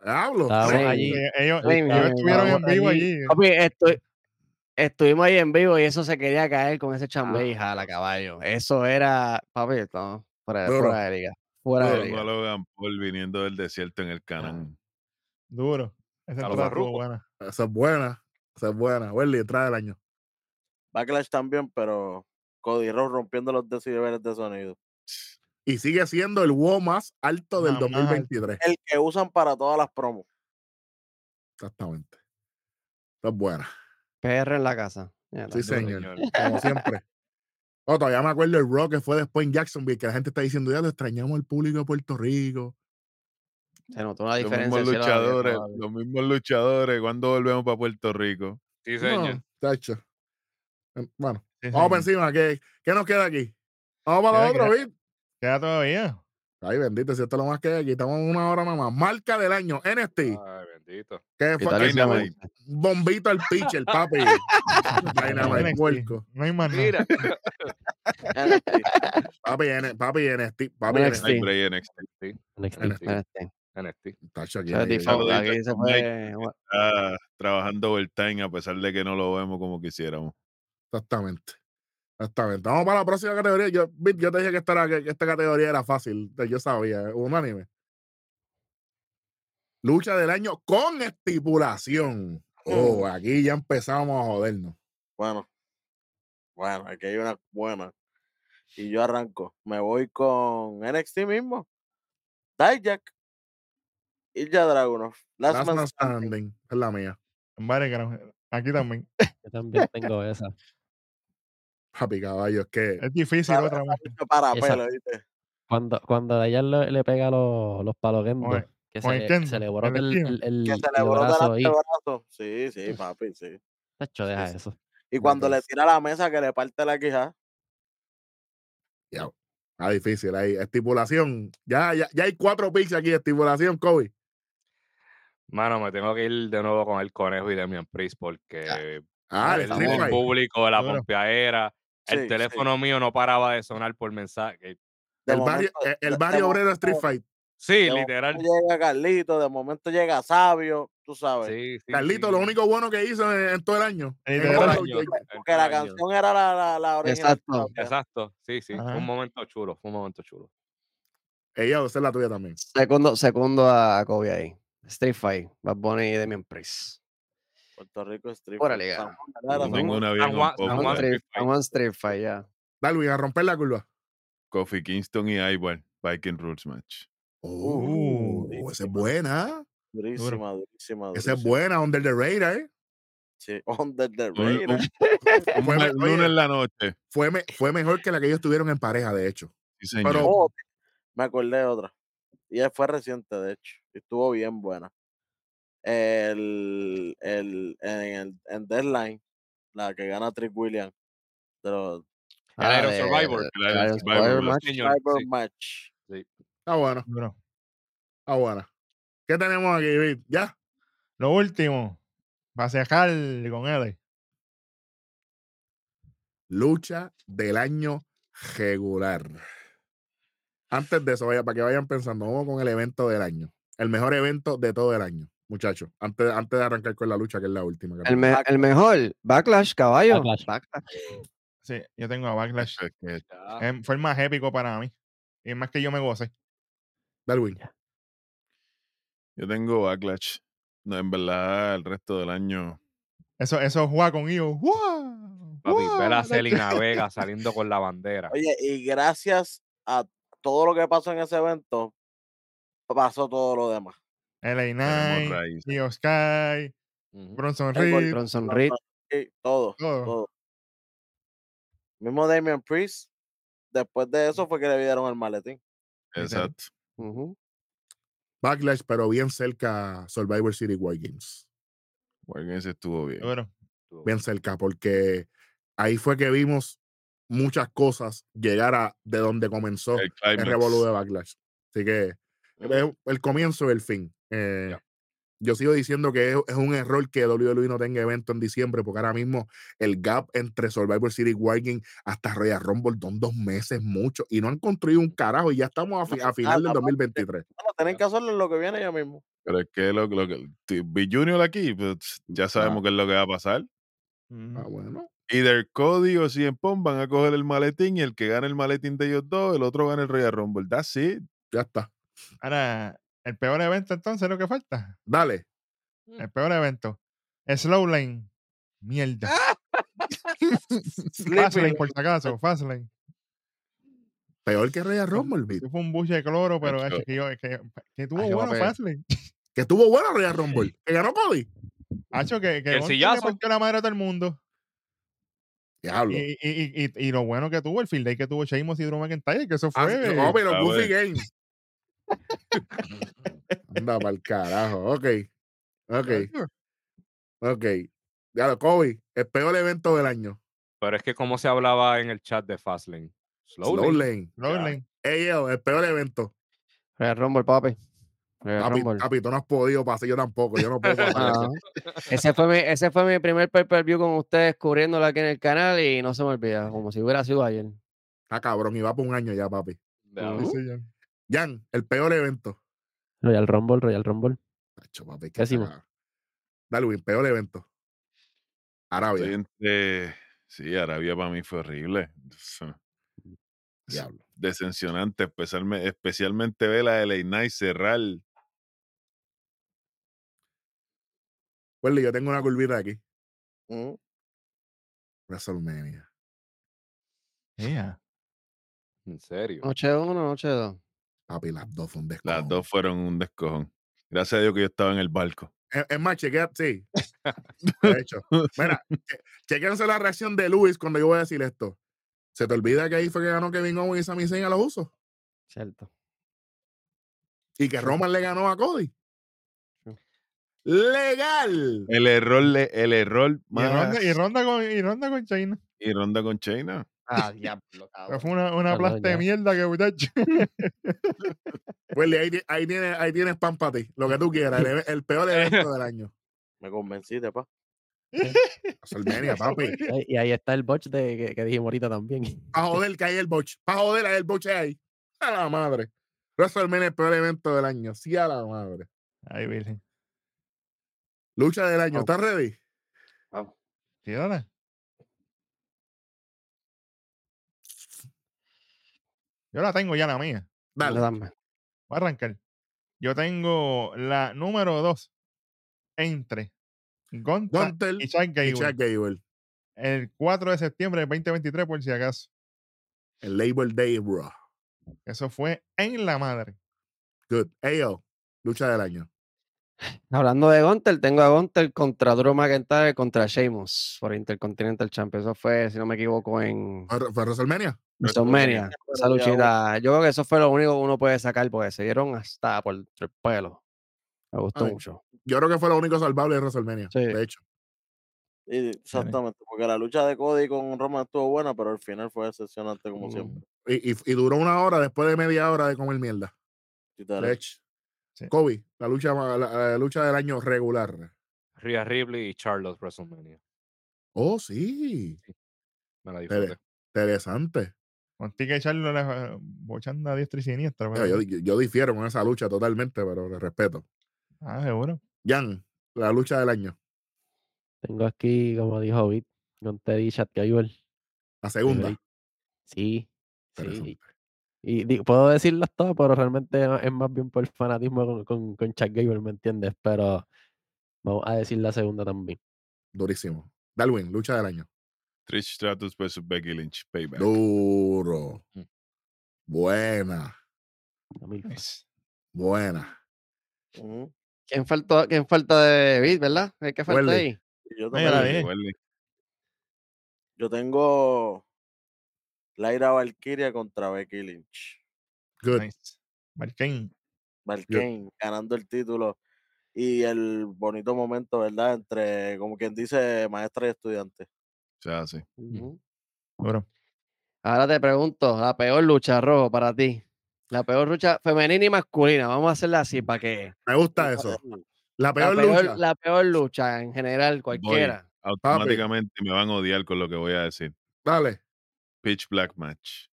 Speaker 1: hablo.
Speaker 3: Estábamos
Speaker 7: Sí.
Speaker 3: allí.
Speaker 6: Eh, Ellos,
Speaker 7: Ahí
Speaker 6: ellos
Speaker 7: mismo,
Speaker 6: estuvieron en
Speaker 7: vamos
Speaker 6: vivo
Speaker 7: allí.
Speaker 6: allí.
Speaker 7: papi, estu- estuvimos ahí en vivo y eso se quería caer con ese chambé y jala, caballo. Eso era, papi, no, fuera,
Speaker 1: Duro.
Speaker 7: fuera de liga. Fuera de
Speaker 2: Tengo
Speaker 7: liga.
Speaker 2: a Logan Paul viniendo del desierto en el canal.
Speaker 6: Duro. Esa
Speaker 4: A los
Speaker 6: entrada estuvo
Speaker 4: barrucos.
Speaker 6: buena.
Speaker 1: Esa es buena. Esa es buena. Welly, entrada del año.
Speaker 5: Backlash también, pero Cody Rhodes rompiendo los decibeles de sonido.
Speaker 1: Y sigue siendo el WO más alto del
Speaker 6: Más, más alto.
Speaker 1: 2023.
Speaker 5: El que usan para todas las promos.
Speaker 1: Exactamente. Esa es buena.
Speaker 7: PR en la casa. Mierda.
Speaker 1: Sí,
Speaker 4: Señor.
Speaker 1: señor. como siempre. Oh, todavía me acuerdo el rock que fue después en Jacksonville, que la gente está diciendo, ya lo extrañamos el público de Puerto Rico.
Speaker 7: Se notó la
Speaker 2: Los
Speaker 7: diferencia.
Speaker 2: mismos
Speaker 7: del cielo a la tierra,
Speaker 2: luchadores,
Speaker 7: papi.
Speaker 2: los mismos luchadores, cuando volvemos para Puerto Rico?
Speaker 4: Sí, señor.
Speaker 1: No, tacho. Bueno,
Speaker 6: Sí,
Speaker 1: vamos
Speaker 6: sí.
Speaker 1: para encima. ¿Qué, qué nos queda aquí? Vamos para lo
Speaker 6: Queda-
Speaker 1: otro, ¿viste?
Speaker 6: Queda todavía.
Speaker 1: Ay, bendito, si esto es lo más que hay aquí. Estamos en una hora nada más. Marca del año, NXT.
Speaker 4: Ay, bendito.
Speaker 1: Que
Speaker 8: ¿Qué
Speaker 1: fue
Speaker 8: tal
Speaker 1: que
Speaker 8: esa
Speaker 1: hizo
Speaker 2: Dynamite.
Speaker 1: bombito al pitcher, papi. Dynamite,
Speaker 6: NXT.
Speaker 1: puerco.
Speaker 6: No hay más nada.
Speaker 4: Mira,
Speaker 1: Papi, N- papi, NXT. Papi,
Speaker 7: NXT.
Speaker 1: NXT.
Speaker 2: Ay, pero ahí NXT
Speaker 3: NXT.
Speaker 1: NXT.
Speaker 7: Espérate,
Speaker 4: NXT.
Speaker 1: Tacho, aquí,
Speaker 7: eso es
Speaker 1: aquí,
Speaker 7: default,
Speaker 2: saludito
Speaker 7: Este, aquí
Speaker 2: al
Speaker 7: se
Speaker 2: Mike.
Speaker 7: fue- bueno,
Speaker 2: está trabajando overtime a pesar de que no lo vemos como quisiéramos.
Speaker 1: Exactamente. Exactamente. Vamos para la próxima categoría. Yo, Vic, yo te dije que esta, era- que esta categoría era fácil. Yo sabía, eh, unánime. Lucha del año con estipulación. Oh,
Speaker 5: Mm.
Speaker 1: aquí ya empezamos a jodernos.
Speaker 5: Bueno, bueno, aquí hay una buena. Y yo arranco. Me voy con NXT mismo. Dijak. Ilja Dragunov. Last,
Speaker 1: Last
Speaker 5: Man
Speaker 1: Man
Speaker 5: Standing.
Speaker 1: Standing, es la mía.
Speaker 6: Vale, carajo. Aquí también.
Speaker 3: Yo también tengo esa.
Speaker 1: Papi caballo, es que
Speaker 6: Es difícil
Speaker 5: Para-
Speaker 6: otra vez.
Speaker 5: Mucho Para
Speaker 3: Esa-
Speaker 5: pelo, ¿viste?
Speaker 3: Cuando, cuando Dayan le, le pega los, los palos Gendo,
Speaker 6: Oye,
Speaker 3: que
Speaker 6: oye,
Speaker 3: se, le-
Speaker 6: Gendo,
Speaker 3: se le
Speaker 6: el
Speaker 3: brota el,
Speaker 6: estilo.
Speaker 3: el, el-
Speaker 5: Que se
Speaker 3: el
Speaker 5: le brota
Speaker 3: brazo ahí.
Speaker 5: el brazo. Sí, sí, papi, sí.
Speaker 3: Tacho, deja eso.
Speaker 5: Y cuando le tira la mesa que le parte la quijada.
Speaker 1: está difícil ahí. Estipulación. Ya, ya, ya hay cuatro picks aquí. Estipulación, Kobe.
Speaker 4: Mano, me tengo que ir de nuevo con el conejo y Damian Priest porque
Speaker 1: Ah, el
Speaker 4: el,
Speaker 1: Street
Speaker 4: el
Speaker 1: Fight.
Speaker 4: público, la
Speaker 6: Duro.
Speaker 4: pompeadera,
Speaker 5: Sí,
Speaker 4: el
Speaker 5: sí.
Speaker 4: teléfono mío no paraba de sonar por mensaje.
Speaker 5: De
Speaker 1: El barrio,
Speaker 5: momento-
Speaker 1: el- el
Speaker 5: de- de
Speaker 1: barrio obrero
Speaker 5: momento-
Speaker 1: Street Fight.
Speaker 4: Sí,
Speaker 5: de momento
Speaker 4: literal.
Speaker 5: Llega Carlito, de momento llega Sabio, tú sabes.
Speaker 4: Sí, sí,
Speaker 1: Carlito,
Speaker 4: sí.
Speaker 1: lo único bueno que hizo en, en todo el año.
Speaker 6: En
Speaker 1: En
Speaker 6: todo el
Speaker 1: todo
Speaker 4: Todo
Speaker 1: el
Speaker 4: año,
Speaker 1: año.
Speaker 5: Porque la
Speaker 4: todo año.
Speaker 5: canción era la, la, la original.
Speaker 7: Exacto.
Speaker 5: Sabio.
Speaker 4: Exacto, sí, sí. Fue
Speaker 6: Ajá.
Speaker 4: un momento chulo, fue un momento chulo.
Speaker 1: Ella, esa es la tuya también.
Speaker 7: Segundo, segundo a Kobe ahí. Street Fight, Bad Bunny y Demian Priest.
Speaker 5: Puerto Rico Street.
Speaker 7: Órale,
Speaker 5: Fight,
Speaker 7: ya.
Speaker 5: San Juan,
Speaker 2: Yo
Speaker 5: Herrera, San
Speaker 2: tengo
Speaker 5: Juan.
Speaker 2: una
Speaker 4: San
Speaker 2: bien
Speaker 4: Juan-
Speaker 2: un poco,
Speaker 4: San
Speaker 7: I
Speaker 4: Juan
Speaker 7: want
Speaker 2: eh.
Speaker 4: Street
Speaker 7: Street, I
Speaker 4: Fight.
Speaker 7: want Street Fight, ya.
Speaker 1: Darwin, a romper la curva.
Speaker 2: Kofi Kingston y Ivar, Viking Rules Match.
Speaker 1: Oh,
Speaker 6: durísima.
Speaker 1: esa es buena.
Speaker 5: Durísima, durísima.
Speaker 1: Esa es
Speaker 5: durísima.
Speaker 1: buena, Under the Radar. ¿eh?
Speaker 5: Sí, Under the
Speaker 2: Un,
Speaker 5: Radar.
Speaker 2: un- un
Speaker 1: Fue, me-
Speaker 2: ma-
Speaker 1: oye,
Speaker 2: lunes en la noche.
Speaker 1: fue, me- fue mejor que la que ellos tuvieron en pareja, de hecho.
Speaker 2: Sí, señor.
Speaker 1: Pero-
Speaker 5: Oh, me acordé de otra. Y fue reciente, de hecho. y Estuvo bien buena. El, el, en, el, en Deadline, la que gana Trick Williams. De los
Speaker 4: El
Speaker 7: Ah,
Speaker 4: Iron
Speaker 7: de-
Speaker 4: eh, Survivor.
Speaker 7: de-
Speaker 2: El Iron
Speaker 7: Iron
Speaker 2: Survivor,
Speaker 7: Survivor
Speaker 2: la-
Speaker 7: match.
Speaker 4: Señor,
Speaker 5: Survivor
Speaker 4: sí.
Speaker 5: Match.
Speaker 1: Está buena,
Speaker 6: Duro.
Speaker 1: está buena. ¿Qué tenemos aquí, Vic? ¿Ya?
Speaker 6: Lo último. Va a cejar con él.
Speaker 1: Lucha del año regular. Antes de eso, vaya, para que vayan pensando, vamos con el evento del año. El mejor evento de todo el año, muchachos. Antes, antes de arrancar con la lucha, que es la última. que
Speaker 7: El, me- el mejor, Backlash, caballo.
Speaker 3: Backlash.
Speaker 7: Backlash.
Speaker 6: Sí, yo tengo a Backlash.
Speaker 2: Es que-
Speaker 1: Eh,
Speaker 4: Ya.
Speaker 6: Em, Fue el más épico para mí. Y más que yo me goce.
Speaker 1: Darwin.
Speaker 2: Yo tengo Backlash. No, en verdad, el resto del año.
Speaker 6: Eso, eso juega con ellos.
Speaker 4: Papi,
Speaker 1: uh,
Speaker 4: ver a Celina Vega saliendo con la bandera.
Speaker 5: Oye, y gracias a todo lo que pasó en ese evento, pasó todo lo demás.
Speaker 6: LA
Speaker 2: Tenemos
Speaker 6: Knight,
Speaker 2: raíz.
Speaker 6: Io Sky,
Speaker 4: Ujú.
Speaker 6: Bronson
Speaker 5: Ay, por
Speaker 6: Reed.
Speaker 7: Bronson
Speaker 5: No,
Speaker 7: Reed.
Speaker 5: no, sí, todo,
Speaker 6: Todo.
Speaker 5: todo. Mismo Damian Priest, después de eso fue que le dieron el maletín.
Speaker 6: Literal.
Speaker 2: Exacto.
Speaker 7: ujú.
Speaker 1: Backlash, pero bien cerca Survivor City War Games.
Speaker 2: Wargames estuvo bien.
Speaker 6: Duro.
Speaker 1: Bien cerca, porque ahí fue que vimos muchas cosas llegar a de donde comenzó
Speaker 2: El
Speaker 1: el
Speaker 2: climax.
Speaker 1: revolú de Backlash. Así que es el comienzo y el fin. Eh, Yo sigo diciendo que es, es un error que WWE no tenga evento en diciembre, porque ahora mismo el gap entre Survivor City War Games hasta Royal Rumble son dos meses mucho y no han construido un carajo y ya estamos a, fi- a final del
Speaker 5: nada,
Speaker 1: 2023.
Speaker 5: Bueno, tienen que hacerlo en lo que viene ya mismo.
Speaker 2: Pero es que lo, lo que. ti- B. Junior aquí, pues, ya sabemos qué es lo que va a pasar.
Speaker 1: Ah, bueno.
Speaker 2: Either Cody o CM Punk van a coger el maletín y el que gane el maletín de ellos dos, el otro gana el Royal Rumble. That's it.
Speaker 1: Ya está.
Speaker 6: Ahora, el peor evento entonces es lo que falta.
Speaker 1: Dale.
Speaker 6: El peor evento. Slowlane. Mierda. Fastlane, por si acaso. Fastlane.
Speaker 1: Peor que Royal Rumble, Vic.
Speaker 6: Eso Fue un buche de cloro, pero
Speaker 2: Macho.
Speaker 6: es que yo, es que, que tuvo
Speaker 1: Ay, yo me
Speaker 6: bueno
Speaker 1: pegué.
Speaker 6: Fastlane.
Speaker 1: Que estuvo buena Royal Rumble. Que ganó Cody.
Speaker 6: Hacho, que, que Gunther
Speaker 4: El
Speaker 6: le
Speaker 4: sillazo.
Speaker 6: partió la madre a todo el mundo.
Speaker 1: Diablo.
Speaker 6: Y, y, y, y, y lo bueno que tuvo, el field day que tuvo Sheamus y Drew McIntyre, que eso
Speaker 1: Ah,
Speaker 6: fue.
Speaker 1: no, pero
Speaker 2: a
Speaker 1: Goofy
Speaker 2: ver.
Speaker 1: Game. Anda para el carajo. Ok. Ok.
Speaker 6: eh,
Speaker 1: Ok. Ya lo, Kobe, el peor evento del año.
Speaker 4: Pero es que como se hablaba en el chat de Fastlane. Slow,
Speaker 1: Slow
Speaker 4: lane.
Speaker 1: Lane.
Speaker 6: Rolling.
Speaker 1: Ey, yo, el peor evento.
Speaker 7: Royal Rumble, papi. Royal
Speaker 1: Papi,
Speaker 7: Rumble.
Speaker 1: papi, tú no has podido pasar, yo tampoco. Yo no puedo pasar. eso.
Speaker 7: Ah. ese, fue mi, ese fue mi primer pay-per-view con ustedes cubriéndolo aquí en el canal y no se me olvida, como si hubiera sido ayer.
Speaker 1: Está cabrón, y va por un año ya, papi.
Speaker 4: Ya,
Speaker 6: Sí, señor.
Speaker 1: Jan, el peor evento.
Speaker 3: Royal Rumble, Royal Rumble.
Speaker 1: Tacho, papi, qué
Speaker 3: Pésimo.
Speaker 1: cagada. Darwin, peor evento. Arabia,
Speaker 2: Estoy entre- Sí, Arabia para mí fue horrible.
Speaker 1: diablo.
Speaker 2: Decepcionante, especialme- especialmente ver la de Leinay cerrar.
Speaker 1: Welly, yo tengo una curvita aquí.
Speaker 5: Mm.
Speaker 1: WrestleMania.
Speaker 6: Yeah.
Speaker 4: En serio.
Speaker 7: Noche 1, noche 2.
Speaker 1: Papi, las dos son
Speaker 2: Las dos fueron un descojón. Gracias a Dios que yo estaba en el barco.
Speaker 1: Es, es más, chequea, sí. De hecho. Mira, che- chequéense la reacción de Luis cuando yo voy a decir esto. ¿Se te olvida que ahí fue que ganó Kevin Owens y Sami Zayn a los usos?
Speaker 7: Cierto.
Speaker 1: Y que Roman le ganó a Cody.
Speaker 7: Sí.
Speaker 1: ¡Legal!
Speaker 2: El error, le- el error
Speaker 6: Y ronda,
Speaker 2: más.
Speaker 6: y ronda con, y ronda con China.
Speaker 2: Y ronda con China.
Speaker 7: Ah, diablo,
Speaker 6: Pero
Speaker 7: cabrón.
Speaker 6: Fue una, una
Speaker 3: Ah, no,
Speaker 6: plasta de
Speaker 3: ya.
Speaker 6: mierda que muchacho.
Speaker 1: Welly, Pues, ahí, ti- ahí tienes, ahí tienes pan para ti. Lo que tú quieras. El, eve- el peor evento del año.
Speaker 5: Me convenciste, pa.
Speaker 1: WrestleMania, papi.
Speaker 3: Eh, Y ahí está el botch de, que, que dijimos ahorita también.
Speaker 1: Pa' joder que hay el botch. Pa' joder hay el botch ahí. A la madre. WrestleMania, el peor evento del año. Sí, a la madre.
Speaker 6: Ay, virgen.
Speaker 1: Lucha del año. ¿Estás ready?
Speaker 6: Tírala. Yo la tengo ya la mía.
Speaker 1: Dale.
Speaker 7: Dame.
Speaker 6: Voy a arrancar. Yo tengo la número 2 entre Gonta
Speaker 1: Gunter
Speaker 6: y Chad
Speaker 1: y
Speaker 6: Gable.
Speaker 1: Chad Gable.
Speaker 6: El 4 de septiembre del 2023, por si acaso.
Speaker 1: El Labor Day, bro.
Speaker 6: Eso fue en la madre.
Speaker 1: Good. Ayo. Lucha del año.
Speaker 7: Hablando de Gunter, tengo a Gunter contra Drew McIntyre contra Sheamus por Intercontinental Champions. Eso fue, si no me equivoco, en
Speaker 1: ¿Fue fue WrestleMania?
Speaker 7: WrestleMania.
Speaker 5: pero
Speaker 7: Esa
Speaker 5: ya
Speaker 7: luchita. Yo creo que eso fue lo único que uno puede sacar porque se dieron hasta por el pelo. Me gustó
Speaker 1: Ay.
Speaker 7: mucho.
Speaker 1: Yo creo que fue lo único salvable de WrestleMania.
Speaker 7: Sí.
Speaker 1: De hecho.
Speaker 5: Y- Exactamente, porque la lucha de Cody con Roman estuvo buena, pero al final fue decepcionante como
Speaker 6: Uh,
Speaker 7: Mm.
Speaker 5: siempre.
Speaker 1: Y, y- y duró una hora después de media hora de comer mierda.
Speaker 5: Literal.
Speaker 1: Lech.
Speaker 6: Sí.
Speaker 1: Kobe, la lucha, ma- la, la lucha del año regular.
Speaker 4: Rhea Ripley y Charlotte WrestleMania.
Speaker 1: Oh, sí.
Speaker 4: Me la
Speaker 1: Tere-
Speaker 4: disfruté.
Speaker 1: Interesante.
Speaker 6: Contigo echarlo la bochando a diestra y siniestra.
Speaker 1: Yo,
Speaker 6: pero-
Speaker 1: yo- yo difiero con esa lucha totalmente, pero le respeto.
Speaker 6: Ah, seguro.
Speaker 1: Jan, la lucha del año.
Speaker 3: Tengo aquí, como dijo Bit, con Teddy Chat Gable.
Speaker 1: La segunda.
Speaker 3: Gable. Sí.
Speaker 1: Interesante.
Speaker 3: Sí. Y di- puedo decirlas todas, pero realmente es es más bien por fanatismo con, con, con Chad Gable, ¿me entiendes? Pero vamos a decir la segunda también.
Speaker 1: Durísimo. Darwin, lucha del año.
Speaker 2: Trish Stratus versus Becky Lynch. Payback.
Speaker 1: Duro.
Speaker 4: Mm.
Speaker 1: Buena.
Speaker 3: A mí,
Speaker 6: Nice.
Speaker 1: Buena.
Speaker 5: Ujú.
Speaker 7: ¿Quién, faltó, ¿Quién falta de Bit, verdad? ¿El que falta
Speaker 1: Welly.
Speaker 7: ahí?
Speaker 5: Y Yo,
Speaker 6: No, ya la
Speaker 5: también-
Speaker 6: dije.
Speaker 2: Huele.
Speaker 5: yo tengo Laira Valkyria contra Becky Lynch.
Speaker 1: Good.
Speaker 6: Nice. Marquín.
Speaker 5: Valkyrie ganando el título y el bonito momento, ¿verdad? Entre, como quien dice, maestra y estudiante.
Speaker 2: O sea, sí.
Speaker 7: Ujú.
Speaker 6: Duro.
Speaker 7: Ahora te pregunto, la peor lucha rojo para ti. La peor lucha femenina y masculina. Vamos a hacerla así para que.
Speaker 1: Me gusta eso. La
Speaker 7: La
Speaker 1: peor, lucha.
Speaker 7: peor, la peor lucha en general, cualquiera.
Speaker 2: Automáticamente me van a odiar con lo que voy a decir.
Speaker 1: Dale.
Speaker 2: Pitch Black Match.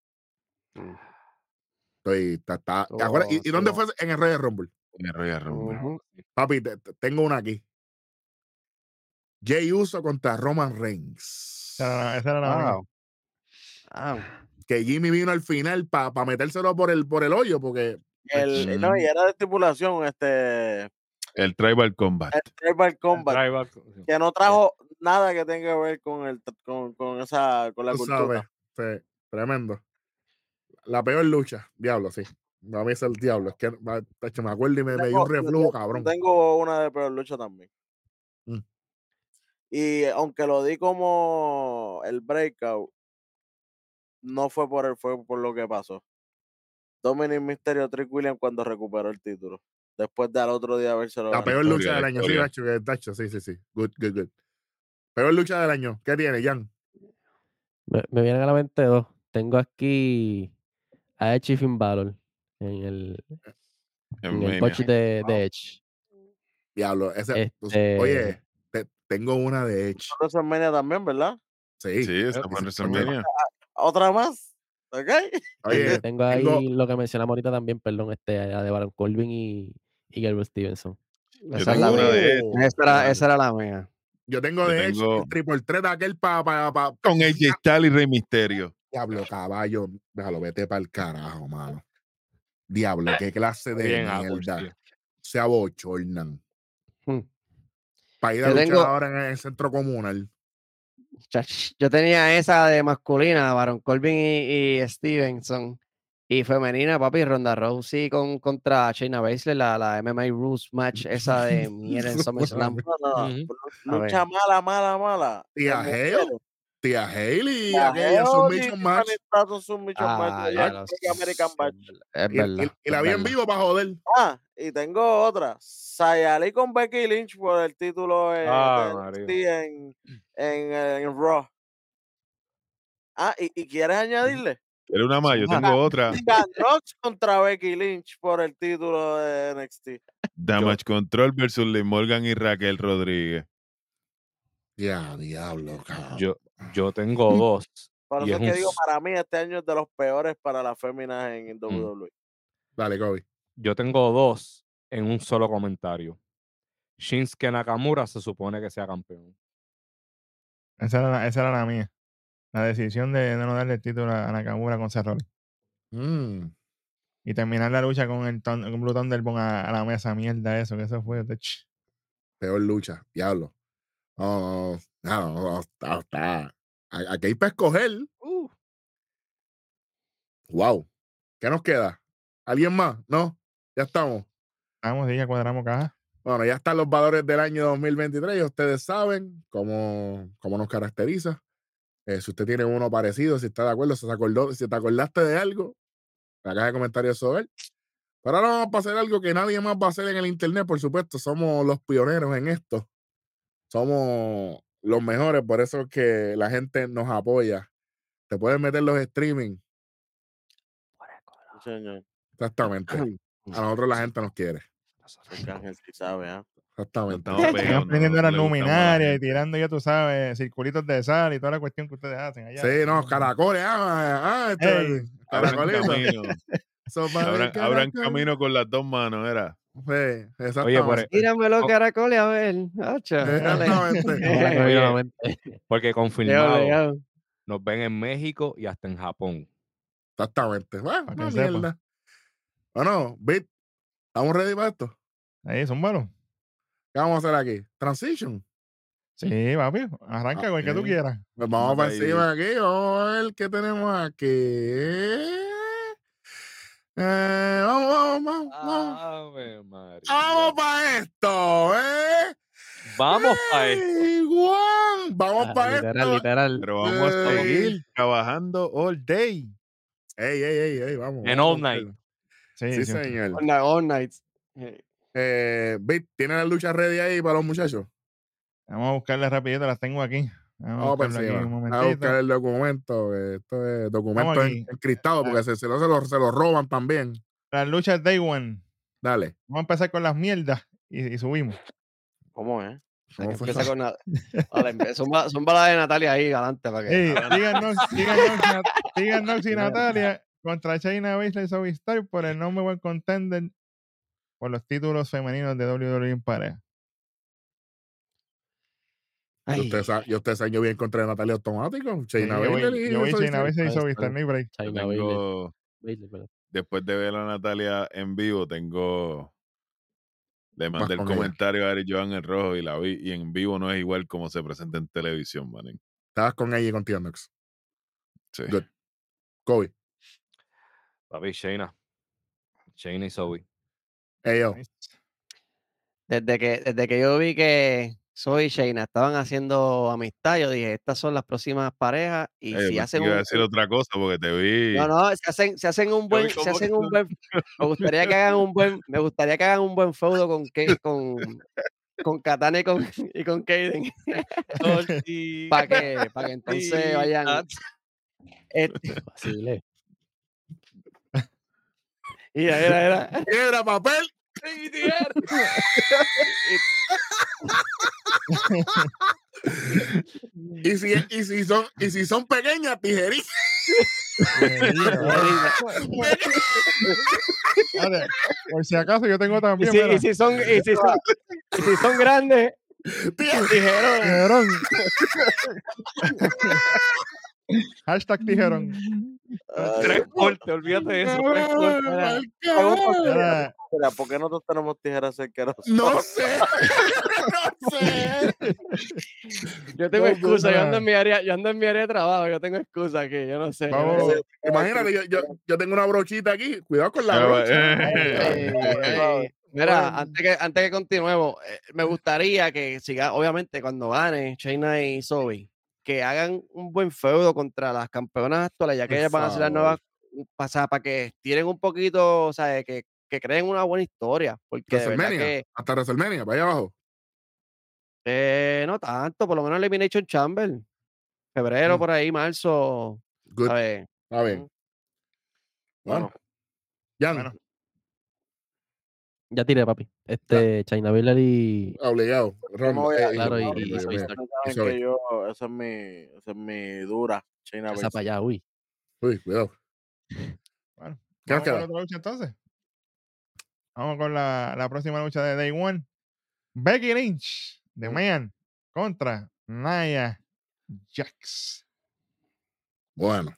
Speaker 1: Estoy- ta- ta- ¿te acuerdas?
Speaker 5: Oh,
Speaker 1: ¿Y, y dónde fue?
Speaker 7: Estuvo-
Speaker 1: En el Royal Rumble.
Speaker 2: en el Royal Rumble.
Speaker 7: Ujú.
Speaker 1: Papi, te- te- tengo una aquí. Jay Uso contra
Speaker 5: Ah.
Speaker 1: Roman Reigns.
Speaker 6: Esa era, esa era
Speaker 1: Ah,
Speaker 6: la mía.
Speaker 7: Wow. Wow.
Speaker 1: Que Jimmy vino al final para metérselo por el, por el hoyo, porque
Speaker 5: El, no, y
Speaker 2: Ujú.
Speaker 5: era de estipulación, este,
Speaker 2: El Tribal Combat.
Speaker 5: el Tribal Combat,
Speaker 4: Tribal-
Speaker 5: que no trajo nada que tenga que ver con el tr- con, con esa con la
Speaker 1: tú
Speaker 5: cultura.
Speaker 1: sabes, sí, tremendo. La peor lucha, diablo, sí. A mí es el diablo. Es que ma- tacho, me acuerdo y me, me dio un
Speaker 5: Tengo- yo
Speaker 1: reflujo,
Speaker 5: tengo-
Speaker 1: cabrón.
Speaker 5: Tengo una de peor lucha también.
Speaker 1: Mm.
Speaker 5: Y eh, aunque lo di como el breakout, no fue por el fue por lo que pasó. Dominic Mysterio Trick Williams cuando recuperó el título. después del otro día haberse lo
Speaker 1: La
Speaker 5: ganado.
Speaker 1: peor
Speaker 2: historia,
Speaker 1: lucha del
Speaker 2: la
Speaker 1: año. Sí,
Speaker 2: historia.
Speaker 1: Nacho, que- Nacho, sí, sí, sí. Good, good, good. Peor lucha del año. ¿Qué tiene, Jan?
Speaker 3: Me, me vienen a la mente dos. Tengo aquí a Edge y Finn Balor en el,
Speaker 2: En
Speaker 3: en el
Speaker 2: Mania.
Speaker 3: punch de,
Speaker 1: Wow.
Speaker 3: de Edge.
Speaker 1: Diablo. esa- pues,
Speaker 3: Este-
Speaker 1: Oye, te- tengo una de Edge.
Speaker 5: WrestleMania también, ¿verdad?
Speaker 1: Sí.
Speaker 2: Sí, esa fue en WrestleMania.
Speaker 5: Otra más. ¿Ok?
Speaker 1: Oye,
Speaker 3: Tengo ahí
Speaker 1: tengo-
Speaker 3: lo que mencionamos ahorita también, perdón, este, a de Baron Corbin y, y Gilbert Stevenson.
Speaker 2: Yo
Speaker 7: Esa, es la
Speaker 2: tengo una
Speaker 7: mía.
Speaker 2: de
Speaker 1: Oh.
Speaker 7: Esa era, esa era la mía.
Speaker 1: Yo tengo
Speaker 2: Yo
Speaker 1: de Edge
Speaker 2: tengo-
Speaker 1: el triple threat aquel para pa, pa,
Speaker 2: Con AJ Styles y Rey Misterio.
Speaker 1: Diablo, caballo. Déjalo, vete para el carajo, mano. Diablo, qué clase de
Speaker 4: Bien,
Speaker 2: ah,
Speaker 4: Apple,
Speaker 1: mierda.
Speaker 4: tío.
Speaker 1: Se abochornan.
Speaker 7: Hmm.
Speaker 1: Para ir a
Speaker 7: Yo
Speaker 1: luchar
Speaker 7: tengo-
Speaker 1: ahora en el centro comunal.
Speaker 7: Chach, Yo tenía esa de masculina, Baron Corbin y, y Stevenson. Y femenina, papi, Ronda Rousey con, contra Shayna Baszler, la, la MMA Rules Match, esa de mierda en SummerSlam.
Speaker 5: No, no,
Speaker 4: Ujú.
Speaker 5: no.
Speaker 7: A ver.
Speaker 5: Lucha mala, mala, mala.
Speaker 1: Tía
Speaker 5: Las
Speaker 1: Hale,
Speaker 5: mujeres.
Speaker 1: tía Haley,
Speaker 5: Las
Speaker 1: aquella
Speaker 5: Hale
Speaker 1: submission
Speaker 5: y
Speaker 1: match.
Speaker 5: Tiffany Stratton submission match,
Speaker 7: Ah,
Speaker 5: la
Speaker 7: ya
Speaker 5: Black
Speaker 7: lo
Speaker 5: American
Speaker 7: sé,
Speaker 5: Batch.
Speaker 7: Es
Speaker 1: Y, y-
Speaker 7: verdad.
Speaker 1: y la vi en vivo para joder.
Speaker 5: Ah, y tengo otra. Sayali con Becky Lynch por el título eh, de
Speaker 4: Ah,
Speaker 5: NXT
Speaker 4: María.
Speaker 5: en, en, eh, en Raw. Ah, y, y quieres añadirle.
Speaker 2: Era una más, yo tengo
Speaker 4: Ah.
Speaker 2: otra.
Speaker 5: Tegan Knox contra Becky Lynch por el título de NXT.
Speaker 2: Damage Control versus Liv Morgan y Raquel Rodríguez.
Speaker 1: Ya, diablo, cabrón.
Speaker 4: Yo, yo
Speaker 1: Mm.
Speaker 4: tengo dos.
Speaker 5: Por
Speaker 4: Y es
Speaker 5: eso es que
Speaker 4: un
Speaker 5: digo,
Speaker 4: s- Mm.
Speaker 5: para mí este año es de los peores para las féminas en E. WWE.
Speaker 1: Dale, Kobe.
Speaker 4: Yo tengo dos en un solo comentario. Shinsuke Nakamura se supone que sea campeón.
Speaker 6: Esa era, la, esa era la mía. La decisión de no darle el título a Nakamura con Cerrone.
Speaker 1: Mm.
Speaker 6: Y terminar la lucha con el ton, con Blue Thunderbolt a, a la mesa mierda, eso, que eso fue. de ch-
Speaker 1: peor lucha, diablo. No, no, no, no, no, está, está. A- Aquí hay para escoger. Wow. ¿Qué nos queda? ¿Alguien más? ¿No? Ya estamos.
Speaker 6: Vamos, ya cuadramos caja.
Speaker 1: Bueno, ya están los valores del año 2023. ya Ustedes saben cómo, cómo nos caracteriza. Eh, si usted tiene uno parecido, si está de acuerdo, si, se acordó, si te acordaste de algo, en la caja de comentarios sobre él. Pero ahora vamos a hacer algo que nadie más va a hacer en el Internet, por supuesto. Somos los pioneros en esto. Somos los mejores, por eso es que la gente nos apoya. Te pueden meter los streaming.
Speaker 5: Sí, señor.
Speaker 1: Exactamente. A nosotros la gente nos quiere.
Speaker 5: Porque Ángel sí sabe, ¿ah?
Speaker 1: Exactamente.
Speaker 2: Estamos pegados,
Speaker 6: Están
Speaker 2: no-
Speaker 6: aprendiendo
Speaker 2: no
Speaker 6: las
Speaker 2: le gustamos a la
Speaker 6: luminarias y
Speaker 2: gente.
Speaker 6: tirando, ya tú sabes, circulitos de sal y toda la cuestión que ustedes hacen allá.
Speaker 1: Sí, no, caracoles. Ah, ah, esto-
Speaker 6: Ey,
Speaker 2: Abran
Speaker 1: caracolitos.
Speaker 2: camino,
Speaker 1: Sopa de
Speaker 2: abran, abran
Speaker 1: caracol.
Speaker 2: camino con las dos manos, era.
Speaker 1: Sí,
Speaker 4: Oye, por-
Speaker 1: exactamente.
Speaker 7: Mírame los
Speaker 4: Oh.
Speaker 7: caracoles, a ver. Hacho,
Speaker 3: Eh,
Speaker 7: dale. Eh,
Speaker 1: Exactamente.
Speaker 3: Ahora que me vino a la
Speaker 4: Oye,
Speaker 3: mente.
Speaker 4: Porque confirmado,
Speaker 7: Obligado.
Speaker 4: nos ven en México y hasta en Japón.
Speaker 1: Exactamente. Bueno,
Speaker 6: Para que
Speaker 1: una
Speaker 6: sepa.
Speaker 1: mierda. Bueno, Bit, ¿estamos ready para esto?
Speaker 6: Ahí, son malos.
Speaker 1: ¿Qué vamos a hacer aquí? Transition.
Speaker 6: Sí, papi,
Speaker 1: Ah,
Speaker 6: arranca con el que tú
Speaker 2: Ok.
Speaker 6: quieras.
Speaker 1: Pues vamos
Speaker 2: Vamos
Speaker 1: para
Speaker 2: ahí,
Speaker 1: encima aquí. Vamos a ver qué tenemos aquí. Eh, vamos, vamos, vamos. Vamos,
Speaker 4: Ave María.
Speaker 1: vamos para esto, ¿eh?
Speaker 4: Vamos a esto.
Speaker 1: Ey, guau, Vamos
Speaker 3: Ah,
Speaker 1: para
Speaker 3: literal,
Speaker 1: esto.
Speaker 3: literal.
Speaker 2: Pero vamos a
Speaker 1: Ey.
Speaker 2: seguir trabajando all day.
Speaker 1: Ey, ey, ey, ey, vamos.
Speaker 4: En
Speaker 1: vamos
Speaker 4: all
Speaker 1: a
Speaker 4: night.
Speaker 1: hacerlo.
Speaker 6: Sí,
Speaker 1: Sí,
Speaker 6: sí.
Speaker 1: señor.
Speaker 7: All night, all night. Eh,
Speaker 1: Eh, Vic, ¿tiene la lucha ready ahí para los muchachos?
Speaker 6: Vamos a buscarlas rapidito, las tengo aquí. Vamos,
Speaker 1: Vamos
Speaker 6: a
Speaker 1: para
Speaker 6: buscarlo aquí
Speaker 1: encima.
Speaker 6: un
Speaker 1: pues A
Speaker 6: momentito.
Speaker 1: buscar el documento. eh, Esto es documento en-
Speaker 6: aquí.
Speaker 1: encriptado
Speaker 6: Ah.
Speaker 1: porque se, se lo, se, lo, se lo roban también.
Speaker 6: Las luchas Day One.
Speaker 1: Dale.
Speaker 6: Vamos a empezar con las mierdas y, y subimos.
Speaker 5: ¿Cómo es?
Speaker 7: hay
Speaker 1: ¿Cómo
Speaker 7: que
Speaker 1: fue?
Speaker 7: empezar con nada. Vale, empe- son, ba- son baladas de Natalia ahí, adelante. Para que,
Speaker 6: Ey, díganos, díganos, Nat- díganos y Natalia contra Shayna Baszler y Zoe Stark por el nombre buen contender por los títulos femeninos de WWE en pareja.
Speaker 1: Yo
Speaker 7: Ay,
Speaker 1: usted sa- yo usted sabe, yo bien contra Natalia Automático.
Speaker 6: Sí,
Speaker 1: Shayna
Speaker 6: yo voy-
Speaker 1: Baszler y
Speaker 6: yo voy
Speaker 1: Soy
Speaker 6: Shayna
Speaker 1: Stark.
Speaker 6: Baszler y
Speaker 3: Soy
Speaker 6: Zoe Stark,
Speaker 3: Stark.
Speaker 6: no hay break.
Speaker 2: Yo
Speaker 3: China Bailey,
Speaker 2: tengo,
Speaker 3: Bailey, perdón.
Speaker 2: después de ver a Natalia en vivo, tengo. Le mandé el
Speaker 1: con ella.
Speaker 2: comentario a Ari Joan en rojo y la vi. Y en vivo no es igual como se presenta en televisión, man.
Speaker 1: Estabas con ella y con Tianox.
Speaker 2: Sí.
Speaker 1: Good. Kobe.
Speaker 4: Papi, Shayna. Shayna y Zoe.
Speaker 1: Ey, yo.
Speaker 6: Nice.
Speaker 7: desde, que, desde que yo vi que Soy y Shayna estaban haciendo amistad. Yo dije, estas son las próximas parejas. Y
Speaker 2: Eh,
Speaker 7: si
Speaker 2: pensé
Speaker 7: hacen
Speaker 2: que iba a
Speaker 7: un.
Speaker 2: decir otra cosa porque te vi.
Speaker 7: No, no, se hacen, se hacen un buen, se
Speaker 2: cómo
Speaker 7: hacen
Speaker 2: que
Speaker 7: un
Speaker 2: no.
Speaker 7: buen, me gustaría que hagan un buen, me gustaría que hagan un buen feudo con Ke- con, con Katana y con, y con Kaden, para que, para que entonces vayan. este-
Speaker 3: Vacile.
Speaker 7: mira, mira, mira.
Speaker 1: Piedra, papel. Y si, y si son, y si son pequeñas, tijeritas.
Speaker 6: Eh, Espérate, Por si acaso yo tengo también.
Speaker 7: Y si,
Speaker 6: mira,
Speaker 7: y si son, y si son, y si son grandes,
Speaker 1: tijeritas.
Speaker 7: dijeron.
Speaker 6: tijerón. Hashtag tijerón.
Speaker 4: Ah, Tres cortes, olvídate de eso. tres cortes.
Speaker 1: Ah,
Speaker 5: Pregunta
Speaker 6: Mira,
Speaker 5: seria, ¿Por qué nosotros tenemos tijeras cerquerosas?
Speaker 1: No sé. no sé.
Speaker 7: Yo tengo
Speaker 6: No,
Speaker 7: excusa, yo ando
Speaker 6: verdad.
Speaker 7: en mi área, yo ando en mi área de trabajo, yo tengo excusa aquí, yo no sé. yo no
Speaker 6: Vamos.
Speaker 7: sé.
Speaker 1: Imagínate, yo, yo, yo tengo una brochita aquí. Cuidado con la
Speaker 2: Ya va,
Speaker 1: brocha.
Speaker 2: eh,
Speaker 7: Eh, eh, Mira, antes que, antes que continuemos, eh, me gustaría que siga, obviamente, cuando gane Shayna y Zoe, que hagan un buen feudo contra las campeonas actuales, ya que
Speaker 1: Por
Speaker 7: ellas van a ser las nuevas, mm, o sea, para que tiren un poquito, o sea, que, que creen una buena historia, porque de verdad
Speaker 1: WrestleMania,
Speaker 7: que
Speaker 1: Hasta WrestleMania, para allá abajo.
Speaker 7: eh, no tanto, por lo menos Elimination Chamber, febrero
Speaker 1: Mm.
Speaker 7: por ahí, marzo,
Speaker 1: Good.
Speaker 7: ¿sabes?
Speaker 1: Está bien.
Speaker 7: Ujú.
Speaker 1: Bueno. Ya no.
Speaker 6: Bueno.
Speaker 3: Ya tiré, papi. Este, China Biller y.
Speaker 1: Obligado.
Speaker 5: Yo me
Speaker 1: Ron,
Speaker 5: voy a-
Speaker 1: eh,
Speaker 3: Claro,
Speaker 5: yo
Speaker 3: y-
Speaker 5: me
Speaker 3: y
Speaker 5: voy a-
Speaker 3: soy
Speaker 5: ustedes
Speaker 3: Stark.
Speaker 5: saben
Speaker 1: Soy.
Speaker 5: que yo- Esa es mi, esa es mi dura. Shayna
Speaker 3: Esa para
Speaker 5: Baszler.
Speaker 3: allá, uy.
Speaker 1: Uy, cuidado.
Speaker 6: Bueno,
Speaker 1: ¿Qué nos
Speaker 6: Vamos con la
Speaker 1: queda?
Speaker 6: otra lucha entonces. Vamos con la, la próxima lucha de Day One. Becky Lynch de Man contra Naya Jax.
Speaker 1: Bueno.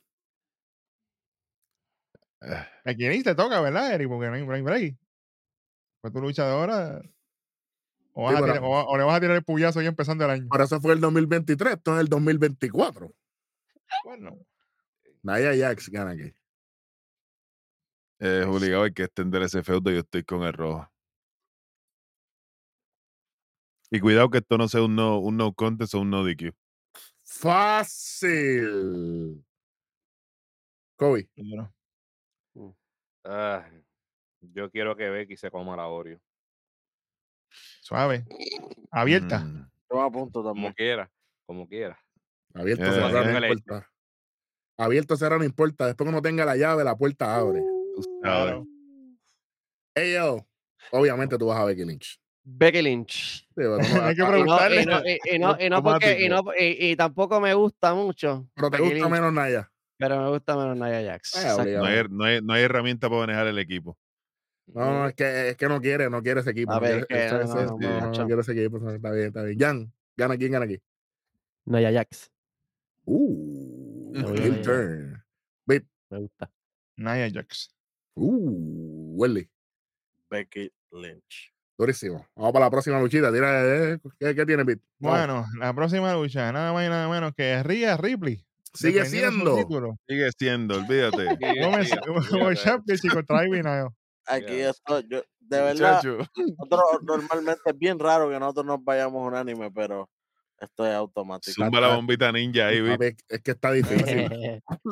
Speaker 6: Becky Lynch te toca, ¿verdad, Eric? Porque no hay, no hay break. Fue tu luchadora. O, vas
Speaker 1: Sí,
Speaker 6: a
Speaker 1: pero-
Speaker 6: tirar- o, o le vas a tirar el puyazo ya empezando el año.
Speaker 1: Ahora eso fue el 2023, esto es el 2024.
Speaker 6: Bueno,
Speaker 1: Naya Jax gana aquí.
Speaker 2: eh, es obligado, hay que extender ese feudo. Yo estoy con el rojo. Y cuidado que esto no sea un no, un no contest o un no DQ.
Speaker 1: Fácil. Kobe.
Speaker 6: bueno.
Speaker 4: Ah, yo quiero que Becky se coma la Oreo.
Speaker 6: suave. Abierta.
Speaker 2: Mm.
Speaker 5: Yo me apunto
Speaker 4: Como
Speaker 5: también.
Speaker 4: quiera, como quiera.
Speaker 1: Abierto,
Speaker 2: Eh,
Speaker 1: cerrado, no
Speaker 4: eh.
Speaker 1: importa. Abierto, cerrado, no importa. Después que uno tenga la llave, la puerta abre.
Speaker 7: Uh.
Speaker 2: Tú sabes.
Speaker 6: Claro.
Speaker 1: Ey, yo. Obviamente tú vas a Becky Lynch. Sí,
Speaker 7: Becky Lynch.
Speaker 1: pero, no-
Speaker 6: Hay que
Speaker 1: ah,
Speaker 7: Y no, y
Speaker 6: preguntarle.
Speaker 7: no- y- y no- y no porque, y, no, y, y tampoco me gusta mucho,
Speaker 1: pero te
Speaker 7: Becky
Speaker 1: gusta
Speaker 7: Lynch,
Speaker 1: menos Naya.
Speaker 7: pero me gusta menos Nia Jax.
Speaker 1: Eh,
Speaker 7: exacto.
Speaker 1: obligado.
Speaker 2: No hay, no, hay, no hay herramienta para manejar el equipo.
Speaker 1: No, no, es que, es que no quiere, no quiere ese equipo.
Speaker 7: Uh. A
Speaker 1: no
Speaker 7: ver,
Speaker 1: quiere-
Speaker 7: es
Speaker 1: ese-
Speaker 7: que no,
Speaker 1: ese-
Speaker 7: no,
Speaker 1: sí, no, no
Speaker 7: macho.
Speaker 1: quiere ese equipo. no, Está bien, está bien. Jan, gana aquí, gana aquí.
Speaker 3: Naya Jax.
Speaker 1: Uh,
Speaker 3: No,
Speaker 1: el
Speaker 3: no,
Speaker 1: heel
Speaker 3: no.
Speaker 1: turn.
Speaker 3: Me gusta.
Speaker 1: Mm.
Speaker 6: Naya Jax.
Speaker 1: Oh. Uh, Welly.
Speaker 5: Becky Lynch.
Speaker 1: Durísimo. Vamos para la próxima luchita. Tira, eh, ¿qué, qué tiene, Pete? Vamos.
Speaker 6: Bueno, la próxima lucha, nada más y nada menos que Rhea Ripley.
Speaker 1: sigue
Speaker 6: defendiendo
Speaker 1: siendo.
Speaker 6: su título.
Speaker 2: Sigue siendo, olvídate.
Speaker 4: Sí,
Speaker 6: Gómez,
Speaker 4: sí,
Speaker 6: Gómez
Speaker 4: olvídate.
Speaker 6: Champions y contra Ivy Nail.
Speaker 5: Aquí
Speaker 4: Ya.
Speaker 5: esto, yo, de verdad,
Speaker 2: Muchacho.
Speaker 5: nosotros normalmente es bien raro que nosotros nos vayamos unánime, pero esto es automático.
Speaker 2: Zumba la bombita ninja ahí,
Speaker 1: Papi,
Speaker 2: ¿viste?
Speaker 1: es- es que está difícil.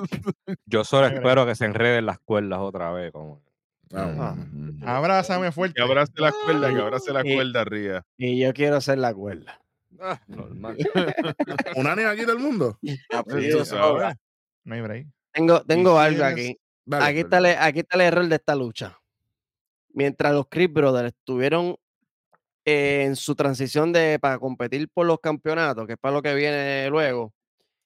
Speaker 4: Yo solo
Speaker 6: Mira.
Speaker 4: espero que se enreden las cuerdas otra vez. Como...
Speaker 1: Vamos.
Speaker 2: Mm.
Speaker 6: Abrázame fuerte.
Speaker 2: Que abrace la cuerda, que abrace la
Speaker 6: Eh,
Speaker 2: cuerda, Ría.
Speaker 7: Y yo quiero ser la cuerda.
Speaker 4: Ah, normal.
Speaker 1: Unánime aquí del mundo.
Speaker 5: Así
Speaker 2: Tú
Speaker 5: es,
Speaker 2: sabes.
Speaker 5: ahora.
Speaker 6: No hay break.
Speaker 7: Tengo, tengo algo
Speaker 1: tienes-
Speaker 7: aquí.
Speaker 1: Dale,
Speaker 7: Aquí está,
Speaker 1: Jordan.
Speaker 7: el, aquí está el error de esta lucha. Mientras los Creed Brothers estuvieron eh, en su transición de, para competir por los campeonatos, que es para lo que viene luego,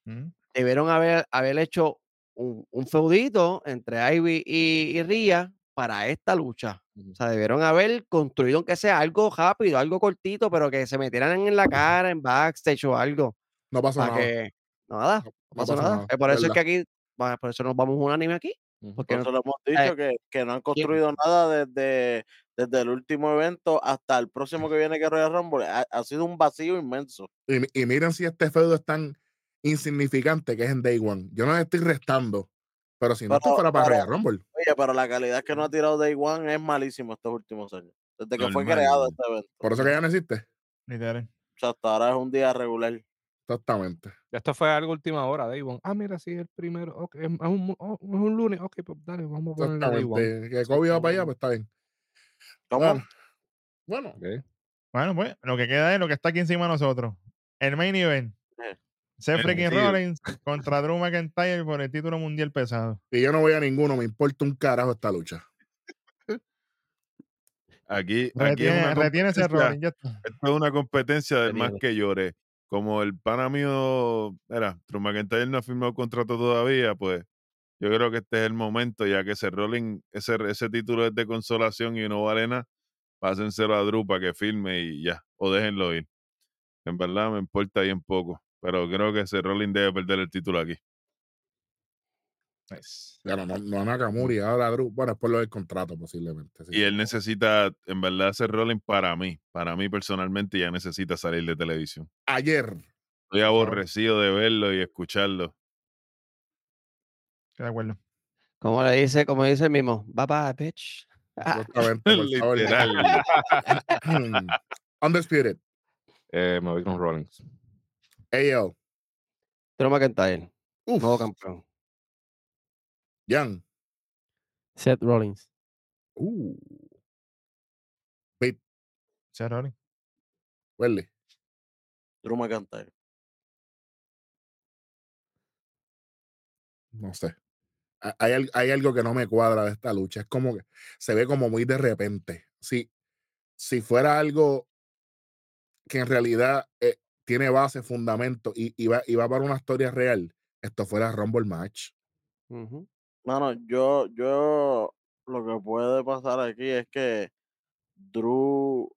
Speaker 6: Mm.
Speaker 7: debieron haber, haber hecho un, un feudito entre Ivy y, y Ria para esta lucha. O sea, debieron haber construido, aunque sea algo rápido, algo cortito, pero que se metieran en la cara, en backstage o algo.
Speaker 1: No pasa
Speaker 7: Para
Speaker 1: nada.
Speaker 7: que nada, no, pasó nada. Eh, por eso es que aquí, va- por eso nos vamos un anime aquí. Porque no-
Speaker 5: Nosotros le hemos dicho que, que no han construido nada desde, desde el último evento hasta el próximo que viene que es Royal Rumble. Ha, ha sido un vacío inmenso.
Speaker 1: Y, y miren si este feudo es tan insignificante que es en Day One. Yo no les estoy restando. Pero si no, esto
Speaker 5: Pero-
Speaker 1: fuera para
Speaker 5: pero-
Speaker 1: Royal Rumble.
Speaker 5: Oye, pero la calidad que no ha tirado Day One es malísimo estos últimos años. Desde que fue
Speaker 2: Normal.
Speaker 5: creado este evento.
Speaker 1: Por eso que ya no existe.
Speaker 6: Literal.
Speaker 5: sea, hasta ahora es un día regular.
Speaker 1: Exactamente.
Speaker 4: Esto fue algo última hora, Davon. Ah, mira, sí, el primero. ok, es, es un, oh, es un lunes. Ok, pues dale, vamos a ponerle a Davon.
Speaker 1: Exactamente. Que Kobe va para allá, pues está bien.
Speaker 5: ¿Cómo?
Speaker 1: Bueno, bueno,
Speaker 6: Bueno, pues lo que queda es lo que está aquí encima de nosotros. El main event.
Speaker 5: Eh.
Speaker 6: Seth
Speaker 2: El
Speaker 6: freaking
Speaker 2: tío.
Speaker 6: Rollins contra Drew McIntyre por el título mundial pesado.
Speaker 1: y yo no voy a ninguno, me importa un carajo esta lucha.
Speaker 2: Aquí, aquí es
Speaker 6: Retiene,
Speaker 2: una
Speaker 6: retiene ese
Speaker 2: competencia-
Speaker 6: Rollins. Ya está.
Speaker 2: Esto es una competencia del más
Speaker 3: Terrible.
Speaker 2: que llore. Como el pana mío, era, Drew McIntyre no ha firmado contrato todavía, pues yo creo que este es el momento, ya que ese Rolling, ese, ese título es de consolación y no vale nada, pásenselo a Drew para que firme y ya, o déjenlo ir. En verdad me importa bien poco, pero creo que ese Rolling debe perder el título aquí.
Speaker 1: Claro, no, no a Nakamura, ahora Drew. Bueno, es por lo del contrato, posiblemente. sí.
Speaker 2: Y él necesita, en verdad, ese Rolling para mí, para mí personalmente, ya necesita salir de televisión.
Speaker 1: Ayer,
Speaker 2: Estoy aborrecido de verlo y escucharlo.
Speaker 6: Estoy de acuerdo.
Speaker 7: Como le dice, como dice el mismo, bye bye, bitch. Ah,
Speaker 1: justamente, por favor.
Speaker 2: Literal.
Speaker 1: Undisputed,
Speaker 4: Eh, me voy con Rollins.
Speaker 1: AL,
Speaker 7: Drew McIntyre,
Speaker 1: Uf.
Speaker 7: nuevo campeón.
Speaker 1: Jan,
Speaker 3: Seth Rollins.
Speaker 1: uh,
Speaker 6: Seth Rollins.
Speaker 1: Welly.
Speaker 5: Drew McIntyre.
Speaker 1: no sé. Ha- Hay, al- hay algo que no me cuadra de esta lucha. Es como que se ve como muy de repente. Si, si fuera algo que en realidad eh, tiene base, fundamento y, y, va, y va para una historia real, esto fuera Rumble Match.
Speaker 7: Ujú.
Speaker 5: Mano, yo, yo lo que puede pasar aquí es que Drew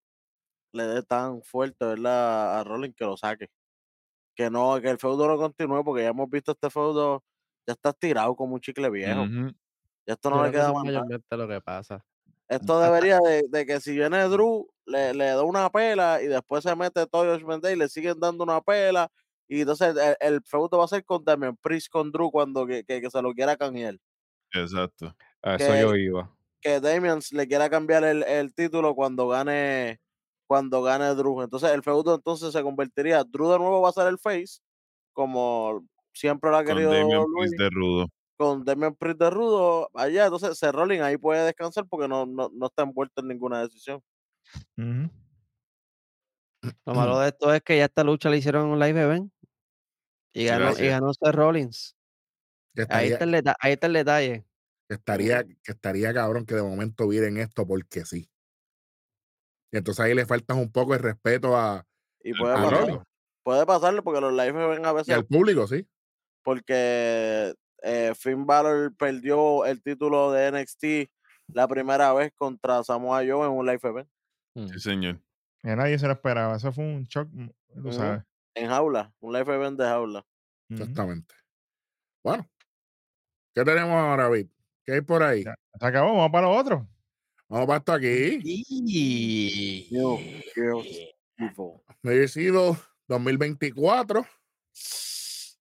Speaker 5: le dé tan fuerte, ¿verdad? A Rollins que lo saque. Que no, que el feudo no continúe, porque ya hemos visto este feudo, ya está estirado como un chicle viejo.
Speaker 2: Ujú.
Speaker 5: Ya esto
Speaker 3: Yo
Speaker 5: no le
Speaker 3: creo que eso
Speaker 5: queda
Speaker 3: es
Speaker 5: más nada.
Speaker 3: mayormente lo que pasa.
Speaker 5: Esto debería de, de que si viene Drew, le, le da una pela y después se mete todo Josh Mendez y le siguen dando una pela. Y entonces el, el feudo va a ser con Damian Priest con Drew cuando que, que- que se lo quiera canjear.
Speaker 2: Exacto.
Speaker 4: A Ah, eso
Speaker 5: Que-
Speaker 4: yo iba.
Speaker 5: que Damian le quiera cambiar el, el título cuando gane cuando gane Drew. Entonces el feudo entonces se convertiría, Drew de nuevo va a ser el face, como siempre lo ha
Speaker 2: Con
Speaker 5: querido
Speaker 2: Damian
Speaker 5: Luis,
Speaker 2: Priest de Rudo.
Speaker 5: con Damian Priest de Rudo allá. Entonces Seth Rollins ahí puede descansar porque no, no, no está envuelto en ninguna decisión.
Speaker 6: Ujú.
Speaker 7: Lo malo de esto es que ya esta lucha le hicieron un live event y ganó, y
Speaker 2: gracias.
Speaker 7: ganó Seth Rollins.
Speaker 1: Que
Speaker 7: Ahí
Speaker 1: estaría,
Speaker 7: está, el deta- ahí está el detalle.
Speaker 1: que estaría, que estaría cabrón que de momento viren esto porque sí. Y entonces ahí le faltas un poco el respeto a,
Speaker 5: Y
Speaker 2: Al
Speaker 5: puede
Speaker 1: a
Speaker 5: pasar,
Speaker 1: Rollins
Speaker 5: puede pasarle porque los live ven a
Speaker 1: y
Speaker 5: veces
Speaker 1: al público, sí.
Speaker 5: porque eh, Finn Balor perdió el título de NXT la primera vez contra Samoa Joe en un live event
Speaker 3: Mm.
Speaker 2: Sí, señor.
Speaker 6: Que nadie se lo esperaba. Eso fue un shock, mm, tú
Speaker 5: Ujú.
Speaker 6: sabes.
Speaker 5: en jaula, un live event de jaula.
Speaker 6: Ujú.
Speaker 1: Exactamente. Bueno, ¿qué tenemos ahora, Vic? ¿Qué hay por ahí?
Speaker 6: Ya. Se acabó, vamos para lo otro.
Speaker 1: Vamos para esto aquí.
Speaker 5: New Girls Evil.
Speaker 1: Merecido 2024.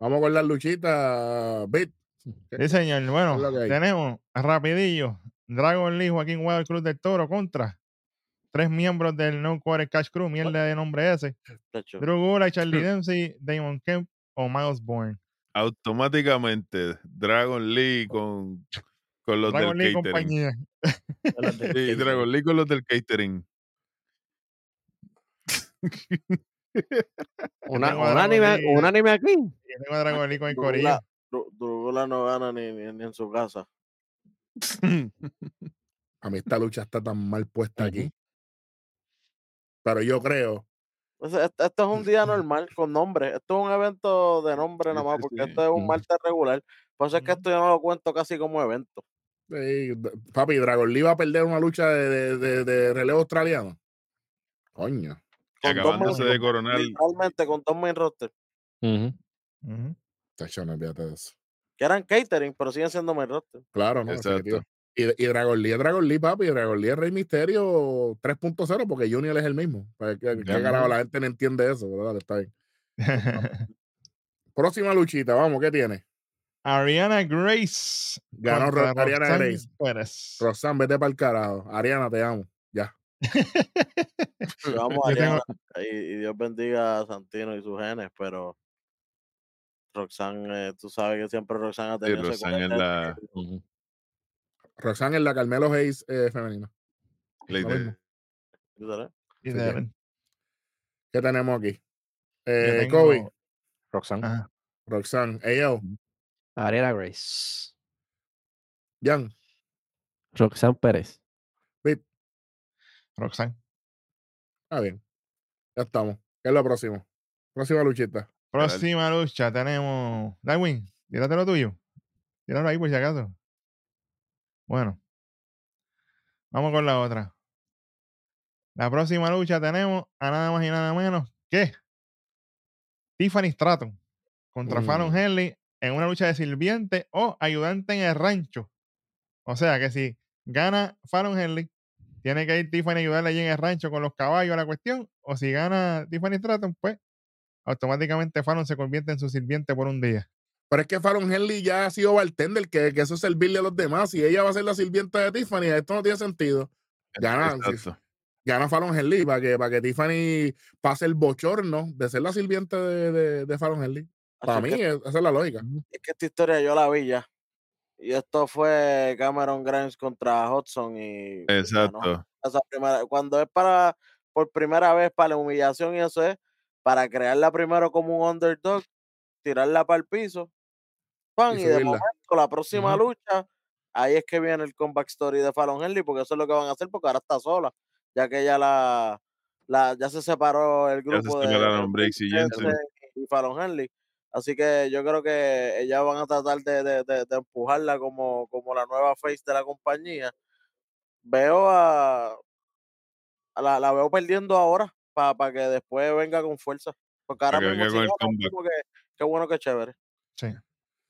Speaker 1: Vamos con las luchitas, Bit.
Speaker 6: Sí, señor. Bueno,
Speaker 1: lo que hay.
Speaker 6: tenemos rapidillo. Dragon Lee, Joaquín Wild Cruz del Toro contra tres miembros del No Quarter Cash Crew, mierda de nombre ese.
Speaker 5: Chacho,
Speaker 6: Drew Gulak, Charlie Dempsey, Damon Kemp o Miles Bourne.
Speaker 2: Automáticamente, Dragon Lee con, con los
Speaker 6: Dragon
Speaker 2: del
Speaker 6: Lee y
Speaker 2: catering.
Speaker 6: compañía.
Speaker 2: Sí, Dragon Lee con los del catering.
Speaker 7: Una,
Speaker 6: tengo a
Speaker 7: un,
Speaker 6: Dragon
Speaker 7: anime,
Speaker 6: Lee.
Speaker 7: un anime aquí.
Speaker 6: Yo tengo a Dragon Lee con el
Speaker 5: Drew Gulak-
Speaker 6: corillo.
Speaker 5: Dru- Drew Gulak no gana ni, ni- ni en su casa.
Speaker 1: A mí esta lucha está tan mal puesta
Speaker 3: Ujú.
Speaker 1: aquí. Pero yo creo,
Speaker 5: Entonces, este, este es un día normal con nombre. Esto es un evento de nombre nada
Speaker 2: Sí,
Speaker 5: más
Speaker 2: sí,
Speaker 5: porque
Speaker 2: sí.
Speaker 5: esto es un
Speaker 4: Ujú.
Speaker 5: martes regular. Por eso es que
Speaker 6: Ujú.
Speaker 5: esto yo no lo cuento casi como evento.
Speaker 1: eh, d- papi, Dragon Lee va a perder una lucha de, de- de- de relevo australiano. Coño.
Speaker 2: Y
Speaker 5: Con dos
Speaker 2: acabándose de
Speaker 5: main-
Speaker 2: coronar.
Speaker 5: literalmente con dos main roster.
Speaker 4: Ujú.
Speaker 6: Ujú.
Speaker 1: Tacho, no olvídate de eso.
Speaker 5: Que eran catering, pero siguen siendo main roster.
Speaker 1: Claro, no,
Speaker 2: Exacto.
Speaker 1: definitivo. Y, y Dragon Lee es Dragon Lee, papi. Dragon Lee es Rey Misterio 3.0 porque Junior es el mismo. ¿Para ¿Qué, qué
Speaker 2: Ya.
Speaker 1: carajo? La gente no entiende eso, pero dale, está bien. Pues, Próxima luchita, vamos, ¿qué tiene?
Speaker 6: Ariana Grace.
Speaker 1: Ganó
Speaker 6: contra
Speaker 1: Ro- Ariana
Speaker 6: Roxanne
Speaker 1: Grace.
Speaker 6: Pérez.
Speaker 1: Roxanne, vete para el carajo. Ariana, te amo. Ya.
Speaker 5: Yo amo a
Speaker 6: Yo tengo-
Speaker 5: Ariana y, y Dios bendiga a Santino y sus genes, pero Roxanne, eh, tú sabes que siempre Roxanne ha tenido ese
Speaker 2: Roxanne es
Speaker 5: coqueteo
Speaker 2: la-
Speaker 5: que-
Speaker 1: Roxanne es la Carmelo Hayes eh, femenina.
Speaker 2: Ley
Speaker 1: Lo
Speaker 2: de-
Speaker 1: mismo.
Speaker 5: ¿verdad?
Speaker 6: Literal.
Speaker 1: ¿Qué tenemos aquí?
Speaker 6: Yo
Speaker 1: Eh,
Speaker 6: tengo-
Speaker 1: Kobe,
Speaker 4: Roxanne.
Speaker 6: Ajá.
Speaker 1: Roxanne, Ayo,
Speaker 7: Ariana Grace.
Speaker 1: Jan,
Speaker 3: Roxanne Pérez.
Speaker 6: Roxanne.
Speaker 1: está Ah, bien. Ya estamos. ¿Qué es lo próximo? Próxima luchita.
Speaker 6: Próxima lucha tenemos. Darwin, tírate lo tuyo. Tíralo ahí por si acaso. Bueno. Vamos con la otra. La próxima lucha tenemos a nada más y nada menos que Tiffany Stratton contra Fallon
Speaker 1: Mm.
Speaker 6: Henley en una lucha de sirviente o ayudante en el rancho. O sea que si gana Fallon Henley, tiene que ir Tiffany a ayudarle allí en el rancho con los caballos a la cuestión. O si gana Tiffany Stratton, pues automáticamente Fallon se convierte en su sirviente por un día.
Speaker 1: Pero es que Fallon Henley ya ha sido bartender, que, que eso es servirle a los demás. Y ella va a ser la sirvienta de Tiffany, esto no tiene sentido. Gana,
Speaker 2: Exacto.
Speaker 1: gana Fallon Henley para que, para que Tiffany pase el bochorno de ser la sirvienta de, de, de Fallon Henley. Para
Speaker 5: Así
Speaker 1: mí,
Speaker 5: que-
Speaker 1: es- esa es la lógica.
Speaker 5: es que esta historia yo la vi ya. Y esto fue Cameron Grimes contra Hudson y ganó
Speaker 2: Exacto.
Speaker 5: esa primera- cuando es para por primera vez para la humillación y eso es para crearla primero como un underdog, tirarla para el piso, pan,
Speaker 1: Y
Speaker 5: y, de
Speaker 1: subirla.
Speaker 5: momento la próxima
Speaker 1: Ujú.
Speaker 5: lucha, ahí es que viene el comeback story de Fallon Henley, porque eso es lo que van a hacer, porque ahora está sola, ya que ella la, la ya se separó el
Speaker 2: se
Speaker 5: grupo de
Speaker 2: separaron Briggs y Jensen.
Speaker 5: Jensen y Fallon Henley. Así que yo creo que ellas van a tratar de, de- de- de empujarla como, como la nueva face de la compañía. Veo a. a la, la veo perdiendo ahora para que después venga con fuerza. Porque ahora
Speaker 2: que
Speaker 5: mismo
Speaker 2: venga
Speaker 5: sí
Speaker 2: con el
Speaker 5: gana,
Speaker 2: comeback.
Speaker 5: como que- qué bueno, qué chévere.
Speaker 6: Sí.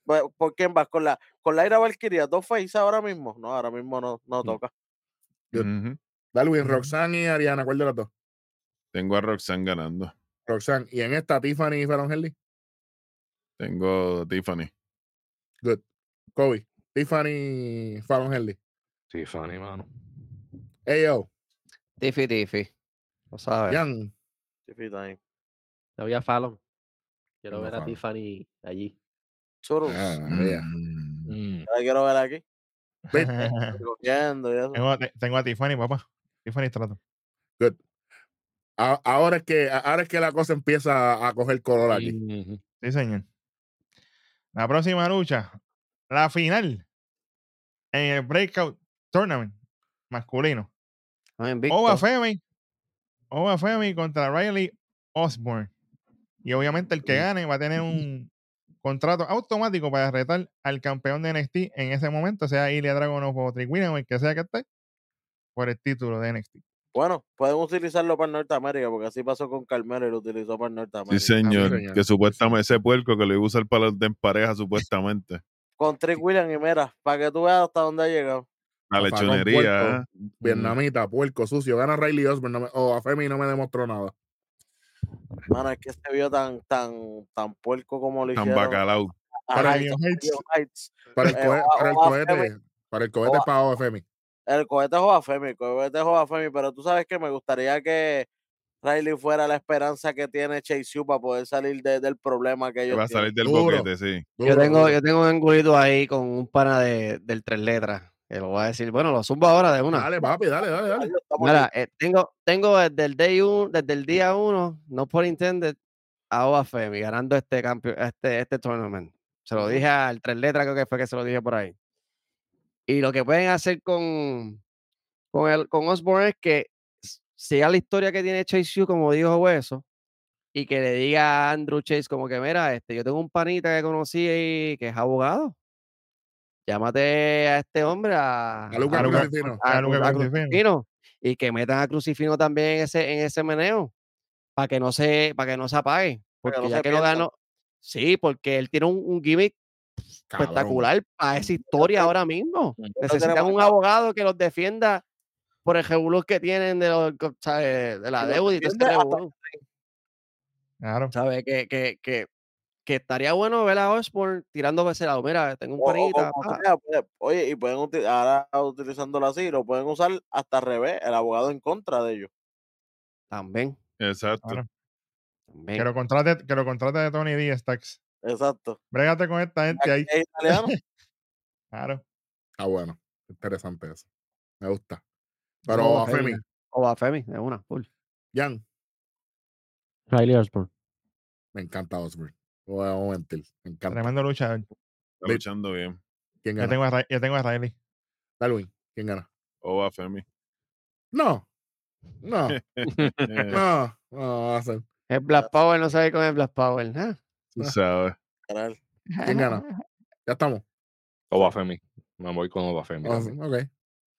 Speaker 5: Pues, ¿Por quién vas? ¿Con la, con la Ira Valkyria? ¿Dos face ahora mismo? No, ahora mismo no,
Speaker 2: Mm.
Speaker 5: no toca.
Speaker 1: Yo-
Speaker 2: Ujú.
Speaker 1: Darwin,
Speaker 6: Ujú.
Speaker 1: Roxanne y Ariana, ¿cuál de las dos?
Speaker 2: Tengo a Roxanne ganando.
Speaker 1: Roxanne. Y en esta, Tiffany y Fallon Henley.
Speaker 2: Tengo a Tiffany.
Speaker 1: Kobe, Tiffany y Fallon Henley.
Speaker 4: Tiffany, mano.
Speaker 1: Ayo,
Speaker 7: Tiffy Tiffy. Lo sabes.
Speaker 1: Jan,
Speaker 5: Chifita ahí.
Speaker 3: No había Fallon. Quiero
Speaker 1: Tengo
Speaker 3: ver a
Speaker 1: Fallon.
Speaker 3: Tiffany allí.
Speaker 5: Churros,
Speaker 1: Ah, vea.
Speaker 2: Mm.
Speaker 5: yo la quiero ver aquí.
Speaker 6: tengo,
Speaker 5: Cogiendo y eso.
Speaker 6: a, te- tengo a Tiffany, papá. Tiffany Strato.
Speaker 1: A- ahora, es que, ahora es que la cosa empieza a- a coger color aquí.
Speaker 6: Sí, señor. La próxima lucha, la final en el Breakout Tournament masculino.
Speaker 2: Eh,
Speaker 7: Ah, invicto.
Speaker 6: Ova Femi. Ova Femi contra Riley Osborne. Y obviamente el que gane va a tener un contrato automático para retar al campeón de NXT en ese momento, sea Ilya Dragunov o Trick Williams o el que sea que esté, por el título de NXT.
Speaker 5: Bueno, pueden utilizarlo para Norteamérica, porque así pasó con Carmelo y lo utilizó para
Speaker 2: Sí,
Speaker 5: Norteamérica.
Speaker 2: señor.
Speaker 1: señor.
Speaker 2: Que supuestamente ese puerco que lo iba a usar para los de en pareja, supuestamente.
Speaker 5: Con Trick Williams y mira, para que tú veas hasta dónde ha llegado.
Speaker 2: La
Speaker 1: Zafacón,
Speaker 2: lechonería. ah,
Speaker 1: puerco. Vietnamita, puerco, sucio. Gana Riley Osborne. no me- o a Femi no me demostró nada.
Speaker 5: Mano, es que se vio tan, tan, tan puerco como lo
Speaker 2: ¿eh? Tan
Speaker 5: hicieron.
Speaker 2: bacalao.
Speaker 5: a
Speaker 6: Para
Speaker 5: Heights,
Speaker 6: Leon
Speaker 5: a
Speaker 6: Heights.
Speaker 5: Leon Heights.
Speaker 1: Para el,
Speaker 5: Eh,
Speaker 1: cohe-
Speaker 5: Oa-
Speaker 1: para el
Speaker 5: Oa
Speaker 1: cohete, para el cohete
Speaker 5: Oa-
Speaker 1: es para Femi.
Speaker 5: El cohete es Femi, el cohete es Femi, pero tú sabes que me gustaría que Riley fuera la esperanza que tiene Chase U para poder salir de- del problema que
Speaker 2: Que
Speaker 5: ellos
Speaker 2: va a
Speaker 5: tienen.
Speaker 2: salir del
Speaker 1: Duro.
Speaker 2: boquete, sí.
Speaker 7: Yo tengo, yo tengo un angulito ahí con un pana de, del tres letras. Que lo voy a decir. Bueno, lo zumbo ahora de una.
Speaker 1: Dale, papi, dale, dale,
Speaker 5: Ahí
Speaker 1: dale.
Speaker 5: estamos
Speaker 7: Mira, eh, tengo, tengo desde el day uno, desde el día uno, no por intended, a Ova Femi ganando este campeón, este, este tournament. Se lo dije al tres letras, creo que fue que se lo dije por ahí. Y lo que pueden hacer con, con, el, con Osborne es que s- siga la historia que tiene Chase U, como dijo Hueso, y que le diga a Andrew Chase como que, mira, este, yo tengo un panita que conocí ahí que es abogado. Llámate a este hombre, a,
Speaker 1: A Lucas
Speaker 6: A Lucas-
Speaker 1: Crucifino.
Speaker 6: a
Speaker 7: a,
Speaker 6: Luca
Speaker 7: Cru- a
Speaker 6: Crucifino.
Speaker 7: Crucifino, y que metan a Crucifino también en ese, en ese meneo para que no se para que no se apague
Speaker 5: Para que
Speaker 7: porque
Speaker 5: no se
Speaker 7: ya que no
Speaker 5: pierda.
Speaker 7: ganó sí porque él tiene un, un gimmick
Speaker 1: Cabrón.
Speaker 7: espectacular para esa historia
Speaker 5: creo-
Speaker 7: ahora mismo
Speaker 5: aquí. Esto
Speaker 7: necesitan
Speaker 5: tenemos
Speaker 7: un abogado que los defienda por el revolú que tienen de, los, co- sabe, de la
Speaker 5: Que los
Speaker 7: deuda y todo este ese
Speaker 5: defienda hasta-
Speaker 7: revolú,
Speaker 6: Claro.
Speaker 7: sabe que, que, que que estaría bueno ver a Osborne tirando para ese lado. Mira, tengo un
Speaker 5: O- o
Speaker 7: panita.
Speaker 5: como
Speaker 7: pa.
Speaker 5: sea, pues, oye, y pueden uti- ahora utilizándolo así, lo pueden usar hasta al revés, el abogado en contra de ellos.
Speaker 7: También,
Speaker 2: Exacto.
Speaker 6: Ahora,
Speaker 7: también.
Speaker 6: que, lo contrate, que lo contrate de Tony Díaz, Tax.
Speaker 5: Exacto.
Speaker 6: Brégate con esta gente ahí.
Speaker 5: ¿Es italiano?
Speaker 6: Claro.
Speaker 1: Ah, bueno. Interesante eso. Me gusta. Pero,
Speaker 7: No,
Speaker 1: Femi,
Speaker 7: genial. O a Femi, de una, full.
Speaker 1: Jan,
Speaker 3: Riley Osborne.
Speaker 1: me encanta Osborne. No voy a mentir. Me encanta.
Speaker 6: Tremendo luchador.
Speaker 2: Está
Speaker 1: Ve-
Speaker 2: luchando bien.
Speaker 1: ¿Quién
Speaker 6: Yo
Speaker 1: gana?
Speaker 6: tengo, a Ra- yo tengo a Riley.
Speaker 1: Darwin, ¿quién gana?
Speaker 2: Oba Femi.
Speaker 1: No. No.
Speaker 2: Eh,
Speaker 1: No. No, va a ser.
Speaker 7: El Black Power no sabe con el Black Power. ¿eh?
Speaker 2: tú sabes.
Speaker 5: Caral.
Speaker 1: ¿Quién gana? Ya estamos.
Speaker 4: Obafemi. Me voy con Obafemi.
Speaker 1: Ah,
Speaker 4: también.
Speaker 1: ok.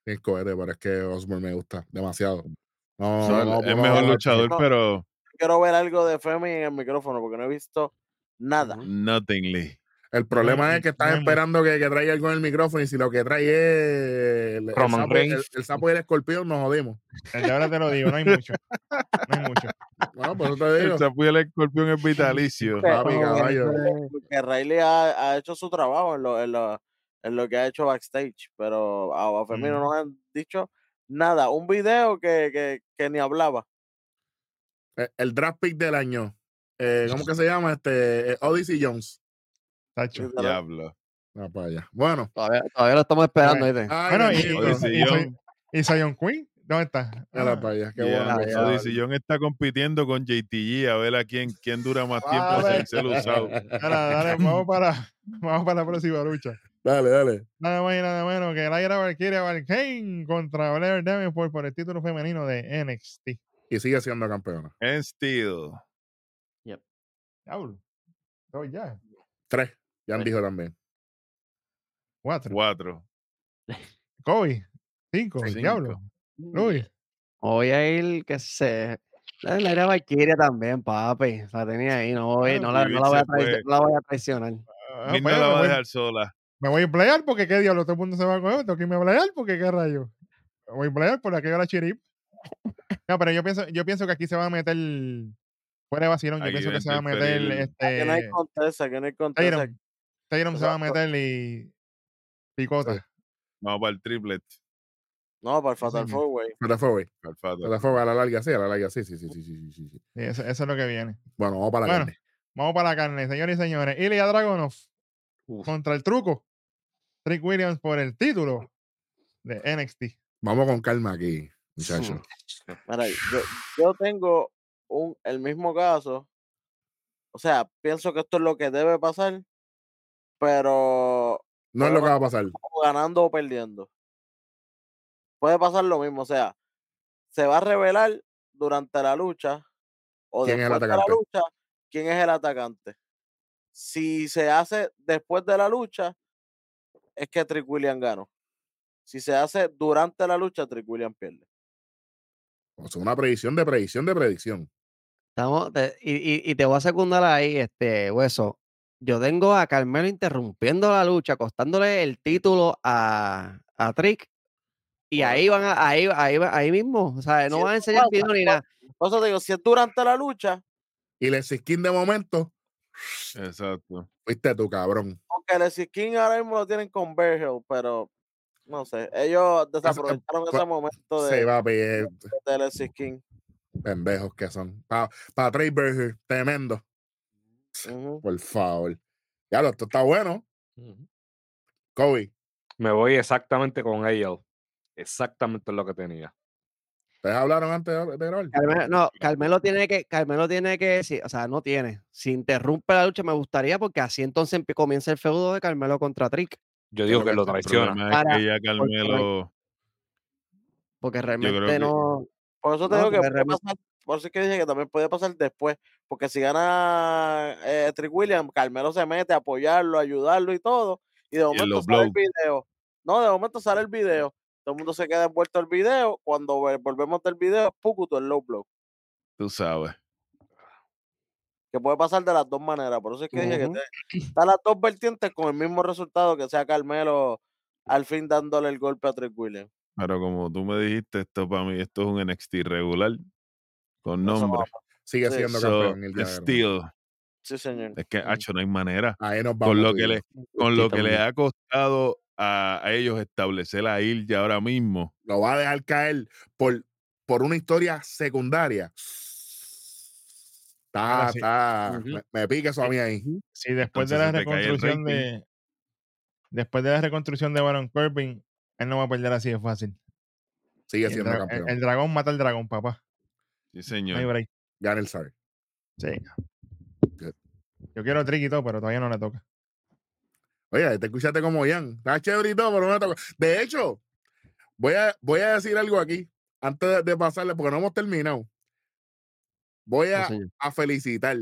Speaker 1: Bien cohete, pero es que Osborne me gusta demasiado. No,
Speaker 2: O
Speaker 1: no,
Speaker 2: sea,
Speaker 1: no
Speaker 2: es
Speaker 1: puedo
Speaker 2: mejor
Speaker 1: hablar-
Speaker 2: luchador,
Speaker 5: no.
Speaker 2: pero
Speaker 5: Quiero ver algo de Femi en el micrófono porque no he visto nada.
Speaker 2: nothingly.
Speaker 1: El problema
Speaker 6: Bueno,
Speaker 1: es que están
Speaker 6: bueno.
Speaker 1: esperando que, que traiga algo en el micrófono y si lo que trae es el, el
Speaker 4: Roman
Speaker 1: sapo, el-
Speaker 4: Reigns.
Speaker 1: el sapo y el escorpión, nos jodimos.
Speaker 6: Desde ahora te lo digo, no hay mucho. No hay mucho.
Speaker 1: Bueno, por eso te digo.
Speaker 2: El sapo y el escorpión es vitalicio.
Speaker 1: Papi,
Speaker 7: Oh,
Speaker 1: caballo.
Speaker 7: hombre.
Speaker 5: Porque Riley ha, ha hecho su trabajo en lo, en, lo, en lo que ha hecho backstage, pero a Oba Femi no
Speaker 6: Ujú.
Speaker 5: nos han dicho nada. Un video que, que, que ni hablaba.
Speaker 1: Eh, El draft pick del año. Eh, ¿Cómo que se llama? Este, eh, Odyssey Jones.
Speaker 6: Tacho.
Speaker 2: Diablo.
Speaker 1: Ah, para allá. Bueno.
Speaker 7: Todavía, todavía lo estamos esperando, ¿viste?
Speaker 1: Ay,
Speaker 6: Bueno, y,
Speaker 1: bendito.
Speaker 2: Odyssey
Speaker 6: y, y,
Speaker 2: Young.
Speaker 6: Sion- y Sion Queen, ¿dónde está?
Speaker 1: Mira
Speaker 6: Ah,
Speaker 1: para allá, Qué
Speaker 2: Ya,
Speaker 1: bueno. que
Speaker 2: Jody
Speaker 1: ya-
Speaker 2: Sillón está compitiendo con JTG a ver a quién, quién dura más
Speaker 6: Ah,
Speaker 2: tiempo
Speaker 6: ve.
Speaker 2: sin ser usado.
Speaker 6: dale, dale, vamos para, vamos para la próxima lucha.
Speaker 1: Dale, dale.
Speaker 6: Nada más y nada menos que Lyra Valkyria Valkane contra Blair Davenport por el título femenino de NXT.
Speaker 1: Y sigue siendo campeona.
Speaker 2: En Steel.
Speaker 6: Diablo. Dos ya.
Speaker 1: Tres. Ya
Speaker 3: Tres.
Speaker 1: dijo también.
Speaker 6: Cuatro.
Speaker 2: Cuatro.
Speaker 6: Kobe. Cinco.
Speaker 2: Cinco.
Speaker 6: Diablo. Luis.
Speaker 7: Voy a ir, que se. La la era Valkyria también, papi. La tenía ahí. No, voy,
Speaker 2: Ah,
Speaker 7: no, la, no,
Speaker 2: Vivir
Speaker 7: la voy a
Speaker 2: se fue.
Speaker 7: traicio- no la voy a traicionar.
Speaker 6: Ah,
Speaker 2: Mick no
Speaker 6: pues, me,
Speaker 2: la va a
Speaker 6: voy,
Speaker 2: dejar sola.
Speaker 6: me voy a emplear porque qué diablo, todo el mundo se va a coger. Tengo que irme a playar porque qué rayo. Me voy a playar por aquello de la chirip. No, pero yo pienso, yo pienso que aquí se va a meter. Fuera de vacilón, yo
Speaker 2: Aquí
Speaker 6: pienso
Speaker 2: va a
Speaker 6: que se va a meter
Speaker 2: interferir-
Speaker 5: que no hay
Speaker 6: este.
Speaker 5: contesa, que no hay contesa.
Speaker 6: Tyron. Tyron se
Speaker 5: Eso-
Speaker 6: va a meter y. Picota.
Speaker 1: Sí.
Speaker 2: Vamos para el triplet.
Speaker 5: No, para el Fatal
Speaker 6: mismo.
Speaker 5: Four, güey.
Speaker 1: Pero fue, güey.
Speaker 2: para el fatal.
Speaker 1: Pero fue a la larga, sí, a la larga, sí, sí, sí, sí, sí, sí, sí, sí.
Speaker 6: Sí, eso, eso es lo que viene.
Speaker 1: Bueno, vamos para la
Speaker 6: Bueno.
Speaker 1: carne.
Speaker 6: Vamos para la carne, señores y señores. Ilya Dragunov
Speaker 4: Uf.
Speaker 6: contra el truco. Trick Williams por el título de NXT.
Speaker 1: Vamos con calma aquí, muchachos.
Speaker 5: Mira, yo, yo tengo un, el mismo caso. O sea, pienso que esto es lo que debe pasar, pero
Speaker 1: No es lo que va a pasar.
Speaker 5: o ganando o perdiendo. Puede pasar lo mismo, o sea, se va a revelar durante la lucha o
Speaker 1: ¿Quién es el
Speaker 5: después de la
Speaker 1: atacante?
Speaker 5: lucha quién es el atacante. Si se hace después de la lucha, es que Trick William ganó. Si se hace durante la lucha, Trick William pierde.
Speaker 1: O sea, una predicción de predicción de predicción.
Speaker 7: Estamos, te- y, y- y te voy a secundar ahí, este hueso. Yo tengo a Carmelo interrumpiendo la lucha, costándole el título a, a Trick. Y ahí van a- ahí, ahí, va- ahí mismo. O sea, no
Speaker 5: Sí,
Speaker 7: van
Speaker 5: eso
Speaker 7: a enseñar
Speaker 5: pasa,
Speaker 7: video ni
Speaker 5: eso
Speaker 7: nada.
Speaker 5: Por eso te digo, si es durante la lucha,
Speaker 1: Y el skin de momento,
Speaker 2: Exacto.
Speaker 1: fuiste tú, cabrón.
Speaker 5: aunque el skin ahora mismo lo tienen con Bear Hill, pero no sé, ellos desaprovecharon
Speaker 1: pa-
Speaker 5: ese momento
Speaker 1: eh,
Speaker 5: de,
Speaker 1: pues, Se va a pedir
Speaker 5: de Alexis King.
Speaker 1: pendejos que son. Para pa Trey Berger, tremendo.
Speaker 5: Ujú.
Speaker 1: Por favor. Ya, lo- esto está bueno. Kobe,
Speaker 4: Me voy exactamente con AL. Exactamente lo que tenía.
Speaker 1: ustedes hablaron antes de de grabar.
Speaker 7: Carmelo, no, Carmelo tiene que, Carmelo tiene que decir, o sea, no tiene. Si interrumpe la lucha, me gustaría porque así entonces empie- comienza el feudo de Carmelo contra Trick.
Speaker 4: Yo digo
Speaker 1: creo
Speaker 4: que
Speaker 1: que
Speaker 4: lo
Speaker 1: es el
Speaker 2: El
Speaker 4: traiciona.
Speaker 2: problema
Speaker 7: Para-
Speaker 2: es que ya
Speaker 7: porque-
Speaker 2: Carmelo.
Speaker 7: Porque
Speaker 2: creo
Speaker 7: realmente
Speaker 2: que-
Speaker 7: no.
Speaker 5: Por eso te
Speaker 7: No,
Speaker 5: digo que
Speaker 7: porque
Speaker 5: puede
Speaker 7: realmente-
Speaker 5: pasar- por eso es que dije que también puede pasar después, porque si gana eh, Trick Williams, Carmelo se mete a apoyarlo, a ayudarlo y todo, y de momento
Speaker 2: los
Speaker 5: sale el
Speaker 2: blows.
Speaker 5: video. No, de momento sale el video, todo el mundo se queda envuelto al video, cuando ve- volvemos del video, pucuto el low blow,
Speaker 2: Tú sabes.
Speaker 5: que puede pasar de las dos maneras, por eso es que dije que
Speaker 7: Ujú.
Speaker 5: te- están las dos vertientes con el mismo resultado que sea Carmelo al fin dándole el golpe a Trick Williams.
Speaker 2: Pero como tú me dijiste, esto para mí, esto es un NXT regular. Con
Speaker 5: Eso
Speaker 2: nombre.
Speaker 1: Sigue
Speaker 5: Sí.
Speaker 1: siendo
Speaker 2: So,
Speaker 1: campeón el día de hoy.
Speaker 2: Steel.
Speaker 5: Sí, señor.
Speaker 2: Es que, hacho, no hay manera.
Speaker 1: Ahí nos vamos.
Speaker 2: Con lo
Speaker 1: tú y
Speaker 2: que
Speaker 1: yo.
Speaker 2: le, con lo que le
Speaker 3: también.
Speaker 2: ha costado a, a ellos establecer a ya ahora mismo.
Speaker 1: Lo va a dejar caer por, por una historia secundaria. Está,
Speaker 6: Ahora sí.
Speaker 1: está.
Speaker 3: Ujú.
Speaker 1: me, me pica eso a mí ahí.
Speaker 6: Sí, después de
Speaker 2: Entonces
Speaker 6: la
Speaker 2: se te cae el
Speaker 6: reconstrucción de. Después de la reconstrucción de Baron Corbin, él no va a perder así de fácil.
Speaker 1: Sigue
Speaker 6: Y El,
Speaker 1: siendo
Speaker 6: dra-
Speaker 1: campeón.
Speaker 6: el- el dragón mata al dragón, papá.
Speaker 2: Sí,
Speaker 6: No hay
Speaker 2: señor.
Speaker 6: break.
Speaker 1: Gana el saber.
Speaker 6: Yo quiero trick y todo, pero todavía no le toca.
Speaker 1: Oye, te escuchaste como Ian. Está chévere y todo, pero no me tocó. De hecho, voy a, voy a decir algo aquí antes de, de pasarle, porque no hemos terminado. Voy
Speaker 3: No,
Speaker 1: a,
Speaker 3: señor.
Speaker 1: a felicitar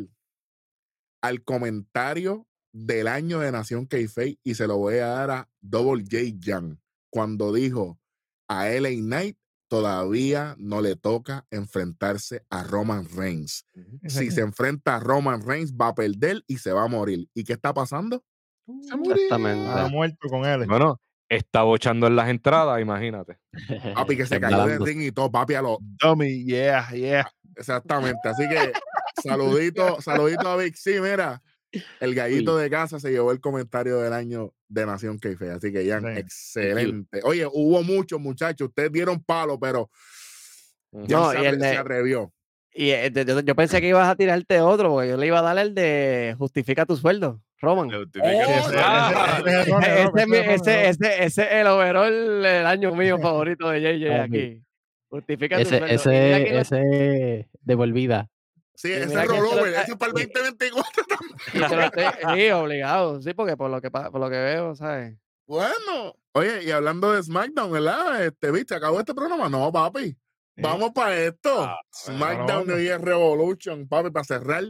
Speaker 1: al comentario del año de Nación Keifei y se lo voy a dar a Double J Jan cuando dijo a LA Knight todavía no le toca enfrentarse a Roman Reigns. Si se enfrenta a Roman Reigns va a perder y se va a morir. ¿Y qué está pasando? Se murió.
Speaker 3: Exactamente.
Speaker 6: ha muerto con él.
Speaker 4: Bueno, está bochando en las entradas, imagínate.
Speaker 1: Papi, que se cayó del
Speaker 3: Resbalándose.
Speaker 1: ring y todo, papi, a lo.
Speaker 2: Dummy, yeah, yeah.
Speaker 1: Exactamente. Así que, saludito, saludito a Vic. Sí, mira, el gallito de casa se llevó el comentario del año de Nación Keife. Así que, Jan,
Speaker 6: Sí.
Speaker 1: excelente. Oye, hubo muchos muchachos. Ustedes dieron palo, pero Jan
Speaker 7: No,
Speaker 1: se,
Speaker 7: y el
Speaker 1: atre- se
Speaker 7: de-
Speaker 1: atrevió.
Speaker 7: Y eh, de- yo, yo pensé que ibas a tirarte otro, porque yo le iba a dar el de justifica tu sueldo, Roman. E-,
Speaker 2: Le justifica
Speaker 1: Oh,
Speaker 2: el
Speaker 1: ese-
Speaker 2: dragón.
Speaker 6: ese- ese es Roman,
Speaker 7: Ese,
Speaker 6: Roman,
Speaker 7: Este es mi-
Speaker 6: ese es Roman,
Speaker 7: ese, ese, ese es el overall del año mío favorito de JJ aquí. Justifica tu
Speaker 3: Ese,
Speaker 7: sueldo. Y mira
Speaker 3: ese,
Speaker 7: que no-
Speaker 3: ese devolvida.
Speaker 1: Sí,
Speaker 7: Y
Speaker 1: ese
Speaker 7: mira que eso
Speaker 1: rollover,
Speaker 7: era-
Speaker 1: ese es para el 2024. también.
Speaker 7: y te lo estoy- sí, obligado, sí, porque por lo que, pa- por lo que veo, ¿sabes?
Speaker 1: Bueno. Oye, y hablando de SmackDown, ¿verdad? Este, ¿viste? ¿Acabó este programa? No, papi.
Speaker 6: Sí. Ah,
Speaker 1: Vamos para esto. SmackDown
Speaker 6: vamos.
Speaker 1: y Revolution, papi, para cerrar.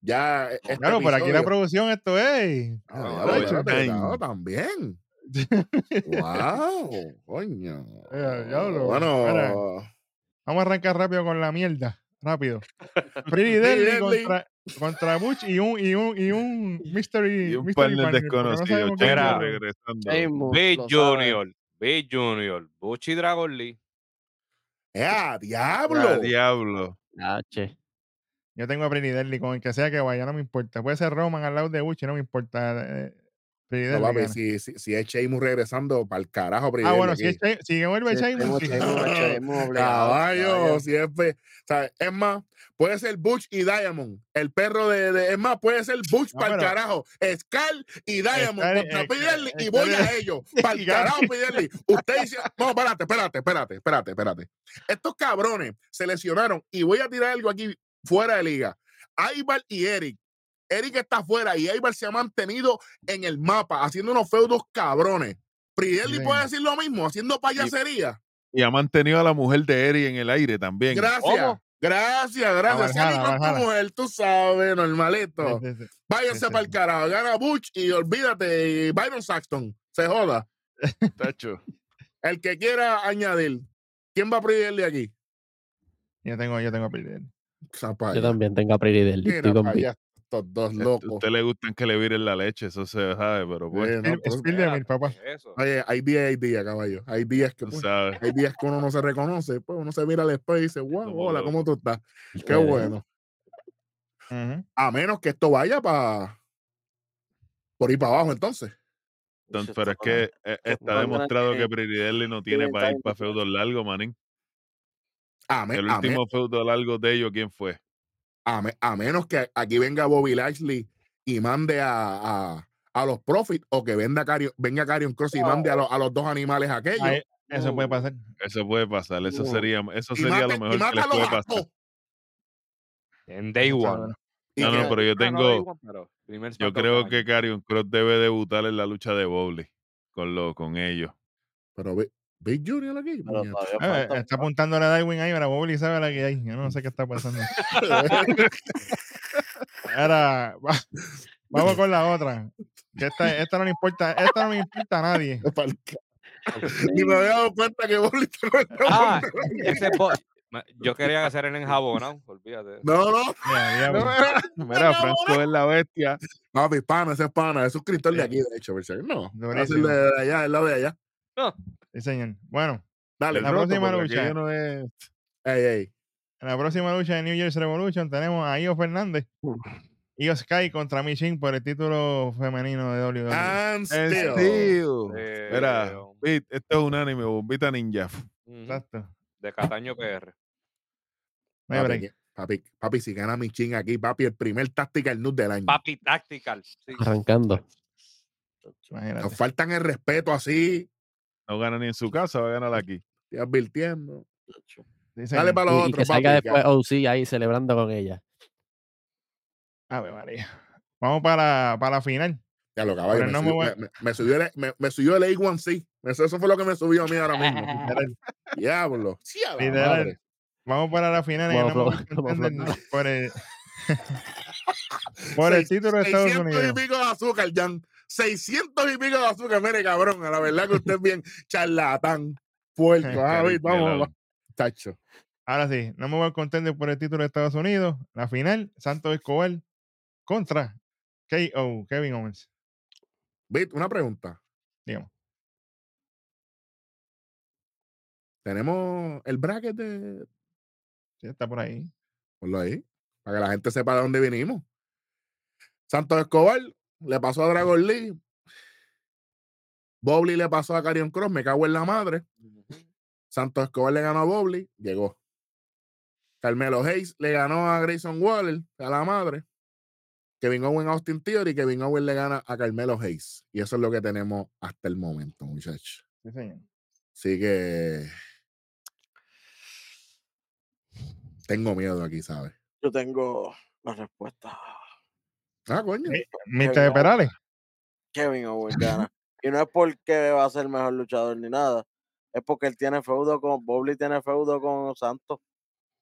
Speaker 1: Ya. e- este
Speaker 6: Claro, por Ah, aquí la
Speaker 1: episodio.
Speaker 6: producción, esto es.
Speaker 1: Ah,
Speaker 2: Ah,
Speaker 1: ya,
Speaker 2: bueno,
Speaker 1: espérate,
Speaker 2: Time.
Speaker 1: cuidado también. wow, coño.
Speaker 6: Eh, diablo, espera.
Speaker 1: bueno,
Speaker 6: Vamos a arrancar rápido con la mierda. Rápido. Pretty Deadly
Speaker 1: Deadly.
Speaker 6: contra, contra Butch y un, y un, y un Mystery.
Speaker 2: Y un
Speaker 6: mystery
Speaker 2: partner
Speaker 6: porque no
Speaker 2: desconocido.
Speaker 6: sabemos quién
Speaker 2: Chávez
Speaker 4: era.
Speaker 6: es.
Speaker 2: regresando.
Speaker 7: Sheamus,
Speaker 4: B
Speaker 7: lo sabe.
Speaker 4: Junior, B Junior, Buchi Dragon Lee.
Speaker 1: ¡eh, a diablo!
Speaker 2: Ah, diablo.
Speaker 3: Ah, che.
Speaker 6: Yo tengo a Pretty Deadly con el que sea que vaya, no me importa. Puede ser Roman al lado de Butch, no me importa. eh, Pretty
Speaker 1: No,
Speaker 6: Deadly
Speaker 1: papi,
Speaker 6: gana.
Speaker 1: si, si, si es Sheamus regresando, para el carajo. Pretty
Speaker 6: Ah,
Speaker 1: Deadly
Speaker 6: bueno, si, es
Speaker 1: aquí.
Speaker 6: Sheamus- si vuelve
Speaker 7: Sí,
Speaker 6: Sheamus,
Speaker 7: Sheamus,
Speaker 6: sí.
Speaker 7: Sheamus, Sheamus, obligado,
Speaker 1: Caballo,
Speaker 7: caballo.
Speaker 1: siempre. O sea, es más, puede ser Butch y Diamond. El perro de. de- es más, puede ser Butch
Speaker 6: No,
Speaker 1: para el
Speaker 6: pero-
Speaker 1: carajo. Scar y Diamond
Speaker 6: Scar-
Speaker 1: contra
Speaker 6: eh,
Speaker 1: P. Diddy y
Speaker 6: Scar-
Speaker 1: voy a ellos. Para el
Speaker 6: y gana.
Speaker 1: carajo, P. Diddy. Usted dice. No, espérate, espérate, espérate, espérate, espérate. Estos cabrones se lesionaron y voy a tirar algo aquí fuera de liga. Aibar y Eric. Eric está afuera y Aibar se ha mantenido en el mapa haciendo unos feudos cabrones. Pridelli
Speaker 6: Sí.
Speaker 1: puede decir lo mismo, haciendo payasería.
Speaker 2: Y ha mantenido a la mujer de Eri en el aire también.
Speaker 1: Gracias.
Speaker 4: ¿Cómo?
Speaker 1: Gracias,
Speaker 6: A
Speaker 1: gracias. Si
Speaker 6: Valhalla,
Speaker 1: alguien con tu
Speaker 6: Valhalla.
Speaker 1: mujer, tú sabes, normalito.
Speaker 6: Sí, sí, sí.
Speaker 1: Váyanse
Speaker 6: sí,
Speaker 1: para el
Speaker 6: sí.
Speaker 1: carajo. Gana Butch y olvídate. y Byron Saxton. Se joda.
Speaker 2: Tacho.
Speaker 1: El que quiera añadir. ¿Quién va a prohibirle aquí?
Speaker 6: Yo tengo, yo tengo a Pretty Deadly.
Speaker 3: Yo también tengo a Pretty Deadly, estoy con Vic.
Speaker 1: allá estos dos
Speaker 2: Este, A
Speaker 1: locos.
Speaker 2: usted le gustan que le viren la leche, eso se sabe, pero pues,
Speaker 1: Eh, no,
Speaker 6: Es
Speaker 1: pues,
Speaker 4: ah
Speaker 6: Spielberg, papá.
Speaker 4: Eso.
Speaker 1: Oye, hay días, hay días, caballo. Hay días que
Speaker 2: tú
Speaker 1: pues,
Speaker 2: sabes.
Speaker 1: hay días que uno no se reconoce, pues uno se mira al espejo y dice, wow,
Speaker 2: Como
Speaker 1: hola,
Speaker 2: loco.
Speaker 1: ¿cómo tú estás? Qué
Speaker 3: Ustedes.
Speaker 1: bueno.
Speaker 6: Ujú.
Speaker 1: A menos que esto vaya para por ir para abajo entonces.
Speaker 2: Entonces,
Speaker 5: Eso
Speaker 2: pero es
Speaker 5: está
Speaker 2: que eh,
Speaker 5: mal. Eso
Speaker 2: está
Speaker 5: está
Speaker 2: demostrado
Speaker 5: mal.
Speaker 2: que Pridelli no tiene
Speaker 5: Sí,
Speaker 2: para ir
Speaker 5: está
Speaker 2: para
Speaker 5: bien.
Speaker 2: feudos largos, manín.
Speaker 1: A, me-
Speaker 2: El
Speaker 1: a me-
Speaker 2: último feudo largo de ellos, ¿quién fue?
Speaker 1: a, me- a menos que aquí venga Bobby Lashley y mande a, a- a los Profits o que venda Cario- venga Carion Cross y mande a, los- a los dos animales aquellos.
Speaker 6: Ahí- Eso puede pasar.
Speaker 2: Eso puede pasar, eso
Speaker 7: No.
Speaker 2: sería, eso
Speaker 1: y mate-
Speaker 2: sería lo
Speaker 1: y
Speaker 2: mejor que
Speaker 1: mata
Speaker 2: les
Speaker 1: a los
Speaker 2: puede pasar.
Speaker 1: ascos.
Speaker 4: En Day
Speaker 6: Eso está
Speaker 4: One.
Speaker 6: bueno.
Speaker 1: Y
Speaker 2: No,
Speaker 1: que-
Speaker 2: no, pero yo
Speaker 4: Ah, no Day
Speaker 2: tengo,
Speaker 4: One, pero primer
Speaker 2: yo
Speaker 4: SmackDown
Speaker 2: creo
Speaker 4: del
Speaker 2: que
Speaker 4: año.
Speaker 2: Carion Cross debe debutar en la lucha de Bowley con lo, con ellos.
Speaker 1: pero Big, Big Junior aquí.
Speaker 5: Pero
Speaker 1: puñeta.
Speaker 5: todavía
Speaker 6: Ah,
Speaker 5: falta.
Speaker 6: está apuntando a Darwin ahí, ahora Bobby sabe la que hay. Yo no sé qué está pasando. Ahora, va- vamos con la otra. Que esta, esta no le importa, esta no le importa a nadie.
Speaker 1: Pa'l ca- Ni me había dado cuenta que Bobby te cortó.
Speaker 4: Ah, ese bo- Ma- Yo quería hacer el enjabonado, olvídate.
Speaker 1: No, no.
Speaker 6: Mira,
Speaker 1: no,
Speaker 2: eh.
Speaker 6: diablo.
Speaker 1: no.
Speaker 2: Mira, Franco es la bestia.
Speaker 1: No, mi pana, ese es pana, es suscriptor de
Speaker 6: Sí.
Speaker 1: aquí, de hecho, Berserk. No, va a ser
Speaker 6: Durísimo.
Speaker 1: de de allá, es la de allá.
Speaker 6: Sí, señor. Bueno,
Speaker 1: Dale,
Speaker 2: El
Speaker 6: La
Speaker 2: roto,
Speaker 6: próxima
Speaker 2: porque
Speaker 6: lucha.
Speaker 2: aquello no es-
Speaker 1: ey, ey.
Speaker 6: en la próxima lucha de New Year's Revolution tenemos a Io Fernández Io Sky contra Michin por el título femenino de E. WWE.
Speaker 1: And
Speaker 2: And
Speaker 1: still.
Speaker 2: still.
Speaker 4: Eh,
Speaker 2: Mira, Pete, esto es un anime, bombita ninja.
Speaker 4: ujú,
Speaker 6: Exacto.
Speaker 4: de Cataño PR.
Speaker 6: No hay
Speaker 1: Papi,
Speaker 6: break.
Speaker 1: que- Papi, papi, si gana mi chin aquí, papi, el primer Tactical Nude del año.
Speaker 4: Papi Tactical. sí.
Speaker 3: Arrancando.
Speaker 6: Imagínate.
Speaker 1: Nos faltan el respeto así,
Speaker 2: No gana ni en su casa, va a ganar aquí.
Speaker 1: te advirtiendo.
Speaker 6: Dicen-
Speaker 1: Dale para
Speaker 3: Y-
Speaker 1: los
Speaker 3: y, que
Speaker 1: otros, papi.
Speaker 3: salga después
Speaker 1: ya.
Speaker 3: OC ahí celebrando con ella.
Speaker 6: Ave María. Vamos para, para la final.
Speaker 1: Ya lo caballo,
Speaker 6: Pero
Speaker 1: me,
Speaker 6: no me
Speaker 1: subió,
Speaker 6: voy-
Speaker 1: me- me- me subió el, me, me subió el A1C. Eso, eso fue lo que me subió a mí ahora mismo. literal. Diablo. Sí, a la
Speaker 6: Literal.
Speaker 1: madre.
Speaker 6: Vamos para la final. en
Speaker 3: Como
Speaker 6: el
Speaker 3: Flo-
Speaker 6: number
Speaker 3: como
Speaker 6: one
Speaker 3: Flo-
Speaker 6: contender por el, por el
Speaker 1: Seis-
Speaker 6: título de Estados
Speaker 1: 600
Speaker 6: Unidos.
Speaker 1: y pico de azúcar, Jan. 600 y pico de azúcar. Mire, cabrón, a la verdad que usted es bien charlatán. Puerco, Javi, vamos, va. Tacho.
Speaker 6: Ahora sí, no me voy a contender por el título de Estados Unidos. La final, Santos Escobar contra KO, Kevin Owens.
Speaker 1: Vit, una pregunta.
Speaker 6: Digamos.
Speaker 1: Tenemos el bracket de.
Speaker 6: Sí, está por ahí.
Speaker 1: Ponlo ahí. Para que la gente sepa de dónde vinimos. Santos Escobar le pasó a Dragon Lee. Bobly le pasó a Carion Cross. Me cago en la madre. Santos Escobar le ganó a Bobly, llegó. Carmelo Hayes le ganó a Grayson Waller, a la madre. Kevin Owen a Austin Theory, Kevin Owen le gana a Carmelo Hayes. Y eso es lo que tenemos hasta el momento, muchachos.
Speaker 6: Sí, señor.
Speaker 1: Así que. Tengo miedo aquí, ¿sabes?
Speaker 5: Yo tengo la respuesta.
Speaker 1: Ah, coño.
Speaker 6: Eh, Mister
Speaker 5: Kevin
Speaker 6: de
Speaker 5: Owens.
Speaker 6: Perales.
Speaker 5: Kevin Owens gana. y no es porque va a ser mejor luchador ni nada. Es porque él tiene feudo con Bob Lee tiene feudo con Santos.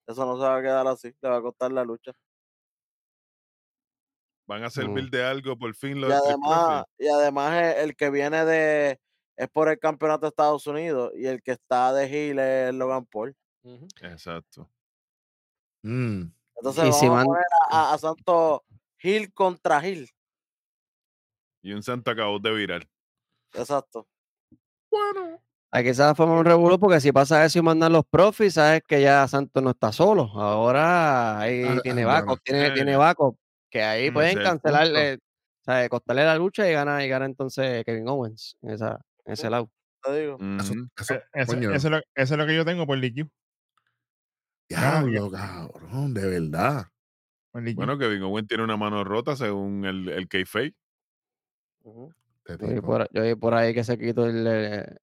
Speaker 5: Eso no se va a quedar así. Le va a costar la lucha.
Speaker 2: Van a servir de algo por fin los
Speaker 5: y
Speaker 2: tres
Speaker 5: además, y además e- el, que viene de es por el campeonato de Estados Unidos y el que está de heel es Logan Paul.
Speaker 4: Ujú.
Speaker 2: profes. Exacto.
Speaker 1: Mm.
Speaker 5: Entonces
Speaker 7: Y
Speaker 5: vamos
Speaker 7: si
Speaker 5: a
Speaker 7: van-
Speaker 5: poner a, a Santos heel contra heel.
Speaker 2: Y un Santa Cabot de viral.
Speaker 5: Exacto.
Speaker 1: Bueno.
Speaker 7: Aquí se va a formar un revuelo porque si pasa eso y mandan los profis, sabes que ya Santos no está solo. Ahora ahí
Speaker 1: Ah,
Speaker 7: tiene
Speaker 1: ah,
Speaker 7: backup,
Speaker 1: bueno.
Speaker 7: tiene, tiene
Speaker 2: Eh.
Speaker 7: backup, que ahí
Speaker 2: Mm,
Speaker 7: pueden
Speaker 2: ese es el punto.
Speaker 7: cancelarle, ¿sabes? costarle la lucha y gana, y gana entonces Kevin Owens en, esa, en ese lado.
Speaker 5: Te digo.
Speaker 2: Mm,
Speaker 1: Eso,
Speaker 2: Ujú.
Speaker 1: eso,
Speaker 6: Eh, Eso,
Speaker 1: coño.
Speaker 6: eso es lo, eso es lo que yo tengo por DQ. claro,
Speaker 1: diablo, cabrón, de verdad.
Speaker 6: por DQ.
Speaker 2: Bueno, Kevin Owen tiene una mano rota según el, el kayfabe.
Speaker 5: Ujú.
Speaker 1: Este
Speaker 7: Yo vi
Speaker 1: tipo,
Speaker 7: por, yo vi por ahí que se quitó el, eh,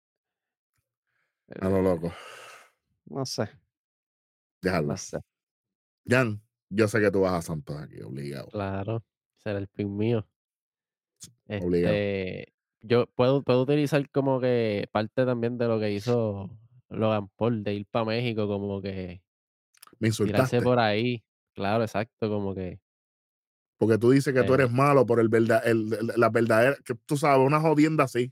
Speaker 1: A lo loco.
Speaker 7: no sé,
Speaker 1: Déjalo.
Speaker 7: no sé,
Speaker 2: Este
Speaker 1: Jan, yo sé que tú vas a Santos aquí, obligado.
Speaker 3: Claro, será el pin mío.
Speaker 1: Obligado.
Speaker 3: Este, yo puedo, puedo utilizar como que parte también de lo que hizo Logan Paul de ir para México, como que
Speaker 1: Me
Speaker 3: tirarse
Speaker 1: insultaste.
Speaker 3: por ahí. Claro, exacto, como que
Speaker 1: Porque tú dices que tú eres malo por el verdad, el, el- la verdadera, que tú sabes, una jodienda así.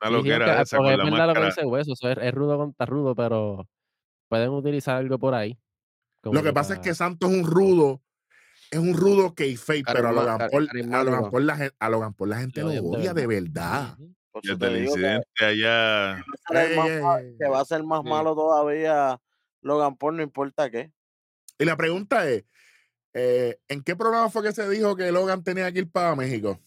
Speaker 2: Una
Speaker 3: Sí, sí,
Speaker 2: loquera
Speaker 3: aunque-
Speaker 2: esa con
Speaker 3: porque es
Speaker 2: la
Speaker 3: verdad lo que
Speaker 2: máscara.
Speaker 3: dice Hueso, eso es, es rudo contra rudo, pero pueden utilizar algo por ahí. como
Speaker 1: Lo que pasa es que
Speaker 3: pa-
Speaker 1: Santos es un rudo, es un rudo kayfabe, pero a
Speaker 7: Carisma-
Speaker 1: Logan
Speaker 7: cari-
Speaker 1: Paul, a Logan
Speaker 7: carismático.
Speaker 1: Paul la, gen- a Logan Paul la gente
Speaker 3: Lo
Speaker 1: lo
Speaker 3: odian de
Speaker 1: odia de verdad.
Speaker 4: Ujú.
Speaker 5: Por eso
Speaker 2: Desde
Speaker 5: te
Speaker 2: el
Speaker 5: digo que va
Speaker 2: incidente allá.
Speaker 5: a ser el más
Speaker 1: Ey, ey,
Speaker 5: ma-
Speaker 1: ey,
Speaker 5: que va a ser más
Speaker 4: Sí.
Speaker 5: malo todavía Logan Paul, no importa qué.
Speaker 1: Y la pregunta es, eh, ¿en qué programa fue que se dijo que Logan tenía que ir para México?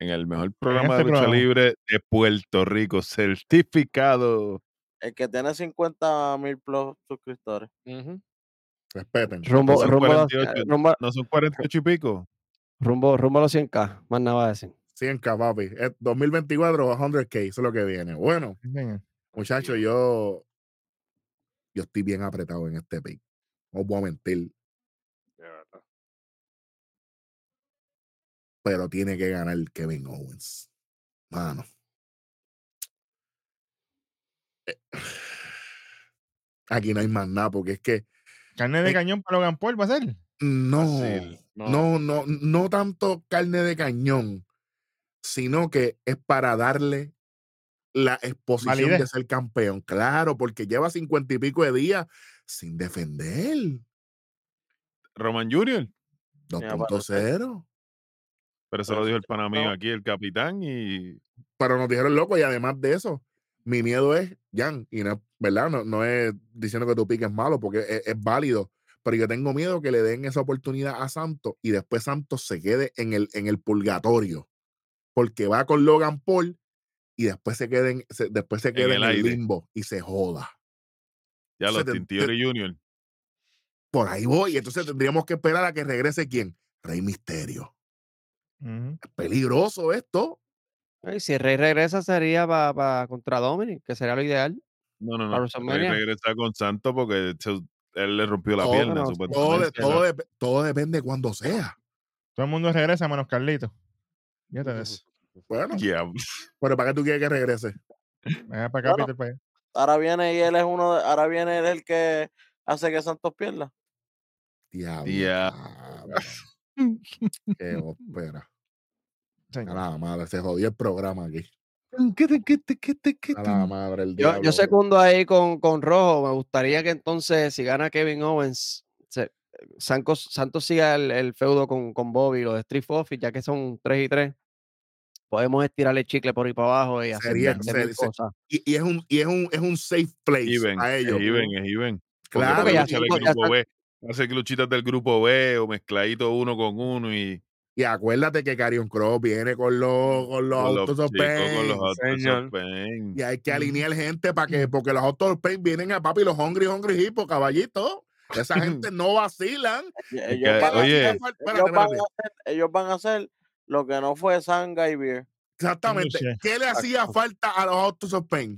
Speaker 2: en el mejor
Speaker 6: este
Speaker 2: programa de lucha
Speaker 6: programa.
Speaker 2: libre de Puerto Rico, certificado.
Speaker 5: El que tiene 50 mil plus suscriptores.
Speaker 4: Ujú.
Speaker 1: Respeten.
Speaker 7: rumbo,
Speaker 2: son
Speaker 7: rumbo, a los-
Speaker 2: 48.
Speaker 7: rumbo,
Speaker 2: No son 48 y pico.
Speaker 7: rumbo, rumbo a los 100k, más nada va a decir.
Speaker 1: 100k, papi. Eh, 2024 o 100k, eso es lo que viene. Bueno,
Speaker 6: Sí, señor.
Speaker 1: muchachos, yo, yo estoy bien apretado en este pick. No voy a mentir. pero tiene que ganar Kevin Owens. Mano. Eh, Aquí no hay más nada, porque es que
Speaker 6: Carne de
Speaker 1: Eh.
Speaker 6: cañón para Logan Paul va a ser.
Speaker 1: no,
Speaker 2: Fácil,
Speaker 1: no, no, no tanto carne de cañón, sino que es para darle la exposición
Speaker 6: Validez.
Speaker 1: de ser campeón. Claro, porque lleva cincuenta y pico de días sin defender.
Speaker 2: Roman Junior.
Speaker 5: Ya,
Speaker 1: 2.0.
Speaker 2: Pero eso lo
Speaker 5: Pero eso
Speaker 2: dijo el panamío
Speaker 5: no.
Speaker 2: aquí, el capitán, y
Speaker 1: pero nos dijeron loco y además de eso, mi miedo es, Jan, y no, ¿verdad? No, no es diciendo que tu pique es malo porque es, es válido, Pero yo tengo miedo que le den esa oportunidad a Santos y después Santos se quede en el, en el purgatorio. Porque va con Logan Paul y después se quede en, se- después se queda
Speaker 2: el
Speaker 1: en el
Speaker 2: aire.
Speaker 1: limbo y se joda.
Speaker 2: Ya los
Speaker 1: Seten-
Speaker 2: Tintiori Junior.
Speaker 1: Por ahí voy. Entonces tendríamos que esperar a que regrese quién? Rey Misterio.
Speaker 6: Ujú.
Speaker 1: Peligroso esto.
Speaker 7: Ay, si Rey regresa sería para contra Dominic, que sería lo ideal.
Speaker 2: No, no,
Speaker 7: Para
Speaker 2: no. Rey
Speaker 7: WrestleMania.
Speaker 2: regresa con Santos porque se- él le rompió la
Speaker 1: Todo-
Speaker 2: pierna,
Speaker 7: no,
Speaker 1: Todo, de-
Speaker 2: supuestamente.
Speaker 1: todo, dep- todo depende de cuando sea.
Speaker 6: Todo el mundo regresa menos Carlito. Fíjate de eso.
Speaker 1: Bueno,
Speaker 2: Diablo.
Speaker 1: pero ¿para qué tú quieres que regrese?
Speaker 6: Venga para acá,
Speaker 5: Bueno.
Speaker 6: Peter, para allá.
Speaker 5: Ahora viene y él es uno, de- ahora viene él el que hace que Santos pierda.
Speaker 1: Diablo.
Speaker 2: Dia-
Speaker 1: cabrón. Qué ópera. A
Speaker 6: Señor.
Speaker 1: la madre, se jodió el programa aquí. A la madre, el
Speaker 7: Yo,
Speaker 1: diablo.
Speaker 7: yo secundo ahí con, con Rojo. Me gustaría que entonces, si gana Kevin Owens, se- Sancos- Santos siga el, el feudo con, con Bobby, los de Street Office, ya que son 3 y 3. Podemos estirarle el chicle por ahí para abajo y hacer
Speaker 1: Sería-
Speaker 7: 20.000
Speaker 1: se- se-
Speaker 7: cosas.
Speaker 1: Y, y es un, y es un, es un safe place
Speaker 2: Even,
Speaker 1: a
Speaker 2: es
Speaker 1: ellos.
Speaker 2: Even, es Even. Porque
Speaker 1: Claro.
Speaker 2: puede
Speaker 7: Ya
Speaker 2: luchar el
Speaker 7: Santos- ya
Speaker 2: grupo B. Hace que luchitas del grupo B o mezcladito uno con uno y
Speaker 1: Y acuérdate que Carion Cross viene con los, con los
Speaker 2: con los
Speaker 1: autos
Speaker 2: chicos, con los autos
Speaker 4: señor.
Speaker 2: open.
Speaker 1: Y hay que alinear gente para que, porque los autos pain vienen a papi, los hungry, hungry hippo, caballito. Esa gente no vacilan.
Speaker 5: Y-
Speaker 2: Es
Speaker 5: Ellos
Speaker 2: que,
Speaker 5: van a
Speaker 2: oye,
Speaker 5: hacer-
Speaker 1: Espérate,
Speaker 5: ellos van a
Speaker 1: espérate.
Speaker 5: hacer- ellos van a hacer lo que no fue Sanga y Beer.
Speaker 1: Exactamente.
Speaker 6: sé.
Speaker 1: ¿Qué le hacía falta a los autos pain?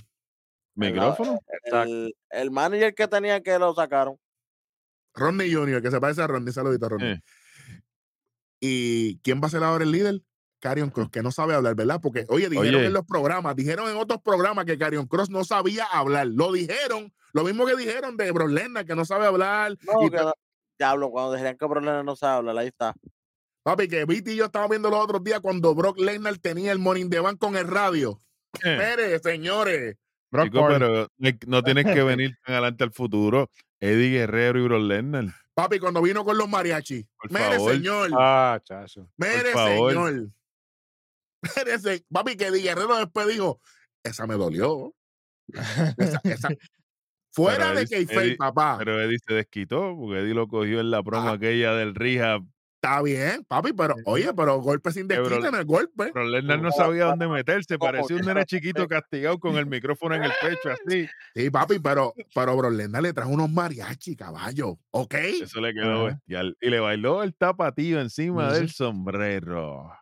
Speaker 2: ¿Micrófono?
Speaker 4: Exacto.
Speaker 5: El, el manager que tenía que lo sacaron.
Speaker 1: Rodney Jr., que se parece a Rodney. Saludito, Rodney.
Speaker 2: Eh.
Speaker 1: ¿Y quién va a ser ahora el líder? Carion Cross, que no sabe hablar, ¿verdad? Porque, oye, dijeron
Speaker 2: Oye.
Speaker 1: en los programas, dijeron en otros programas que Carion Cross no sabía hablar. Lo dijeron, lo mismo que dijeron de Brock Lesnar, que no sabe hablar.
Speaker 5: No,
Speaker 1: y
Speaker 5: que no- Diablo, cuando dijeron que Brock Lesnar no se habla, ahí está.
Speaker 1: Papi, que Viti y yo estábamos viendo los otros días cuando Brock Lesnar tenía el morning de van con el radio.
Speaker 2: Eh,
Speaker 1: Espere, señores.
Speaker 6: Brock
Speaker 2: chico,
Speaker 6: Paul.
Speaker 2: pero eh, no tienes que venir tan adelante al futuro. Eddie Guerrero y Brock Lesnar.
Speaker 1: Papi, cuando vino con los mariachi.
Speaker 2: Por
Speaker 1: Mere,
Speaker 2: favor.
Speaker 1: señor.
Speaker 4: Ah, chacho.
Speaker 1: mere,
Speaker 2: favor.
Speaker 1: señor. Mere, se- Papi, que Di Guerrero después dijo, esa me dolió. Esa- esa- Fuera
Speaker 2: Pero
Speaker 1: de
Speaker 2: él-
Speaker 1: Keyfei,
Speaker 2: él-
Speaker 1: papá.
Speaker 2: Pero Eddie se desquitó porque Eddie lo cogió en la promo
Speaker 1: Ah.
Speaker 2: aquella del Rija.
Speaker 1: Está bien, papi, pero oye, pero golpe sin
Speaker 2: Qué
Speaker 1: desquita
Speaker 2: brol-
Speaker 1: en el golpe.
Speaker 2: Pero Lesnar no
Speaker 5: No,
Speaker 2: sabía
Speaker 5: para-
Speaker 2: dónde meterse. Parecía un
Speaker 5: porque
Speaker 2: nene
Speaker 5: no-
Speaker 2: chiquito castigado con el micrófono en el pecho, así.
Speaker 1: Sí, papi, pero, pero Brock Lesnar le trajo unos mariachi, caballo. ¿Ok?
Speaker 2: Eso le quedó
Speaker 6: Ajá.
Speaker 2: bestial. Y le bailó el tapatío encima
Speaker 6: Sí,
Speaker 2: del sombrero.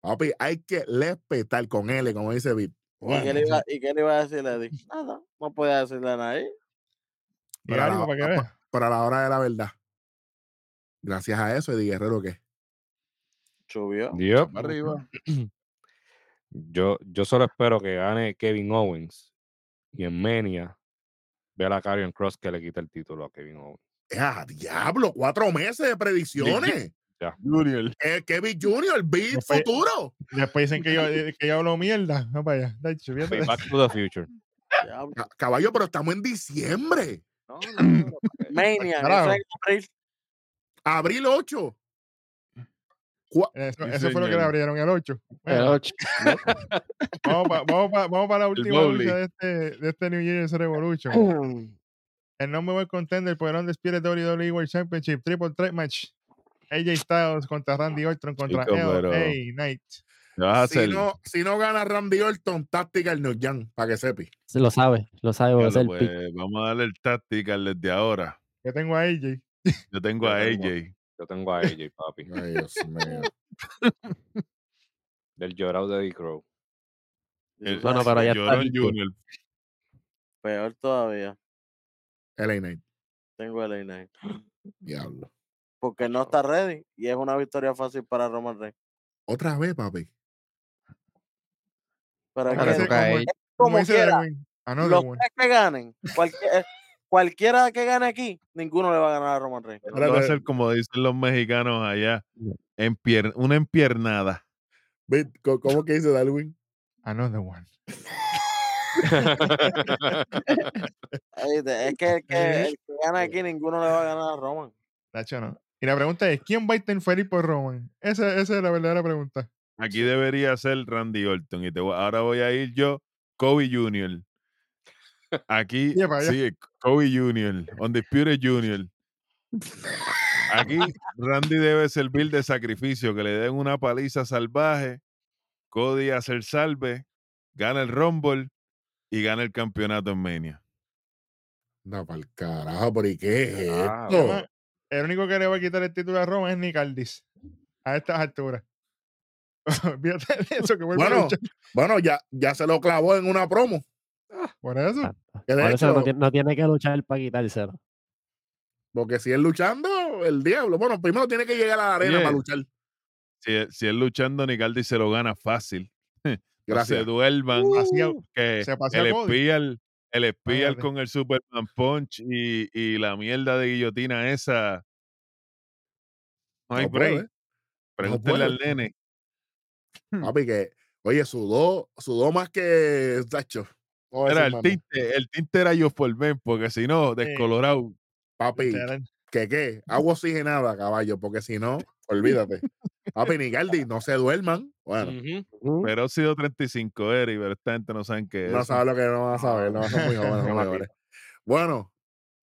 Speaker 1: Papi, hay que respetar con él, como dice Vit.
Speaker 5: ¿Y, qué le iba, ¿Y qué le iba a decirle a Eddie? Nada, no podía decirle a nadie.
Speaker 6: Y
Speaker 1: Para
Speaker 6: algo
Speaker 1: la-
Speaker 6: para que
Speaker 1: pa-
Speaker 6: vea.
Speaker 1: Pero a la hora de la verdad, gracias a eso, Eddie Guerrero, que
Speaker 5: Subió.
Speaker 4: Dios.
Speaker 2: Para arriba.
Speaker 4: Yo, yo solo espero que gane Kevin Owens y en Mania vea la Karrion Cross que le quita el título a Kevin Owens.
Speaker 1: ¡eh, a diablo! Cuatro meses de predicciones.
Speaker 2: Junior.
Speaker 1: El Kevin Jr., Beat
Speaker 6: Después-
Speaker 1: futuro.
Speaker 6: Después dicen que yo, eh, que yo hablo mierda. No para allá. Dale, chico, fíjate
Speaker 4: Be
Speaker 6: de eso.
Speaker 4: Back to the Future.
Speaker 5: Diablo.
Speaker 1: Ca- Caballo, pero estamos en diciembre.
Speaker 4: No, no, no, no, pa' qué.
Speaker 5: Mania, eso
Speaker 6: carajo.
Speaker 5: es en abril.
Speaker 1: Abril 8.
Speaker 6: Eso,
Speaker 2: Sí,
Speaker 6: eso fue lo que le
Speaker 2: señor.
Speaker 6: abrieron el 8.
Speaker 7: Pero, ch-
Speaker 6: vamos para vamos pa- vamos pa la última
Speaker 2: bowling.
Speaker 6: lucha de este, de este New Year's Revolution. El nombre buen contender por el Undisputed WWE E World Championship Triple Threat Match. AJ Styles contra Randy Orton contra
Speaker 2: Chico,
Speaker 6: LA
Speaker 2: pero-
Speaker 6: Knight.
Speaker 2: Te vas a
Speaker 1: Si
Speaker 2: hacer.
Speaker 1: no, si no gana Randy Orton, táctica el New Jan, para que sepi.
Speaker 3: Se Lo sabe, lo sabe, porque es
Speaker 2: Carlos,
Speaker 3: el pick.
Speaker 2: pues, vamos a darle el tactical desde ahora.
Speaker 6: Yo tengo a AJ.
Speaker 2: Yo tengo
Speaker 4: Yo
Speaker 2: a
Speaker 4: tengo-
Speaker 2: AJ.
Speaker 4: Yo tengo a AJ, papi.
Speaker 1: Ay, Dios mío.
Speaker 4: Del llorado de Eddie Crow.
Speaker 2: El, ah,
Speaker 3: Bueno, pero
Speaker 2: el
Speaker 3: ya está
Speaker 2: Llorón
Speaker 3: listo.
Speaker 2: Junior.
Speaker 5: Peor todavía.
Speaker 1: LA Knight,
Speaker 5: Tengo el Knight.
Speaker 1: diablo.
Speaker 5: Porque no está ready y es una victoria fácil para Roman Reigns.
Speaker 1: Otra vez, papi.
Speaker 5: Pero es
Speaker 6: Ahora
Speaker 5: que
Speaker 6: sí,
Speaker 5: como,
Speaker 6: como-
Speaker 7: cae.
Speaker 6: como
Speaker 5: como
Speaker 6: dice
Speaker 5: quiera,
Speaker 6: Darwin, another
Speaker 5: los
Speaker 6: one.
Speaker 5: tres que ganen, cualquier- eh, cualquiera que gane aquí, ninguno le va a ganar a Roman Reigns.
Speaker 1: Ahora
Speaker 2: va a
Speaker 1: que-
Speaker 2: ser como dicen los mexicanos allá. empier- una empiernada.
Speaker 1: Vit, co- ¿Cómo que dice Darwin?
Speaker 6: Another one.
Speaker 5: Ahí te- Es que el que, el que gana aquí, ninguno le va a ganar a Roman.
Speaker 6: Tacho, no. Y la pregunta es: ¿quién va a interferir por Roman? Esa, esa es la verdadera pregunta.
Speaker 2: Aquí debería ser Randy Orton. Y te voy- ahora voy a ir yo, Kobe Junior. Aquí,
Speaker 6: Ya, para allá.
Speaker 2: sí, Kobe Junior. Undisputed Junior. Aquí Randy debe servir de sacrificio, que le den una paliza salvaje, Cody hacer salve, gana el Rumble y gana el campeonato en Mania.
Speaker 1: No, para el carajo, ¿por qué es
Speaker 4: Ah,
Speaker 5: Oh.
Speaker 1: esto?
Speaker 6: bueno. El único que le va a quitar el título a Roma es Nicaldis. A estas alturas. Fíjate de eso que vuelve a
Speaker 1: Bueno,
Speaker 6: luchar.
Speaker 1: Bueno, ya, ya se lo clavó en una promo.
Speaker 6: Por eso.
Speaker 1: que de
Speaker 3: Por eso no
Speaker 1: hecho,
Speaker 3: tiene, no tiene que luchar para quitárselo.
Speaker 1: porque si es luchando, el diablo. Bueno, primero tiene que llegar a la arena
Speaker 2: Oye,
Speaker 1: para luchar.
Speaker 2: Si, si es luchando, Nicaldi se lo gana fácil. No Se
Speaker 1: Gracias.
Speaker 2: duerman.
Speaker 6: Así a-
Speaker 2: que
Speaker 6: Uh, Se pasea
Speaker 2: eh, el
Speaker 6: Cody.
Speaker 2: espía, el, el espía
Speaker 6: Espérate.
Speaker 2: con el Superman Punch y, y la mierda de guillotina esa. No hay
Speaker 1: No
Speaker 2: break.
Speaker 1: puede.
Speaker 2: Pregúntenle al
Speaker 1: puede.
Speaker 2: nene.
Speaker 1: Papi, que, oye, sudó, sudó más que Sacho. No voy a
Speaker 2: Era
Speaker 1: decir
Speaker 2: el
Speaker 1: mami.
Speaker 2: tinte, el tinte era yo por Ben, porque si no, descolorado.
Speaker 1: Papi,
Speaker 6: Literal.
Speaker 1: que qué, agua oxigenada, caballo, porque si no, olvídate. Papi, Nigaldi, no se duerman. Bueno,
Speaker 4: Ujú.
Speaker 7: Ujú.
Speaker 2: Pero ha sido 35 Eri, pero esta gente no saben qué es.
Speaker 1: no
Speaker 2: eso.
Speaker 1: sabes lo que no vas a saber, no son muy jóvenes, son muy jóvenes. Bueno,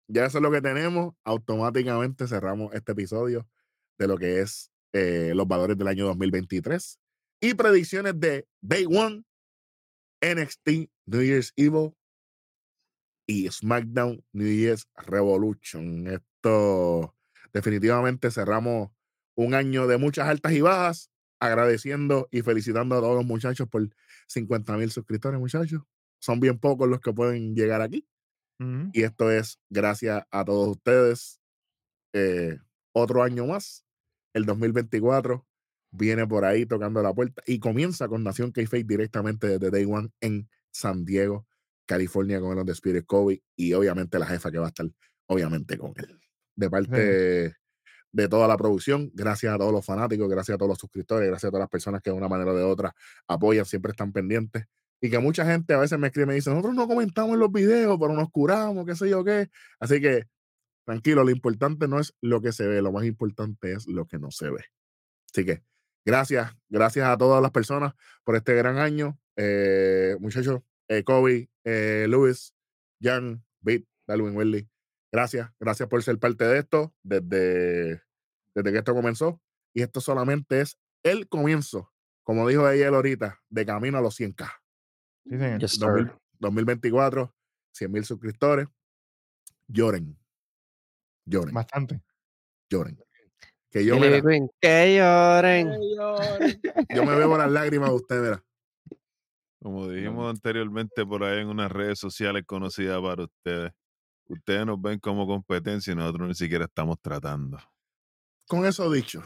Speaker 1: ya eso es lo que tenemos. Automáticamente cerramos este episodio de lo que es eh, los valores del año 2023 y predicciones de Day One, NXT, New Year's Evil y SmackDown New Year's Revolution. Esto definitivamente cerramos un año de muchas altas y bajas, agradeciendo y felicitando a todos los muchachos por 50 mil suscriptores, muchachos. Son bien pocos los que pueden llegar aquí.
Speaker 6: Ujú.
Speaker 1: Y esto es gracias a todos ustedes. Eh, otro año más, el 2024, viene por ahí tocando la puerta y comienza con Nación K-Face directamente desde Day One en San Diego, California, con el On The Spirit Kobe y obviamente la jefa que va a estar, obviamente, con él. De parte de toda la producción, gracias a todos los fanáticos, gracias a todos los suscriptores, gracias a todas las personas que de una manera o de otra apoyan, siempre están pendientes. Y que mucha gente a veces me escribe y me dice, nosotros no comentamos en los videos, pero nos curamos, qué sé yo qué. Así que, tranquilo, lo importante no es lo que se ve, lo más importante es lo que no se ve. Así que, gracias, gracias a todas las personas por este gran año. Eh, muchachos, eh, Kobe, eh, Luis, Jan, Bit, Darwin, Welly, gracias, gracias por ser parte de esto desde, desde que esto comenzó. Y esto solamente es el comienzo, como dijo ella ahorita, de camino a los 100K.
Speaker 6: Sí, señor.
Speaker 7: Yes, sir.
Speaker 1: 2000 2024, 100 mil suscriptores. Lloren. Lloren,
Speaker 6: Bastante.
Speaker 1: lloren. Que yo,
Speaker 7: Billy
Speaker 1: mira,
Speaker 7: Queen, que lloren.
Speaker 1: yo me veo las lágrimas de ustedes, mira.
Speaker 2: Como dijimos anteriormente por ahí en unas redes sociales conocidas para ustedes. Ustedes nos ven como competencia y nosotros ni siquiera estamos tratando.
Speaker 1: Con eso dicho,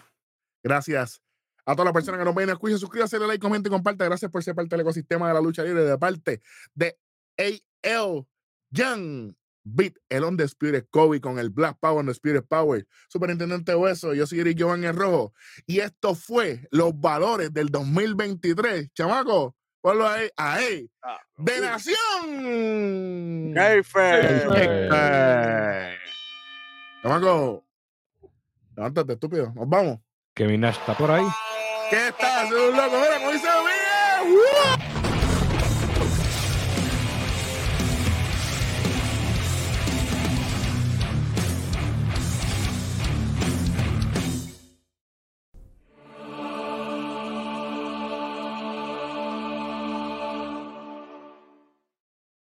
Speaker 1: gracias a todas las personas que nos ven, escuchen, suscríbanse, denle like, comenten, compartan. Gracias por ser parte del ecosistema de la lucha libre de parte de AL Young Beat, el On Spirit Kobe con el Black Power on Spirit Power, Superintendente Hueso, yo soy Eric Giovanni el Rojo. Y esto fue los valores del 2023. Chamaco, ponlo ahí, ahí,
Speaker 5: Ah,
Speaker 1: de Nación. eh, ah. Chamaco, levántate, estúpido, nos vamos.
Speaker 4: Kevin Nash está por ahí.
Speaker 1: ¿Qué estás, un loco? Mira, como dice Miguel. ¡Uh!